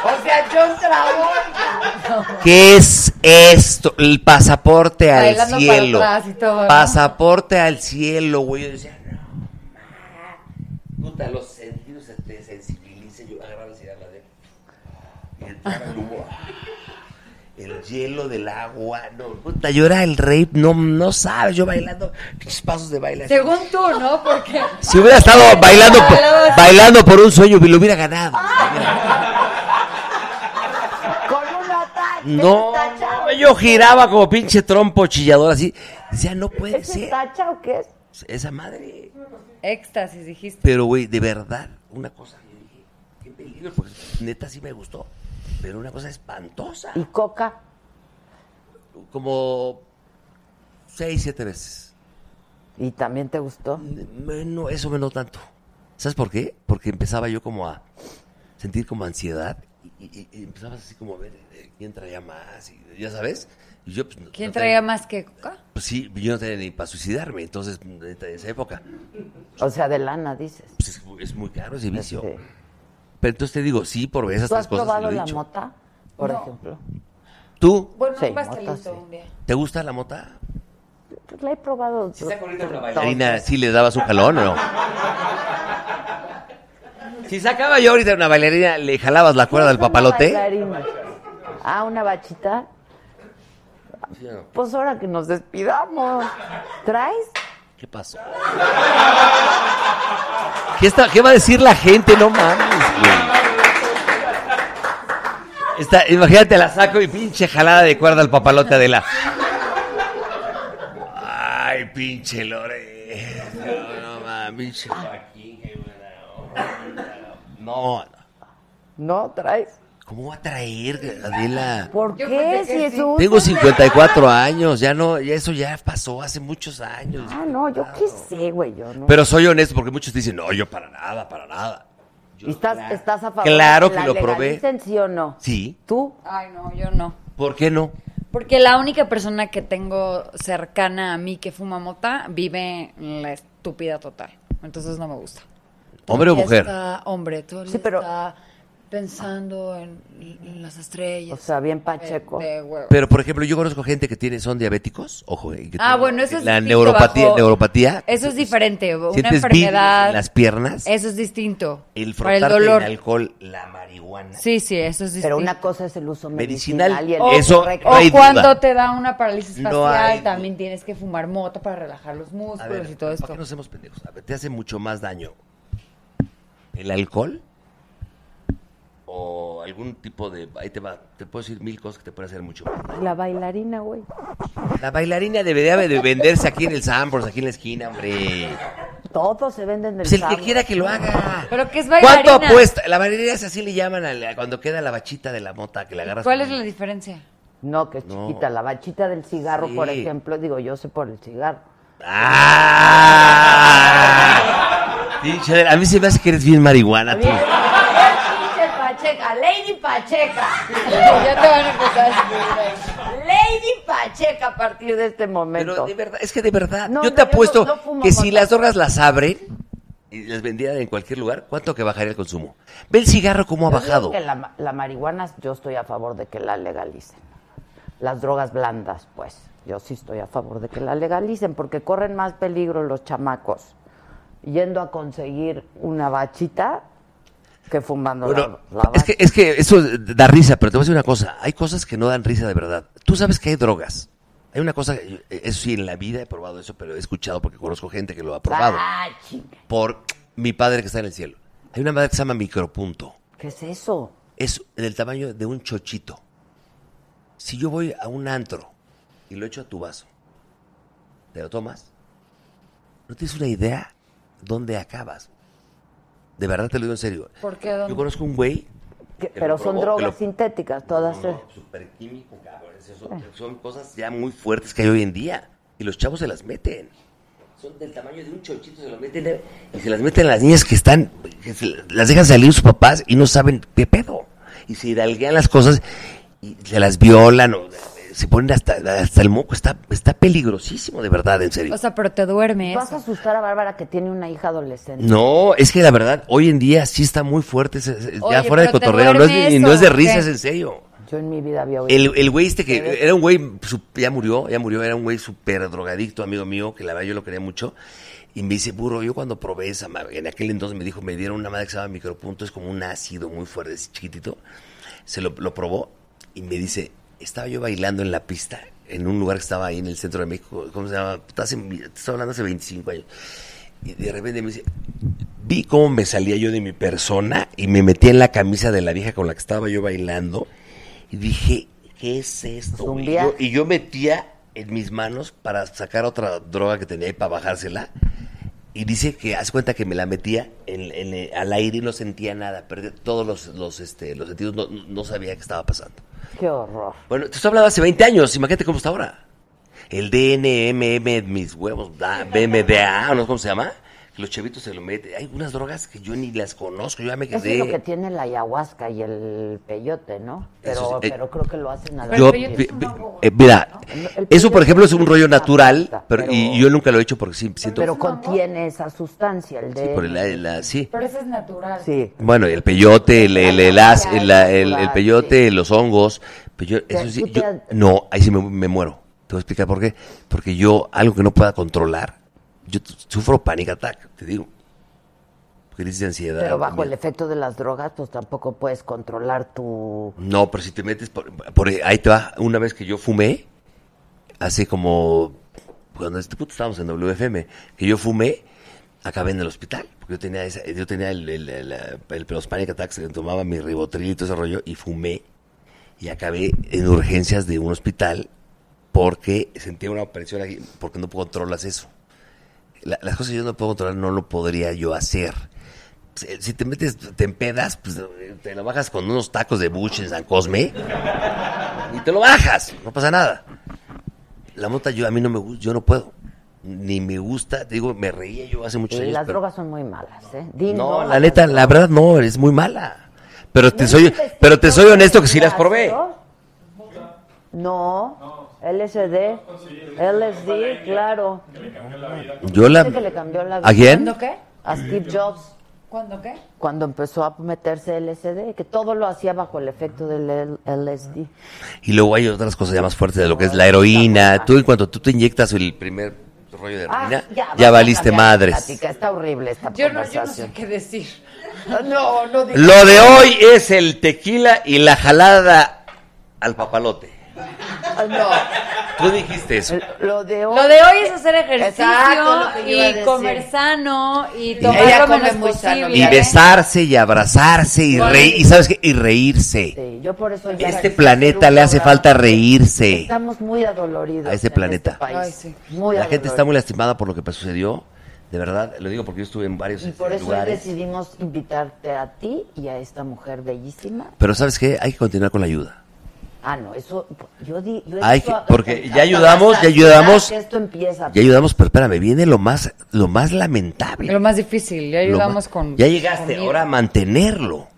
Speaker 1: O sea, John Travolta.
Speaker 16: ¿Qué es esto? El pasaporte al
Speaker 15: Bailando para
Speaker 16: cielo.
Speaker 15: atrás y todo, ¿no?
Speaker 16: Pasaporte al cielo, güey. Yo decía, Puta, los sentidos se te sensibilicen. Yo ah, agarraba el cigarro de. Y entraba el humo. ah, El hielo del agua. Ah, No, puta, yo era el rey. No, no sabes, yo bailando. pinches pasos de baile.
Speaker 15: Según tú, ¿no? Porque...
Speaker 16: Si hubiera estado bailando, por, bailando por un sueño, lo hubiera ganado.
Speaker 1: Con una ataque.
Speaker 16: No, yo giraba como pinche trompo chillador así. Decía, no puede
Speaker 1: ¿Es
Speaker 16: ser
Speaker 1: tacha o qué es?
Speaker 16: esa madre.
Speaker 15: Éxtasis, dijiste.
Speaker 16: Pero, güey, de verdad, una cosa. Yo dije, qué peligro, porque neta sí me gustó. Pero una cosa espantosa.
Speaker 1: ¿Y coca?
Speaker 16: Como seis, siete veces.
Speaker 1: ¿Y también te gustó?
Speaker 16: No, eso me no tanto. ¿Sabes por qué? Porque empezaba yo como a sentir como ansiedad y, y- y empezabas así como a ver eh, quién traía más, y, ya sabes. Y yo, pues, no-
Speaker 15: ¿Quién
Speaker 16: no
Speaker 15: traía
Speaker 16: tenía-
Speaker 15: más que coca?
Speaker 16: Pues sí, yo no tenía ni para suicidarme, entonces, de esa época.
Speaker 1: O sea, de lana, dices. Este.
Speaker 16: Pues es, es muy caro ese vicio. Pero entonces te digo, sí, por esas
Speaker 1: ¿Tú has
Speaker 16: tres cosas.
Speaker 1: probado
Speaker 16: te lo he
Speaker 1: la
Speaker 16: dicho.
Speaker 1: mota? Por
Speaker 15: No.
Speaker 1: ejemplo.
Speaker 16: ¿Tú?
Speaker 15: Bueno,
Speaker 1: Sí,
Speaker 15: un pastelito
Speaker 1: mota, sí.
Speaker 15: un día.
Speaker 16: ¿Te gusta la mota?
Speaker 1: Pues la he probado.
Speaker 16: Karina, ¿sí le dabas un jalón o no? Si sacaba yo ahorita una bailarina, ¿le jalabas la cuerda del
Speaker 1: Una
Speaker 15: Pues,
Speaker 16: papalote?
Speaker 1: bailarina. Ah, una bachita. Pues ahora que nos despidamos. ¿Traes?
Speaker 16: ¿Qué pasó? ¿Qué, está- qué va a decir la gente? No mames, güey. Está- imagínate, la saco y pinche jalada de cuerda al papalote de la... Ay, pinche Lore. No, no mames, pinche Joaquín. qué buena onda. No, no.
Speaker 1: No, traes.
Speaker 16: ¿Cómo va a traer, Adela?
Speaker 1: ¿Por
Speaker 15: Yo
Speaker 1: qué?
Speaker 15: pensé
Speaker 1: Si
Speaker 15: que
Speaker 1: es
Speaker 15: sí.
Speaker 1: un.
Speaker 16: Tengo 54 años, ya no, ya eso ya pasó hace muchos años.
Speaker 1: Ah, no, yo qué sé, güey. Yo no.
Speaker 16: Pero soy honesto porque muchos dicen, no, yo para nada, para nada.
Speaker 1: ¿Estás, estás a favor?
Speaker 16: Claro
Speaker 1: de
Speaker 16: que
Speaker 1: la
Speaker 16: lo probé.
Speaker 1: legalicen, sí o no?
Speaker 16: Sí.
Speaker 1: ¿Tú?
Speaker 15: Ay, no, yo no.
Speaker 16: ¿Por qué no?
Speaker 15: Porque la única persona que tengo cercana a mí que fuma mota vive en la estúpida total. Entonces no me gusta.
Speaker 16: ¿Hombre o
Speaker 15: Ya
Speaker 16: mujer?
Speaker 15: Está, hombre, todo el día está pensando en, en las estrellas.
Speaker 1: O sea, bien pacheco.
Speaker 15: De- de huevo.
Speaker 16: Pero, por ejemplo, yo conozco gente que tiene, son diabéticos, ojo, y que
Speaker 15: Ah,
Speaker 16: tienen
Speaker 15: bueno, eso es
Speaker 16: la
Speaker 15: distinto
Speaker 16: neuropatía,
Speaker 15: bajo-
Speaker 16: neuropatía, pues,
Speaker 15: Eso es diferente. Una
Speaker 16: ¿Sientes
Speaker 15: enfermedad.
Speaker 16: vid en las piernas?
Speaker 15: Eso es distinto.
Speaker 16: el
Speaker 15: Para el
Speaker 16: frotarte el,
Speaker 15: dolor.
Speaker 16: alcohol, la marihuana.
Speaker 15: Sí, sí, eso es
Speaker 1: Pero
Speaker 15: distinto.
Speaker 1: una cosa es el uso
Speaker 16: Medicinal,
Speaker 1: medicinal, y el
Speaker 16: o- eso
Speaker 1: correcto.
Speaker 16: no hay
Speaker 15: O cuando
Speaker 16: duda.
Speaker 15: te da una parálisis
Speaker 16: No
Speaker 15: facial,
Speaker 16: hay
Speaker 15: también tienes que fumar mota para relajar los músculos
Speaker 16: A ver,
Speaker 15: y todo
Speaker 16: ¿para
Speaker 15: esto.
Speaker 16: qué nos hacemos pendejos? A ver, ¿te hace mucho más daño el alcohol o algún tipo de... Ahí te va, te puedo decir mil cosas que te pueden hacer mucho más daño.
Speaker 1: La bailarina, güey.
Speaker 16: La bailarina debería de venderse aquí en el Sambors, aquí en la esquina, hombre.
Speaker 1: Todo se vende en el
Speaker 16: Pues el que
Speaker 1: Sambo.
Speaker 16: quiera que lo haga.
Speaker 15: ¿Pero qué es bailarina?
Speaker 16: ¿Cuánto apuesta? La bailarina es así le llaman a la- cuando queda la bachita de la mota que la agarras.
Speaker 15: ¿Cuál
Speaker 16: con-
Speaker 15: es la diferencia?
Speaker 1: No, que es
Speaker 16: No.
Speaker 1: chiquita. La bachita del cigarro,
Speaker 16: Sí.
Speaker 1: por ejemplo. Digo, yo sé por el cigarro.
Speaker 16: Pinche de- A mí se me hace que eres bien marihuana, tú.
Speaker 1: Pinche Pacheca, Lady Pacheca.
Speaker 15: Ya te van a empezar a escribir
Speaker 1: Lady Pacheca a partir de este momento.
Speaker 16: Pero de verdad, es que de verdad,
Speaker 1: No,
Speaker 16: yo
Speaker 1: no,
Speaker 16: te apuesto
Speaker 1: no- no fumo
Speaker 16: que si
Speaker 1: mota.
Speaker 16: las drogas las abren y las vendieran en cualquier lugar, ¿cuánto que bajaría el consumo? Ve el cigarro cómo ha
Speaker 1: Yo digo
Speaker 16: bajado.
Speaker 1: que la, ma- la marihuana, yo estoy a favor de que la legalicen. Las drogas blandas, pues. Yo sí estoy a favor de que la legalicen, porque corren más peligro los chamacos yendo a conseguir una bachita que fumando la-
Speaker 16: Bueno,
Speaker 1: la,
Speaker 16: es que, es que eso da risa, pero te voy a decir una cosa. Hay cosas que no dan risa de verdad. Tú sabes que hay drogas. Hay una cosa, eh, eso sí, en la vida he probado eso, pero he escuchado porque conozco gente que lo ha probado.
Speaker 1: Ah, chinga.
Speaker 16: Por mi padre que está en el cielo. Hay una madre que se llama micropunto.
Speaker 1: ¿Qué es eso?
Speaker 16: Es del tamaño de un chochito. Si yo voy a un antro y lo echo a tu vaso, ¿te lo tomas? No tienes una idea dónde acabas. De verdad te lo digo en serio.
Speaker 15: ¿Por qué?
Speaker 16: Yo
Speaker 15: ¿Dónde?
Speaker 16: conozco un güey
Speaker 1: Que-
Speaker 16: que
Speaker 1: pero
Speaker 16: lo
Speaker 1: son
Speaker 16: probó, que
Speaker 1: drogas
Speaker 16: lo-
Speaker 1: sintéticas, todas.
Speaker 16: No, no, superquímico, cabrón. Esas
Speaker 15: Eh.
Speaker 16: Son, son cosas ya muy fuertes que hay hoy en día. Y los chavos se las meten. Son del tamaño de un chochito, se las meten. de- Y se las meten a las niñas que están. que se- las dejan salir sus papás y no saben qué pedo. Y se hidalguean las cosas y se las violan o se ponen hasta, hasta el moco. Está, está peligrosísimo, de verdad, en serio.
Speaker 15: O sea, pero te duerme
Speaker 1: Vas a asustar a Bárbara que tiene una hija adolescente.
Speaker 16: No, es que la verdad, hoy en día sí está muy fuerte. ese- ese- ya
Speaker 1: Oye,
Speaker 16: fuera de
Speaker 1: pero te
Speaker 16: cotorreo, no es,
Speaker 1: duerme
Speaker 16: ni-
Speaker 1: eso,
Speaker 16: no es de
Speaker 1: ¿o qué?
Speaker 16: risas, en serio.
Speaker 1: Yo en mi vida había oído.
Speaker 16: El, el güey este que era un güey, su- ya murió, ya murió, era un güey súper drogadicto, amigo mío, que la verdad yo lo quería mucho. Y me dice, burro, yo cuando probé esa madre, en aquel entonces me dijo, me dieron una madre que se llama micropunto, es como un ácido muy fuerte, así chiquitito. Se lo, lo probó y me dice, estaba yo bailando en la pista, en un lugar que estaba ahí en el centro de México, ¿cómo se llama? Puta, hace- te estoy hablando hace 25 años. Y de repente me dice, vi cómo me salía yo de mi persona y me metí en la camisa de la vieja con la que estaba yo bailando y dije, ¿qué es esto? güey?". Y yo, y yo metía en mis manos para sacar otra droga que tenía y para bajársela. Y dice que haz cuenta que me la metía en- en, eh, al aire y no sentía nada, perdí todos los, los, este, los sentidos, no, no sabía qué estaba pasando.
Speaker 1: Qué horror.
Speaker 16: Bueno, te estoy hablando hace 20 años, imagínate cómo está ahora. El DNMM, mis huevos, da- BMDA, no sé cómo se llama. Los chevitos se lo meten. Hay unas drogas que yo ni las conozco, yo ya me
Speaker 1: Eso
Speaker 16: quedé.
Speaker 1: es lo que tiene la ayahuasca y el peyote, ¿no? Pero,
Speaker 16: Eso sí, eh,
Speaker 1: pero creo que lo hacen a la
Speaker 16: Yo,
Speaker 1: vez.
Speaker 16: vi- vi- eh, mira, eso por ejemplo es un rollo natural, pero,
Speaker 1: pero-
Speaker 16: y yo nunca lo he hecho porque sí siento.
Speaker 1: Pero contiene esa sustancia, el de...
Speaker 16: sí, por la- la- sí.
Speaker 15: Pero eso es natural.
Speaker 1: Sí.
Speaker 16: Bueno, el peyote, el, el, el as- el- el- el peyote, los hongos. Pero yo- eso sí,
Speaker 1: tú te
Speaker 16: yo-
Speaker 1: has-
Speaker 16: no, ahí sí me, me muero. Te voy a explicar por qué. Porque yo, algo que no pueda controlar, yo t- sufro panic attack, te digo. Crisis de ansiedad.
Speaker 1: Pero bajo
Speaker 16: miedo.
Speaker 1: el efecto de las drogas, pues tampoco puedes controlar tu...
Speaker 16: No, pero si te metes por, por- ahí te va. Una vez que yo fumé, hace como cuando este puto estábamos en WFM, que yo fumé, acabé en el hospital porque yo tenía esa- yo tenía el, el, el, el- los panic attacks, tomaba mi ribotril y todo ese rollo y fumé y acabé en urgencias de un hospital porque sentía una presión aquí porque no controlas eso. La- las cosas que yo no puedo controlar no lo podría yo hacer. Si, si te metes, te empedas, pues te lo bajas con unos tacos de buche en San Cosme y te lo bajas, no pasa nada. La mota yo a mí no me gusta, yo no puedo. ni me gusta, te digo, me reía yo hace muchos
Speaker 1: Y
Speaker 16: años.
Speaker 1: las
Speaker 16: pero-
Speaker 1: drogas son muy malas, ¿eh? Di
Speaker 16: no,
Speaker 1: a
Speaker 16: la neta, la verdad no, es muy mala. Pero te
Speaker 1: No
Speaker 16: soy,
Speaker 1: inventes,
Speaker 16: pero te soy honesto que sí las
Speaker 1: ¿Las
Speaker 16: probé.
Speaker 1: dos? No, LSD, LSD, claro.
Speaker 16: Yo la-
Speaker 1: Dice que le cambió la vida.
Speaker 16: ¿A quién?
Speaker 1: ¿Cuándo qué? A Steve Jobs.
Speaker 15: ¿Cuándo qué?
Speaker 1: Cuando empezó a meterse LSD, que todo lo hacía bajo el efecto del L- LSD.
Speaker 16: Y luego hay otras cosas ya más fuertes de lo que es la heroína. Tú en cuanto tú te inyectas el primer rollo de
Speaker 1: Ah,
Speaker 16: heroína, ya,
Speaker 1: vamos a
Speaker 16: valiste
Speaker 1: cambiar la
Speaker 16: madres.
Speaker 1: plática, Está horrible esta
Speaker 15: Yo no, yo no
Speaker 1: conversación.
Speaker 15: sé qué decir.
Speaker 1: No, no digas.
Speaker 16: Lo de hoy es el tequila y la jalada al papalote. Tú dijiste eso.
Speaker 1: Ah, Lo de hoy,
Speaker 15: Lo de hoy es hacer ejercicio
Speaker 1: Exacto, lo que yo iba a
Speaker 15: y
Speaker 1: decir.
Speaker 15: comer sano y
Speaker 1: Ella
Speaker 15: tomar lo
Speaker 1: come
Speaker 15: menos
Speaker 1: muy sano,
Speaker 15: posible.
Speaker 16: Y besarse y abrazarse y
Speaker 1: Bueno.
Speaker 16: reír. ¿Y sabes qué? Y reírse.
Speaker 1: Sí, yo por eso ya-
Speaker 16: Este planeta le hace falta reírse
Speaker 1: Estamos muy adoloridos.
Speaker 16: a este planeta.
Speaker 1: país. Muy
Speaker 16: La gente
Speaker 1: adoloridos.
Speaker 16: está muy lastimada por lo que sucedió. De verdad, lo digo porque yo estuve en varios
Speaker 1: Y por eso hoy
Speaker 16: lugares.
Speaker 1: decidimos invitarte a ti y a esta mujer bellísima.
Speaker 16: Pero ¿sabes qué? Hay que continuar con la ayuda.
Speaker 1: Ah, no, eso yo di. yo he
Speaker 16: Hay
Speaker 1: dicho
Speaker 16: que-
Speaker 1: a-
Speaker 16: porque
Speaker 1: a-
Speaker 16: ya
Speaker 1: a-
Speaker 16: ayudamos,
Speaker 1: a-
Speaker 16: ya ayudamos.
Speaker 1: que Esto empieza.
Speaker 16: Ya ayudamos, pero espérame, viene lo más, lo más lamentable.
Speaker 15: Lo más difícil, ya
Speaker 16: Lo
Speaker 15: ayudamos
Speaker 16: más-
Speaker 15: con.
Speaker 16: Ya llegaste,
Speaker 15: comida.
Speaker 16: ahora a mantenerlo.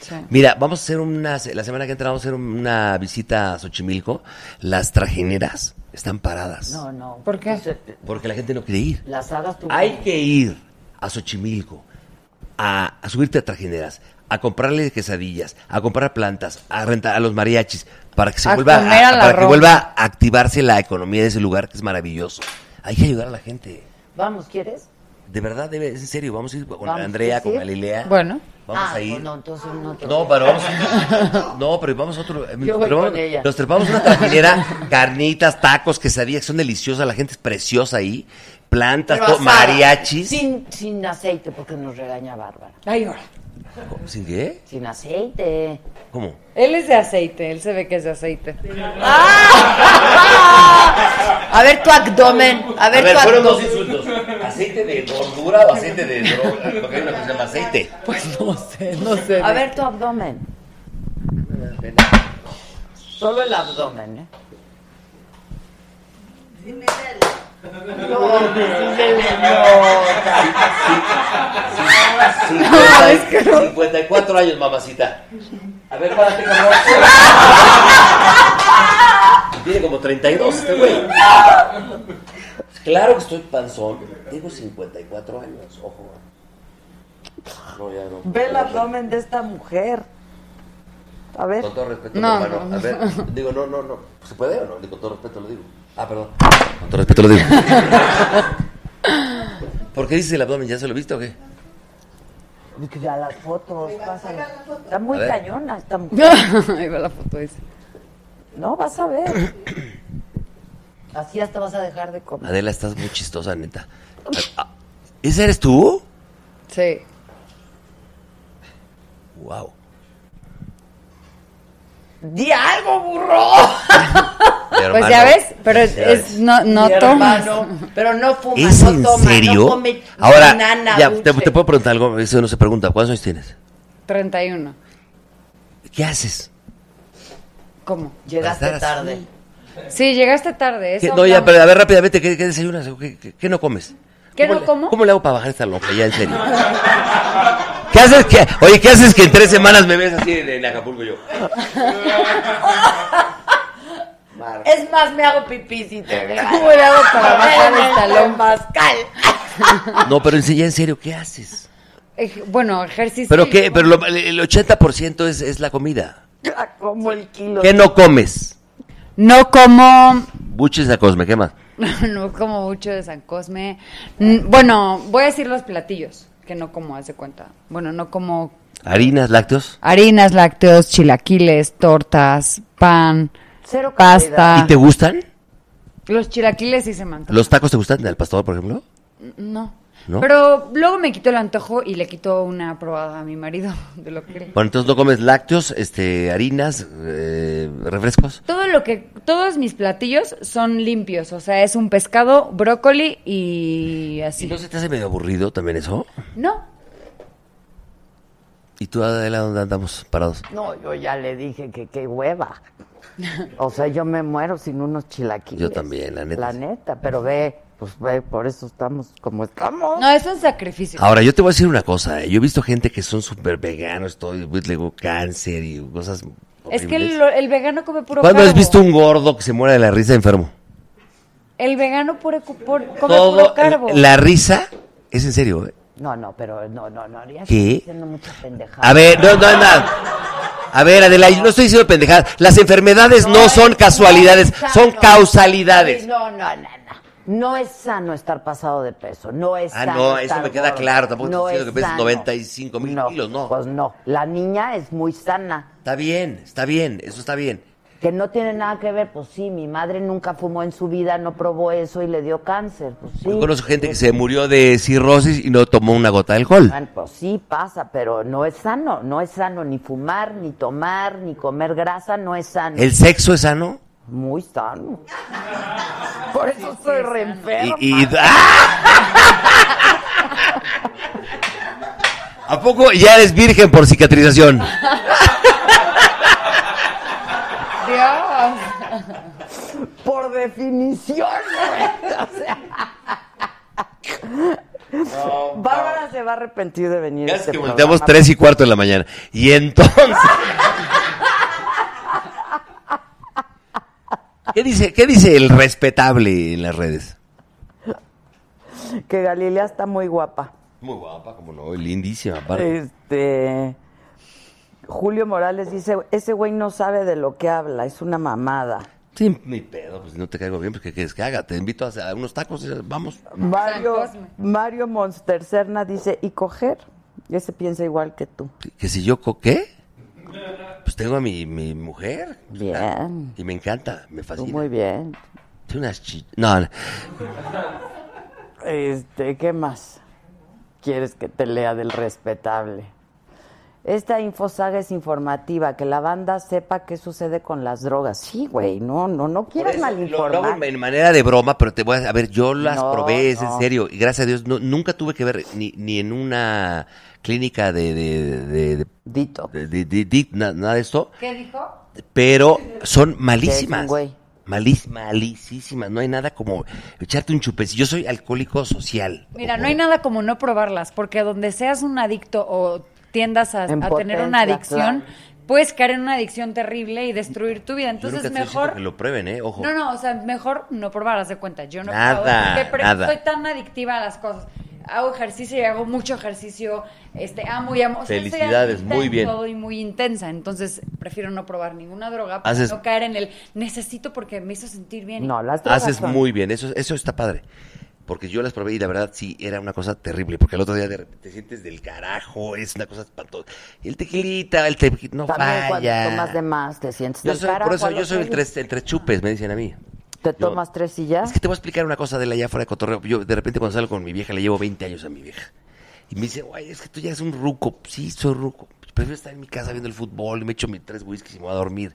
Speaker 15: Sí.
Speaker 16: Mira, vamos a hacer una. La semana que entra vamos a hacer una visita a Xochimilco. Las trajineras están paradas.
Speaker 1: No, no.
Speaker 15: ¿Por qué?
Speaker 16: Porque la gente no quiere ir.
Speaker 1: Las hagas tú.
Speaker 16: Hay que ir a Xochimilco, a, a subirte a trajineras, a comprarle quesadillas, a comprar plantas, a rentar a los mariachis, para que se
Speaker 15: A
Speaker 16: vuelva
Speaker 15: comer a la
Speaker 16: para que
Speaker 15: Roma.
Speaker 16: vuelva a activarse la economía de ese lugar que es maravilloso. Hay que ayudar a la gente.
Speaker 1: Vamos, ¿quieres?
Speaker 16: De verdad, debe, es en serio. Vamos a ir con
Speaker 1: Vamos,
Speaker 16: Andrea,
Speaker 1: ¿sí?
Speaker 16: con Galilea.
Speaker 1: Bueno.
Speaker 16: Vamos
Speaker 1: Ah,
Speaker 16: a ir.
Speaker 1: pues No, entonces no te-
Speaker 16: No, pero vamos. No, pero vamos a otro. eh,
Speaker 1: Yo voy
Speaker 16: pero vamos-
Speaker 1: con ella.
Speaker 16: Nos trepamos una trajinera, carnitas, tacos, quesadillas, son deliciosas, la gente es preciosa ahí. Plantas,
Speaker 1: Pero
Speaker 16: todo,
Speaker 1: asada,
Speaker 16: mariachis.
Speaker 1: Sin, sin aceite, porque nos regaña Bárbara.
Speaker 15: Ay, ahora.
Speaker 16: ¿Cómo? ¿Sin qué?
Speaker 1: Sin aceite.
Speaker 16: ¿Cómo?
Speaker 15: Él es de aceite, él se ve que es de aceite.
Speaker 1: A ver tu abdomen. A ver, tu
Speaker 16: fueron dos
Speaker 1: abdomen.
Speaker 16: insultos. ¿Aceite de gordura o aceite de droga? Porque hay una cosa que se llama aceite.
Speaker 15: Pues no sé, no sé.
Speaker 1: A ver tu abdomen. Solo el abdomen, ¿eh? No,
Speaker 16: No, es que 54 años, mamacita. A ver, párate, cabrón. Tiene como 32 este güey. Claro que estoy panzón. Tengo 54 años, ojo. No, ya no.
Speaker 1: Ve el abdomen de esta mujer. A ver.
Speaker 16: Con todo respeto,
Speaker 1: No,
Speaker 16: mi hermano.
Speaker 1: no.
Speaker 16: A ver, digo, no, no, no. ¿Se puede o no? Digo, con todo respeto lo digo. Ah, perdón. Con todo respeto lo digo. ¿Por qué dices el abdomen? ¿Ya se lo viste o qué?
Speaker 1: Ya las fotos, pásala. Está muy
Speaker 16: A ver.
Speaker 1: cañona esta mujer.
Speaker 15: Ahí va la foto dice.
Speaker 1: No, vas a ver. Así hasta vas a dejar de comer.
Speaker 16: Adela, estás muy chistosa, neta. Ah, ¿Ese eres tú?
Speaker 15: Sí.
Speaker 16: Wow.
Speaker 1: ¡Di algo, burro!
Speaker 15: Pues ya ves, pero es, es- no, no
Speaker 1: Mi
Speaker 15: tomas.
Speaker 1: hermano, pero no fuma,
Speaker 16: ¿Es
Speaker 1: no
Speaker 16: en
Speaker 1: toma,
Speaker 16: serio?
Speaker 1: no come
Speaker 16: Ahora,
Speaker 1: banana,
Speaker 16: ya, te,
Speaker 1: dulce.
Speaker 16: te puedo preguntar algo, eso no se pregunta. ¿Cuántos años tienes?
Speaker 15: 31.
Speaker 16: ¿Qué haces?
Speaker 15: ¿Cómo?
Speaker 16: Llegaste tarde.
Speaker 15: Sí, llegaste tarde.
Speaker 16: ¿Qué-
Speaker 15: Eso
Speaker 16: no, ya,
Speaker 15: hablamos.
Speaker 16: pero a ver rápidamente, ¿qué, qué desayunas? ¿Qué, qué, qué no comes?
Speaker 15: ¿Qué no
Speaker 16: le-
Speaker 15: como?
Speaker 16: ¿Cómo le hago para bajar esta loca? Ya, en serio. ¿Qué haces? que- oye, ¿qué haces que en tres semanas me ves así en, en Acapulco yo?
Speaker 1: Es más, me hago pipí si te veo.
Speaker 15: ¿Cómo le hago para bajar el talón?
Speaker 1: Pascal.
Speaker 16: No, pero en, se- ya en serio, ¿qué haces?
Speaker 15: Ej- Bueno, ejercicio.
Speaker 16: ¿Pero qué? Pero lo- el 80% es, es la comida.
Speaker 15: Ah,
Speaker 1: Como el kilo.
Speaker 16: ¿Qué no comes?
Speaker 15: No como.
Speaker 16: Buches de Cosme, ¿qué más?
Speaker 15: No como mucho de San Cosme. Mm, Bueno, voy a decir los platillos que no como, haz de cuenta. Bueno, no como
Speaker 16: Harinas, lácteos.
Speaker 15: harinas, lácteos, chilaquiles, tortas, pan,
Speaker 1: Cero
Speaker 15: pasta.
Speaker 16: ¿Y te gustan?
Speaker 15: Los chilaquiles sí se mandan.
Speaker 16: ¿Los tacos te gustan del pastor, por ejemplo?
Speaker 15: No.
Speaker 16: ¿No?
Speaker 15: Pero luego me quito el antojo y le quito una probada a mi marido de lo que
Speaker 16: Bueno, entonces no comes lácteos, este, harinas, eh, refrescos.
Speaker 15: Todo lo que todos mis platillos son limpios, o sea, es un pescado, brócoli y así.
Speaker 16: ¿No se te hace medio aburrido también eso?
Speaker 15: No,
Speaker 16: ¿Y tú, Adela, dónde andamos parados?
Speaker 1: No, yo ya le dije que qué hueva. O sea, yo me muero sin unos chilaquiles.
Speaker 16: Yo también, la neta.
Speaker 1: La neta, pero ve, Pues ve, por eso estamos como estamos.
Speaker 15: No, es un sacrificio.
Speaker 16: Ahora, yo te voy a decir una cosa. ¿eh? Yo he visto gente que son súper veganos, todo, y pues, le digo cáncer y cosas.
Speaker 15: Es que
Speaker 16: horribles.
Speaker 15: el, el vegano come puro
Speaker 16: ¿Cuándo has
Speaker 15: carbo.
Speaker 16: visto un gordo que se muera de la risa enfermo?
Speaker 15: El vegano puro, cu- por- come puro carbo.
Speaker 16: La risa es en serio. ¿eh?
Speaker 1: No, no, pero no, no, no. Ya
Speaker 16: ¿Qué?
Speaker 1: estás haciendo mucha pendejada.
Speaker 16: A ver, no, no, no. A ver, Adela, yo no estoy diciendo pendejadas. Las enfermedades no, son casualidades, son
Speaker 1: Sano.
Speaker 16: causalidades.
Speaker 1: Sí, No, no, no, no. No es sano estar pasado de peso. No es
Speaker 16: Ah,
Speaker 1: sano.
Speaker 16: no, eso
Speaker 1: estar
Speaker 16: me queda
Speaker 1: gordo.
Speaker 16: claro. Tampoco
Speaker 1: no
Speaker 16: estoy diciendo que
Speaker 1: es
Speaker 16: pesas
Speaker 1: sano.
Speaker 16: 95 mil kilos, no. Pues
Speaker 1: no, la niña es muy sana.
Speaker 16: Está bien, está bien, eso está bien.
Speaker 1: Que no tiene nada que ver, pues sí, mi madre nunca fumó en su vida, no probó eso y le dio cáncer. Pues sí.
Speaker 16: Yo conozco gente que se murió de cirrosis y no tomó una gota de alcohol.
Speaker 1: Bueno, pues sí, pasa, pero no es sano. No es sano ni fumar, ni tomar, ni comer grasa, no es sano.
Speaker 16: ¿El sexo es sano?
Speaker 1: Muy sano. Por eso soy re enferma.
Speaker 16: Y, y- ¡Ah! ¿A poco ya eres virgen por cicatrización?
Speaker 1: Dios. Por definición. güey. O sea. Bárbara se va a arrepentir de venir. a este
Speaker 16: que
Speaker 1: programa.
Speaker 16: volteamos 3 y cuarto de la mañana. Y entonces. ¿Qué dice, ¿Qué dice el respetable en las redes?
Speaker 1: Que Galilea está muy guapa.
Speaker 16: Muy guapa, como no, lindísima.
Speaker 1: Este. Julio Morales dice: Ese güey no sabe de lo que habla, es una mamada.
Speaker 16: Sí, mi pedo, pues si no te caigo bien, pues ¿qué quieres que haga? Te invito a, a unos tacos, eh, vamos.
Speaker 1: Mario, Mario Monster Serna dice: ¿Y coger? Ese piensa igual que tú.
Speaker 16: Que si yo coqué, pues tengo a mi, mi mujer.
Speaker 1: Bien. Pues,
Speaker 16: Y me encanta, me fascina.
Speaker 1: Muy bien.
Speaker 16: Tiene unas chi- No, no.
Speaker 1: Este, ¿qué más quieres que te lea del respetable? Esta infosaga es informativa, que la banda sepa qué sucede con las drogas. Sí, güey, no, no, no quieres
Speaker 16: Lo, lo hago
Speaker 1: malinformar.
Speaker 16: en manera de broma, pero te voy a... A ver, yo las
Speaker 1: No,
Speaker 16: probé, es
Speaker 1: no.
Speaker 16: en serio. Y gracias a Dios, no- nunca tuve que ver ni, ni en una clínica de... de, de, de- de- de- de- de- na- nada de esto.
Speaker 15: ¿Qué dijo?
Speaker 16: Pero son
Speaker 1: Que es un
Speaker 16: malísimas.
Speaker 1: güey.
Speaker 16: Malís, malísimas. No hay nada como echarte un chupecito. Yo soy alcohólico social.
Speaker 15: Mira, no hay nada como no probarlas, porque donde seas un adicto o tiendas a,
Speaker 16: En
Speaker 15: a tener una
Speaker 16: potencia,
Speaker 15: adicción, puedes caer en una adicción terrible y destruir tu vida.
Speaker 16: Yo nunca
Speaker 15: Entonces,
Speaker 16: estoy diciendo
Speaker 15: mejor.
Speaker 16: que lo prueben, ¿eh? Ojo.
Speaker 15: No, no, o sea, mejor no probar, haz de cuenta. Yo no
Speaker 16: Nada,
Speaker 15: probaba, porque pre-
Speaker 16: nada.
Speaker 15: soy tan adictiva a las cosas. Hago ejercicio y hago mucho ejercicio. Este, amo y amo. o sea, soy
Speaker 16: Felicidades,
Speaker 15: adicta
Speaker 16: muy
Speaker 15: en
Speaker 16: bien.
Speaker 15: Todo y muy intensa. Entonces, prefiero no probar ninguna droga para
Speaker 16: Haces-
Speaker 15: no caer en el necesito porque me hizo sentir bien.
Speaker 1: No, las
Speaker 16: Haces muy bien, eso, eso está padre. Porque yo las probé y la verdad sí era una cosa terrible. Porque el otro día de repente te sientes del carajo, es una cosa espantosa. El tequilita, el tequilita, no
Speaker 1: También cuando
Speaker 16: falla.
Speaker 1: tomas de más, te sientes
Speaker 16: Yo
Speaker 1: del
Speaker 16: soy-
Speaker 1: carajo
Speaker 16: por
Speaker 1: a
Speaker 16: eso yo
Speaker 1: los
Speaker 16: soy el
Speaker 1: güeyes.
Speaker 16: tres, el tres chupes, me dicen a mí.
Speaker 1: ¿Te tomas tres y ya?
Speaker 16: Es que te voy a explicar una cosa de la ya fuera de cotorreo. Yo de repente cuando salgo con mi vieja, le llevo 20 años a mi vieja. Y me dice, güey, es que tú ya eres un ruco. Sí, soy ruco. Pues, Prefiero estar en mi casa viendo el fútbol, me echo mis tres whiskies y me voy a dormir.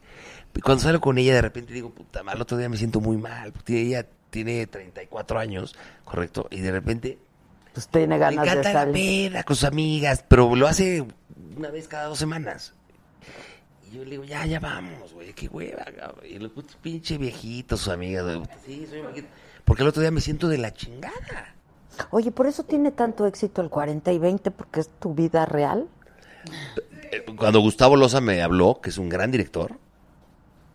Speaker 16: Y cuando salgo con ella, de repente digo, puta, mal, otro día me siento muy mal. porque ella tiene 34 años, ¿correcto? Y de repente
Speaker 1: Pues tiene ganas
Speaker 16: le
Speaker 1: de
Speaker 16: encanta la
Speaker 1: salir.
Speaker 16: peda con sus amigas, pero lo hace una vez cada dos semanas. Y yo le digo, ya, ya vamos, güey, qué hueva. cabrón. Y los putos pinche viejitos, sus amigas, güey. Sí, soy un viejito. Porque el otro día me siento de la chingada.
Speaker 1: Oye, por eso tiene tanto éxito el 40 y 20, porque es tu vida real.
Speaker 16: Eh, Cuando Gustavo Loza me habló, que es un gran director,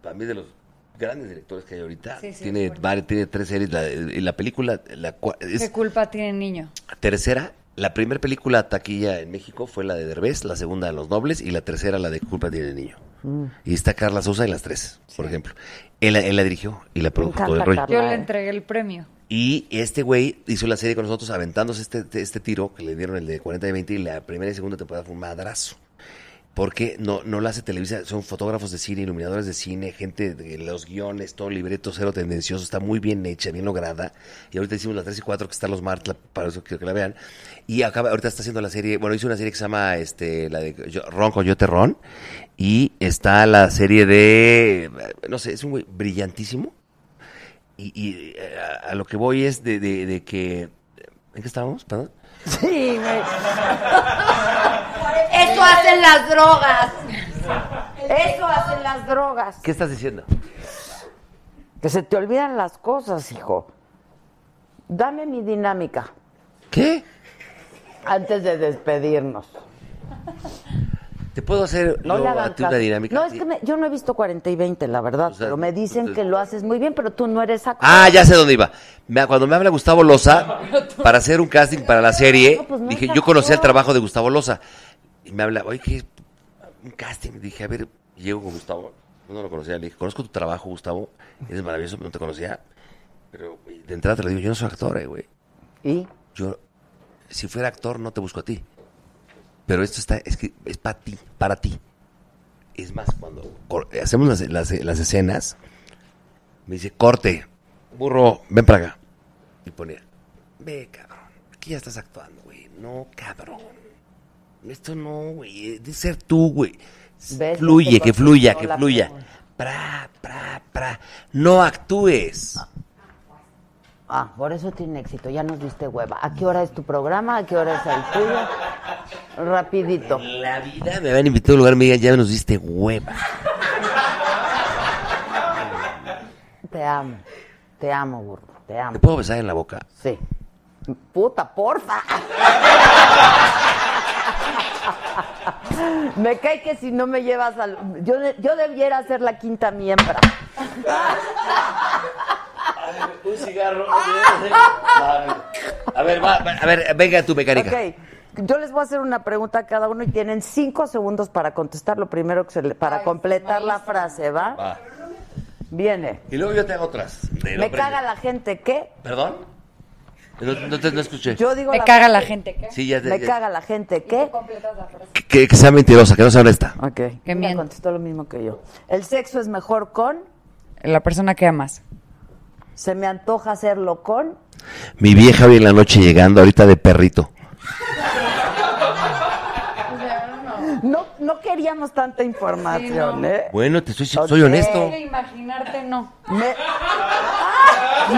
Speaker 16: para mí de los grandes directores que hay ahorita,
Speaker 15: Sí, sí,
Speaker 16: tiene, varias- tiene tres series, la, eh, y la película, la cua- es-
Speaker 15: ¿Qué culpa tiene el niño?
Speaker 16: Tercera, la primera película taquilla en México fue la de Derbez, la segunda de Los Nobles y la tercera la de Culpa tiene el niño.
Speaker 1: Mm,
Speaker 16: Y está Carla Sousa en las tres, por ejemplo. Él, él la dirigió y la produjo todo el rollo.
Speaker 15: Yo le entregué el premio.
Speaker 16: Y este güey hizo la serie con nosotros aventándose este, este- este tiro que le dieron el de 40 y 20 y la primera y segunda temporada fue un madrazo. Porque no, no la hace Televisa, son fotógrafos de cine, iluminadores de cine, gente, de los guiones, todo libreto, cero tendencioso, está muy bien hecha, bien lograda. Y ahorita hicimos la 3 y 4 que está los martes, la- para eso quiero que la vean. Y acaba, ahorita está haciendo la serie, bueno, hizo una serie que se llama este, la de Yo- Ron con Yo Terrón. Y está la serie de, no sé, es un güey brillantísimo. Y, y, eh, a, a lo que voy es de, de- de que. ¿En qué estábamos? Perdón.
Speaker 1: Sí, güey.
Speaker 2: Eso hacen
Speaker 1: las drogas. Eso hacen las drogas.
Speaker 16: ¿Qué estás diciendo?
Speaker 1: Que se te olvidan las cosas, hijo. Dame mi dinámica.
Speaker 16: ¿Qué?
Speaker 1: Antes de despedirnos.
Speaker 16: ¿Te puedo hacer
Speaker 1: No
Speaker 16: yo
Speaker 1: le
Speaker 16: a
Speaker 1: hagan
Speaker 16: ti una
Speaker 1: caso.
Speaker 16: dinámica?
Speaker 1: No, es que me- yo no he visto 40 y 20, la verdad. pero me dicen que lo haces muy bien, pero tú no eres actor.
Speaker 16: Ah, ya sé dónde iba. Me- Cuando me habla Gustavo Loza para hacer un casting para la serie,
Speaker 1: No, pues no
Speaker 16: dije,
Speaker 1: es
Speaker 16: yo conocía el
Speaker 1: actor.
Speaker 16: trabajo de Gustavo Loza. Y me habla, oye, ¿qué? Un casting. Dije, a ver, llego con Gustavo. Yo No lo conocía. Le dije, conozco tu trabajo, Gustavo. Eres maravilloso, no te conocía. Pero güey, de entrada te lo digo, yo no soy actor, eh, güey.
Speaker 1: ¿Y?
Speaker 16: Yo, si fuera actor, no te busco a ti. Pero esto está, es que es para ti, para ti. Es más, cuando cor- hacemos las, las- las escenas, me dice, corte, burro, ven para acá. Y ponía, Ve, cabrón. Aquí ya estás actuando, güey. No, cabrón. Esto no, güey. eh, De ser tú, güey.
Speaker 1: ¿Ves?
Speaker 16: Fluye,
Speaker 1: Este
Speaker 16: que
Speaker 1: papel
Speaker 16: fluya,
Speaker 1: no
Speaker 16: que
Speaker 1: la
Speaker 16: fluya.
Speaker 1: tengo.
Speaker 16: Pra, pra, pra. No actúes.
Speaker 1: Ah, por eso tiene éxito. Ya nos diste hueva. ¿A qué hora es tu programa? ¿A qué hora es el tuyo? Rapidito.
Speaker 16: La vida. Ya me habían invitado a un lugar, me digan, ya nos diste hueva.
Speaker 1: Te amo. Te amo, burro. Te amo.
Speaker 16: ¿Te puedo besar en la boca?
Speaker 1: Sí. Puta, porfa. Me cae que si no me llevas al... Yo, de- yo debiera ser la quinta miembra.
Speaker 16: Un cigarro. A ver, va, va, a ver, venga tu mecánica.
Speaker 1: Ok, yo les voy a hacer una pregunta a cada uno y tienen cinco segundos para contestar lo primero que se le- para completar la frase, ¿va?
Speaker 16: Va.
Speaker 1: Viene.
Speaker 16: Y luego yo te hago otras. de
Speaker 1: Me
Speaker 16: no
Speaker 1: caga la gente que.
Speaker 16: premio. ¿Perdón? No, no te, no escuché.
Speaker 1: Yo digo.
Speaker 15: Me caga la gente que.
Speaker 16: Sí, ya te-
Speaker 1: Me
Speaker 16: ya-
Speaker 1: caga la gente que.
Speaker 16: Que, que sea mentirosa, que no se hable esta.
Speaker 1: Ok. Que me contestó lo mismo que yo. El sexo es mejor con.
Speaker 15: La persona que amas.
Speaker 1: Se me antoja hacerlo con.
Speaker 16: Mi vieja hoy en la noche llegando ahorita de perrito.
Speaker 1: No, no queríamos tanta información, ¿eh?
Speaker 16: Bueno, te soy, soy honesto.
Speaker 15: Imaginarte no.
Speaker 1: Me-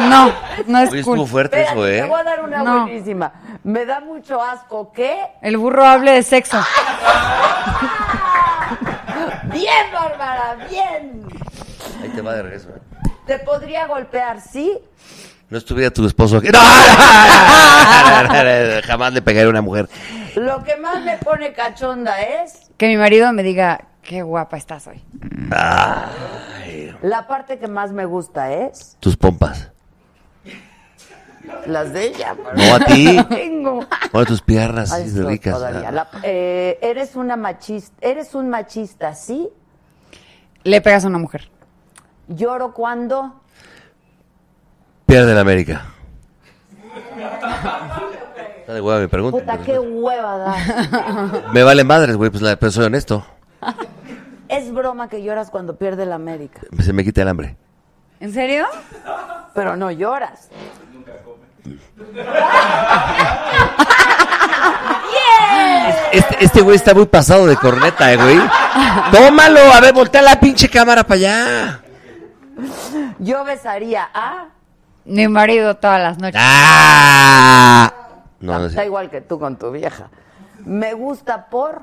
Speaker 15: No, no es
Speaker 16: Oye,
Speaker 15: cool.
Speaker 16: estuvo fuerte eso,
Speaker 1: Espérate,
Speaker 16: ¿eh?
Speaker 1: Te voy a dar una
Speaker 15: No.
Speaker 1: buenísima. Me da mucho asco que.
Speaker 15: El burro hable de sexo.
Speaker 1: ¡Bien, Bárbara! ¡Bien!
Speaker 16: Ahí te va de regreso. ¿eh?
Speaker 1: Te podría golpear, ¿sí?
Speaker 16: No estuviera tu esposo aquí. ¡No! Jamás le pegaré a una mujer.
Speaker 1: Lo que más me pone cachonda es
Speaker 15: Que mi marido me diga, qué guapa estás hoy.
Speaker 16: Ah,
Speaker 1: la parte que más me gusta es
Speaker 16: Tus pompas.
Speaker 1: las de ella. pero-
Speaker 16: No, a ti.
Speaker 1: Tengo.
Speaker 16: Bueno, tus piernas
Speaker 1: Ay,
Speaker 16: sí,
Speaker 1: esto
Speaker 16: ricas. ah.
Speaker 1: todavía. La- eh, eres una machista, eres un machista, ¿sí?
Speaker 15: Le pegas a una mujer.
Speaker 1: Lloro cuando
Speaker 16: Pierde la América. Está de hueva mi pregunta.
Speaker 1: puta qué hueva da.
Speaker 16: Me vale madres, güey, pues la, pero soy honesto.
Speaker 1: es broma que lloras cuando pierde la América,
Speaker 16: Se me quita el hambre.
Speaker 15: ¿En serio?
Speaker 1: pero no lloras.
Speaker 16: Este, este güey está muy pasado de corneta, eh, güey. Tómalo, a ver, voltea la pinche cámara para allá.
Speaker 1: Yo besaría a
Speaker 15: Mi marido todas las noches.
Speaker 16: Ah. No, no
Speaker 1: está
Speaker 16: sé.
Speaker 1: igual que tú con tu vieja. Me gusta por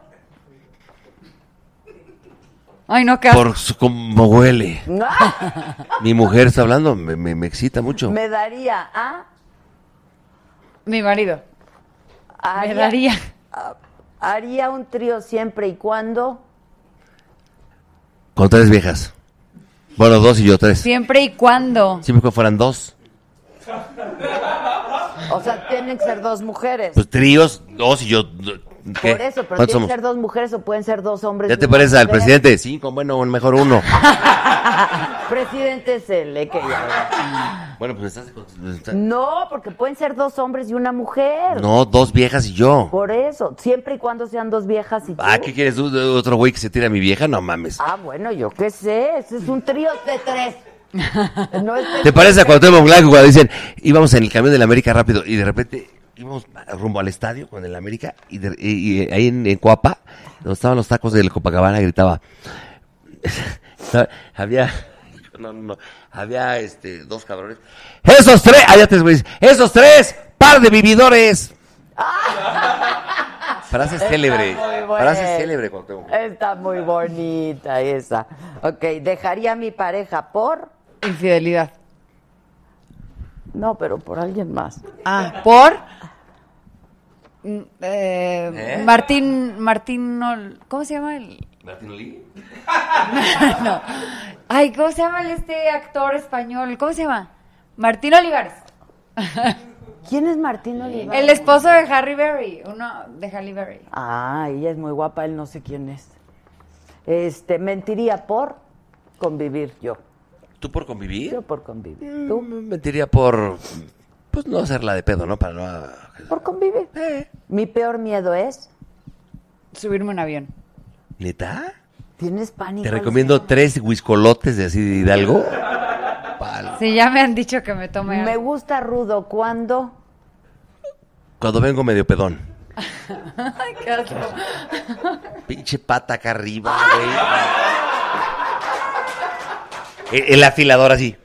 Speaker 15: Ay, no, qué asco.
Speaker 16: Por su, como huele.
Speaker 1: Ah,
Speaker 16: Mi mujer está hablando, me, me- me excita mucho.
Speaker 1: me daría a
Speaker 15: ¿ah? Mi marido.
Speaker 1: haría,
Speaker 15: daría.
Speaker 1: a- haría un trío siempre y cuando
Speaker 16: Con tres viejas. Bueno, dos y yo tres.
Speaker 15: Siempre y cuando.
Speaker 16: Siempre que fueran dos.
Speaker 1: O sea, tienen que ser dos mujeres.
Speaker 16: Pues tríos, dos y yo. ¿qué?
Speaker 1: Por eso,
Speaker 16: ¿Cuántos
Speaker 1: pero tienen
Speaker 16: somos?
Speaker 1: que ser dos mujeres o pueden ser dos hombres.
Speaker 16: ¿Ya
Speaker 1: y
Speaker 16: te
Speaker 1: una
Speaker 16: parece al
Speaker 1: mujer.
Speaker 16: presidente? Cinco, bueno, mejor uno.
Speaker 1: Presidente es el eh, que ya-
Speaker 16: Bueno, pues estás. estás-
Speaker 1: No, porque pueden ser dos hombres y una mujer.
Speaker 16: No, dos viejas y yo.
Speaker 1: Por eso, siempre y cuando sean dos viejas y tú.
Speaker 16: Ah, ¿qué quieres tú? ¿Otro güey que se tira a mi vieja? No mames.
Speaker 1: Ah, bueno, yo qué sé, ese es un trío de tres. No es de-
Speaker 16: ¿Te parece a Cuauhtémoc Blanco cuando dicen íbamos en el camión del América rápido y de repente íbamos rumbo al estadio con el América y, de- y- y ahí en, en Coapa, donde estaban los tacos del Copacabana, gritaba. había. No, no, no. Había este, dos cabrones. ¡Esos tres! Allá te güeyes. ¡Esos tres! ¡Par de vividores! Frases
Speaker 1: Está
Speaker 16: célebre.
Speaker 1: muy buena.
Speaker 16: Frases célebre, Cuauhtémoc.
Speaker 1: Está muy bonita esa. Ok, dejaría a mi pareja por
Speaker 15: Infidelidad.
Speaker 1: No, pero por alguien más.
Speaker 15: Ah, ¿por? Mm, eh,
Speaker 1: ¿Eh?
Speaker 15: Martín, Martín, Ol- ¿cómo se llama el?
Speaker 16: ¿Martín Lee?
Speaker 15: no. Ay, ¿cómo se llama el este actor español? ¿Cómo se llama? Martín Olivares.
Speaker 1: ¿Quién es Martín Olivares?
Speaker 15: El esposo de Harry Berry, uno de Halle Berry.
Speaker 1: Ah, ella es muy guapa, él no sé quién es. Este, mentiría por convivir yo.
Speaker 16: ¿Tú por convivir? Mm,
Speaker 1: Yo por convivir.
Speaker 16: ¿Tú? Mentiría por. Pues no hacerla de pedo, ¿no? Para no.
Speaker 1: Por convivir.
Speaker 16: Eh.
Speaker 1: Mi peor miedo es
Speaker 15: subirme a un avión.
Speaker 16: ¿Neta?
Speaker 1: ¿Tienes pánico?
Speaker 16: Te recomiendo tres huiscolotes de así de Hidalgo.
Speaker 15: Sí, ya me han dicho que me tome.
Speaker 1: Me gusta rudo cuando
Speaker 16: Cuando vengo medio pedón.
Speaker 15: Ay, qué asco.
Speaker 16: Pinche pata acá arriba, güey. El, el afilador así.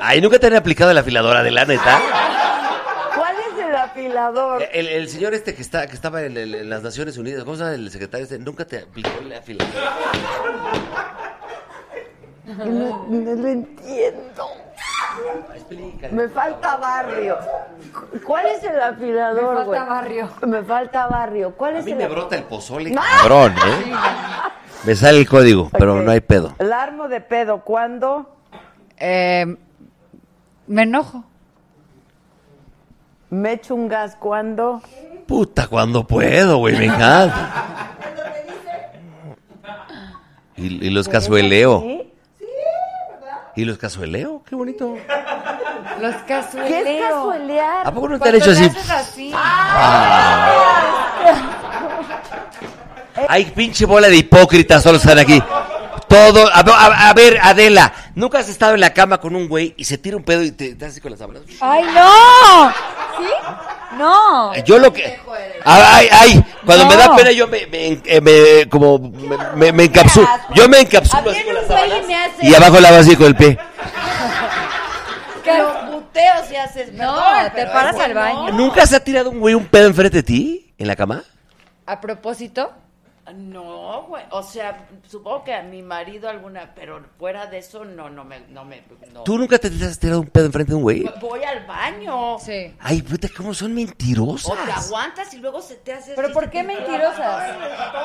Speaker 16: Ay, nunca te han aplicado el afilador, de la neta.
Speaker 1: ¿Cuál es el afilador?
Speaker 16: El, el señor este que está que estaba en, el- en las Naciones Unidas, ¿cómo se llama el secretario este? Nunca te aplicó el afilador.
Speaker 1: No, no lo entiendo. Me falta barrio. Cu- ¿Cuál es el afilador,
Speaker 15: Me
Speaker 1: güey?
Speaker 15: falta barrio.
Speaker 1: Me falta barrio. ¿Cuál
Speaker 16: A
Speaker 1: es
Speaker 16: mí
Speaker 1: el
Speaker 16: me
Speaker 1: af-
Speaker 16: brota el pozole,
Speaker 1: ¡No!
Speaker 16: cabrón, ¿eh? Me sale el código, pero no hay pedo.
Speaker 1: La armo de pedo, ¿cuándo? Em,
Speaker 15: me enojo.
Speaker 1: Me echo un gas, ¿cuándo?
Speaker 16: Puta, cuando puedo, güey, me encanta. Y, y los cazueleo.
Speaker 1: ¿Sí?
Speaker 16: ¿Y los cazueleo? Qué bonito.
Speaker 15: Los casueleos.
Speaker 1: ¿Qué es casuelear?
Speaker 16: ¿A poco no te han hecho así? Ah. Ay, pinche bola de hipócritas solo están aquí. Todo, a, a- a ver, Adela, ¿nunca has estado en la cama con un güey y se tira un pedo y te, te haces con las sábanas?
Speaker 15: ¡Ay, no! ¿Sí? No.
Speaker 16: Yo lo que... Ay, ay, ay, cuando
Speaker 15: No.
Speaker 16: me da pena yo me, me en- eh, me- como, me, me- me encapsulo. Yo me encapsulo así con las sábanas y abajo la hago así con el pie.
Speaker 15: Los buteos y haces. No, te paras al baño.
Speaker 16: ¿Nunca se ha tirado un güey un pedo enfrente de ti en la cama?
Speaker 15: ¿A propósito?
Speaker 17: No, güey. O sea, supongo que a mi marido alguna, pero fuera de eso no, no me, no me. no.
Speaker 16: ¿Tú nunca te has tirado un pedo enfrente de un güey?
Speaker 17: Voy al baño. Sí.
Speaker 16: Ay, puta, cómo son
Speaker 17: O te
Speaker 16: mentirosas.
Speaker 17: aguantas y luego se te hace.
Speaker 15: ¿Pero por qué mentirosas?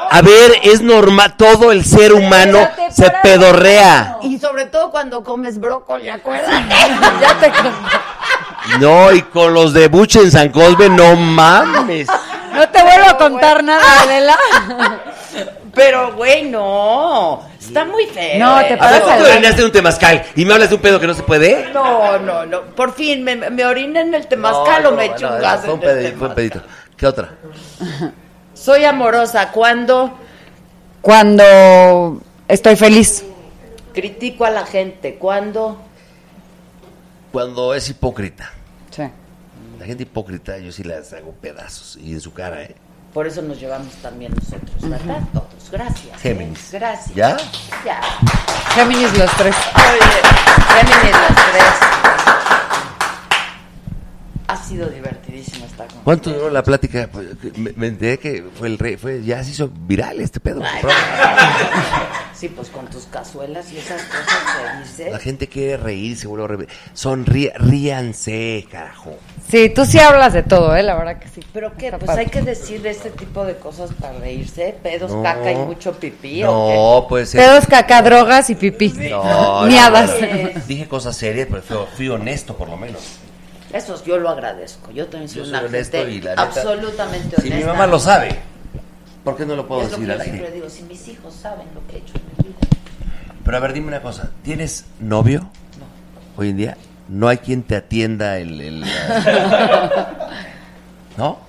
Speaker 16: A ver, es normal, todo el ser humano
Speaker 17: te
Speaker 16: se
Speaker 17: paras-
Speaker 16: pedorrea.
Speaker 17: Y sobre todo cuando comes brócoli, acuérdate.
Speaker 15: ya te
Speaker 16: No, y con los de Buche en San Cosme, no mames.
Speaker 15: No te vuelvo a contar nada, Adela.
Speaker 17: Ah. Pero, güey, no. Está muy feo.
Speaker 15: No, te
Speaker 17: eh.
Speaker 16: A ver, ¿tú orinaste en un temazcal y me hablas de un pedo que no se puede?
Speaker 17: No, no, no. Por fin, me, me oriné en el temazcal o me eché un gas
Speaker 16: Fue un
Speaker 17: en el
Speaker 16: pedi- fue un pedito. ¿Qué otra?
Speaker 17: tem- Soy amorosa cuando
Speaker 15: Cuando estoy feliz.
Speaker 17: critico a la gente, cuando...
Speaker 16: Cuando es hipócrita.
Speaker 15: Sí.
Speaker 16: La gente hipócrita, yo sí las hago pedazos y en su cara, ¿eh?
Speaker 17: Por eso nos llevamos también nosotros, ¿verdad? Todos. Gracias. ¿eh?
Speaker 16: Géminis.
Speaker 17: Gracias.
Speaker 16: ¿Ya?
Speaker 17: Ya.
Speaker 15: Géminis los tres.
Speaker 17: Muy bien. Géminis los tres. Ha sido divertidísimo estar con
Speaker 16: ¿Cuánto duró la plática? Pues, que Me, me enteré que fue el rey, fue, ya se hizo viral este pedo.
Speaker 17: Sí, pues con tus cazuelas y esas cosas que
Speaker 16: La
Speaker 17: dices.
Speaker 16: gente quiere reírse, vuelvo a reír. Sonríe, ríanse, carajo.
Speaker 15: Sí, tú sí hablas de todo, ¿eh? La verdad que sí.
Speaker 17: Pero qué, pues
Speaker 15: padre.
Speaker 17: hay que decir de este tipo de cosas para reírse, ¿eh? pedos,
Speaker 16: No.
Speaker 17: caca y mucho pipí. ¿o
Speaker 16: No, pues. eh,
Speaker 15: Pedos, caca, drogas y pipí.
Speaker 16: no, no,
Speaker 15: Miadas.
Speaker 16: no. Dije cosas serias, pero fui, fui honesto, por lo menos.
Speaker 17: qué? Eso yo lo agradezco. Yo también soy
Speaker 16: Yo soy
Speaker 17: una
Speaker 16: honesto
Speaker 17: gente
Speaker 16: y la neta-
Speaker 17: absolutamente
Speaker 16: Si
Speaker 17: honesta.
Speaker 16: mi mamá lo sabe, ¿por qué no lo puedo
Speaker 17: es lo que
Speaker 16: decir
Speaker 17: yo
Speaker 16: al aire?
Speaker 17: siempre digo, si mis hijos saben lo que he hecho.
Speaker 16: Pero a ver, dime una cosa. ¿Tienes novio? Hoy en día no hay quien te atienda el... el, la- ¿No?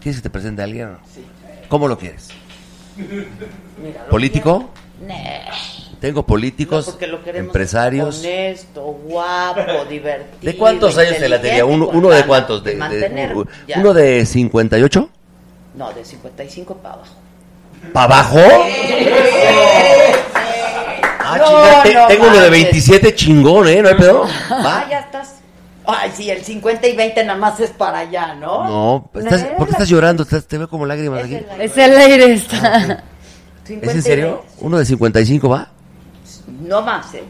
Speaker 16: ¿Quieres que te presente a alguien? o no? ¿Cómo lo quieres?
Speaker 17: Mira, lo
Speaker 16: ¿Político?
Speaker 17: quiero- Nah.
Speaker 16: Tengo políticos,
Speaker 17: No, porque lo queremos
Speaker 16: empresarios.
Speaker 17: Honesto, guapo, divertido.
Speaker 16: ¿De cuántos años te la tenía? ¿Uno, uno de cuántos? De, uh, de-
Speaker 17: mantener,
Speaker 16: u-
Speaker 17: ya.
Speaker 16: ¿Uno de 58?
Speaker 17: No, de 55 para abajo.
Speaker 16: ¿Para abajo? Ah,
Speaker 17: No,
Speaker 16: chinga, te-
Speaker 17: no
Speaker 16: tengo uno de
Speaker 17: manches.
Speaker 16: 27 chingón, ¿eh? ¿No hay pedo?
Speaker 17: Ah,
Speaker 16: ¿Va?
Speaker 17: ya estás. Ay, sí, el 50 y 20 nada más es para allá, ¿no?
Speaker 16: No, pues, estás- ¿por qué estás llorando? Estás- te veo como lágrimas aquí.
Speaker 15: Es el aire está.
Speaker 17: pues,
Speaker 16: ¿Es en serio? ¿Uno de 55 va?
Speaker 1: No más, ¿eh?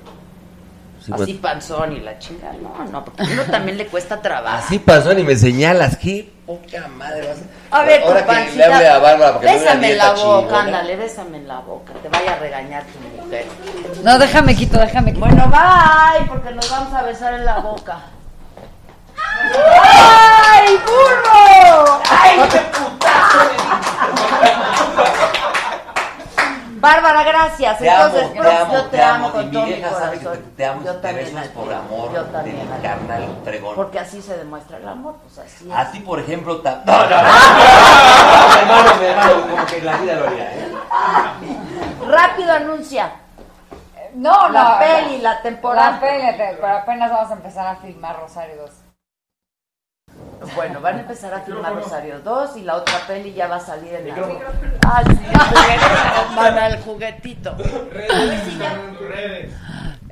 Speaker 16: Sí,
Speaker 1: Así
Speaker 16: pues.
Speaker 1: panzón y la chinga. No, no, porque a uno también le cuesta trabajo.
Speaker 16: Así pasó y me señalas, ¿qué? Poca madre.
Speaker 1: A ver,
Speaker 16: Ahora que
Speaker 1: Pancita,
Speaker 16: le hable a Bárbara para que me dé una
Speaker 1: Bésame
Speaker 16: dieta
Speaker 1: la boca,
Speaker 16: chingona.
Speaker 1: ándale, bésame en la boca. Te vaya a regañar tu mujer.
Speaker 15: No, déjame quito, déjame quito.
Speaker 1: Bueno, bye, porque nos vamos a besar en la boca.
Speaker 18: ¡Ay, burro!
Speaker 1: ¡Ay, qué putazo! Bárbara, gracias.
Speaker 16: Te
Speaker 1: Entonces,
Speaker 16: amo, te
Speaker 1: pues,
Speaker 16: amo,
Speaker 1: yo te,
Speaker 16: te
Speaker 1: amo,
Speaker 16: amo, y
Speaker 1: con
Speaker 16: mi
Speaker 1: todo mi
Speaker 16: vieja sabe que
Speaker 1: corazón.
Speaker 16: te- te amo y
Speaker 1: yo
Speaker 16: te
Speaker 1: también
Speaker 16: beso
Speaker 1: la
Speaker 16: por
Speaker 1: quiero,
Speaker 16: amor
Speaker 1: Yo
Speaker 16: de
Speaker 1: también
Speaker 16: mi
Speaker 1: la
Speaker 16: carnal
Speaker 1: quiero.
Speaker 16: fregón.
Speaker 1: Porque así se demuestra el amor, pues así es.
Speaker 16: A ti, por ejemplo, ta- No, no, no. Mi hermano, mi hermano, como que la vida lo haría, ¿eh?
Speaker 1: Rápido anuncia.
Speaker 15: No,
Speaker 1: La
Speaker 15: no,
Speaker 1: peli, la temporada.
Speaker 15: La peli, la te- pero apenas vamos a empezar a filmar Rosario 2.
Speaker 1: Bueno, van a empezar a filmar Rosario 2 y la otra peli ya va a salir en la...
Speaker 18: Micrófono.
Speaker 1: Ah, sí, el juguetito, para el juguetito. Redes.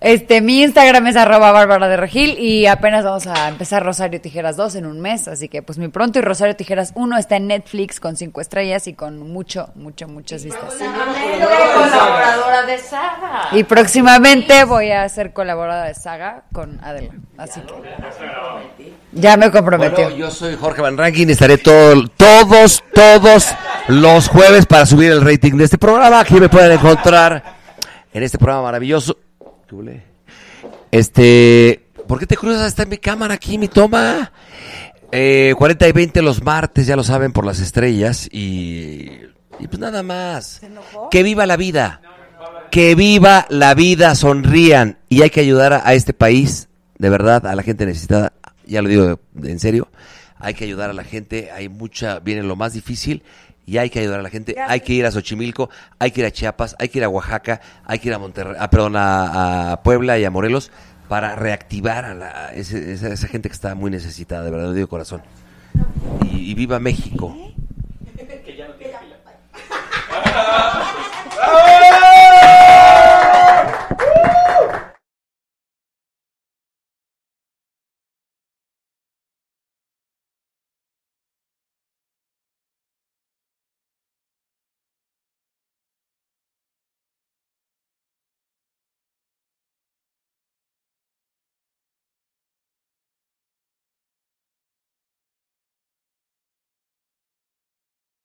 Speaker 15: Este, mi Instagram es arroba bárbara de regil y apenas vamos a empezar Rosario Tijeras 2 en un mes, así que pues muy pronto y Rosario Tijeras 1 está en Netflix con 5 estrellas y con mucho, mucho, muchas vistas.
Speaker 1: colaboradora de Saga.
Speaker 15: Y próximamente voy a ser colaboradora de Saga con Adela, así que ya me comprometió.
Speaker 16: Bueno, yo soy Jorge Van Rankin y estaré todo- todos, todos los jueves para subir el rating de este programa. Aquí me pueden encontrar en este programa maravilloso. ¿Qué huele? Este, ¿por qué te cruzas? Está en mi cámara aquí, mi toma. Eh, 40 y 20 los martes, ya lo saben, por las estrellas. Y, y pues nada más. Que viva la vida. Que viva la vida, sonrían. Y hay que ayudar a, a este país, de verdad, a la gente necesitada. Ya lo digo de- de- en serio. Hay que ayudar a la gente. Hay mucha, viene lo más difícil. Y hay que ayudar a la gente. Hay que ir a Xochimilco, hay que ir a Chiapas, hay que ir a Oaxaca, hay que ir a Monterrey, ah, perdón, a, a Puebla y a Morelos para reactivar a, la- a ese- esa, esa gente que está muy necesitada, de verdad, lo digo de corazón. Y, y viva México.
Speaker 19: Que ya no tiene pila.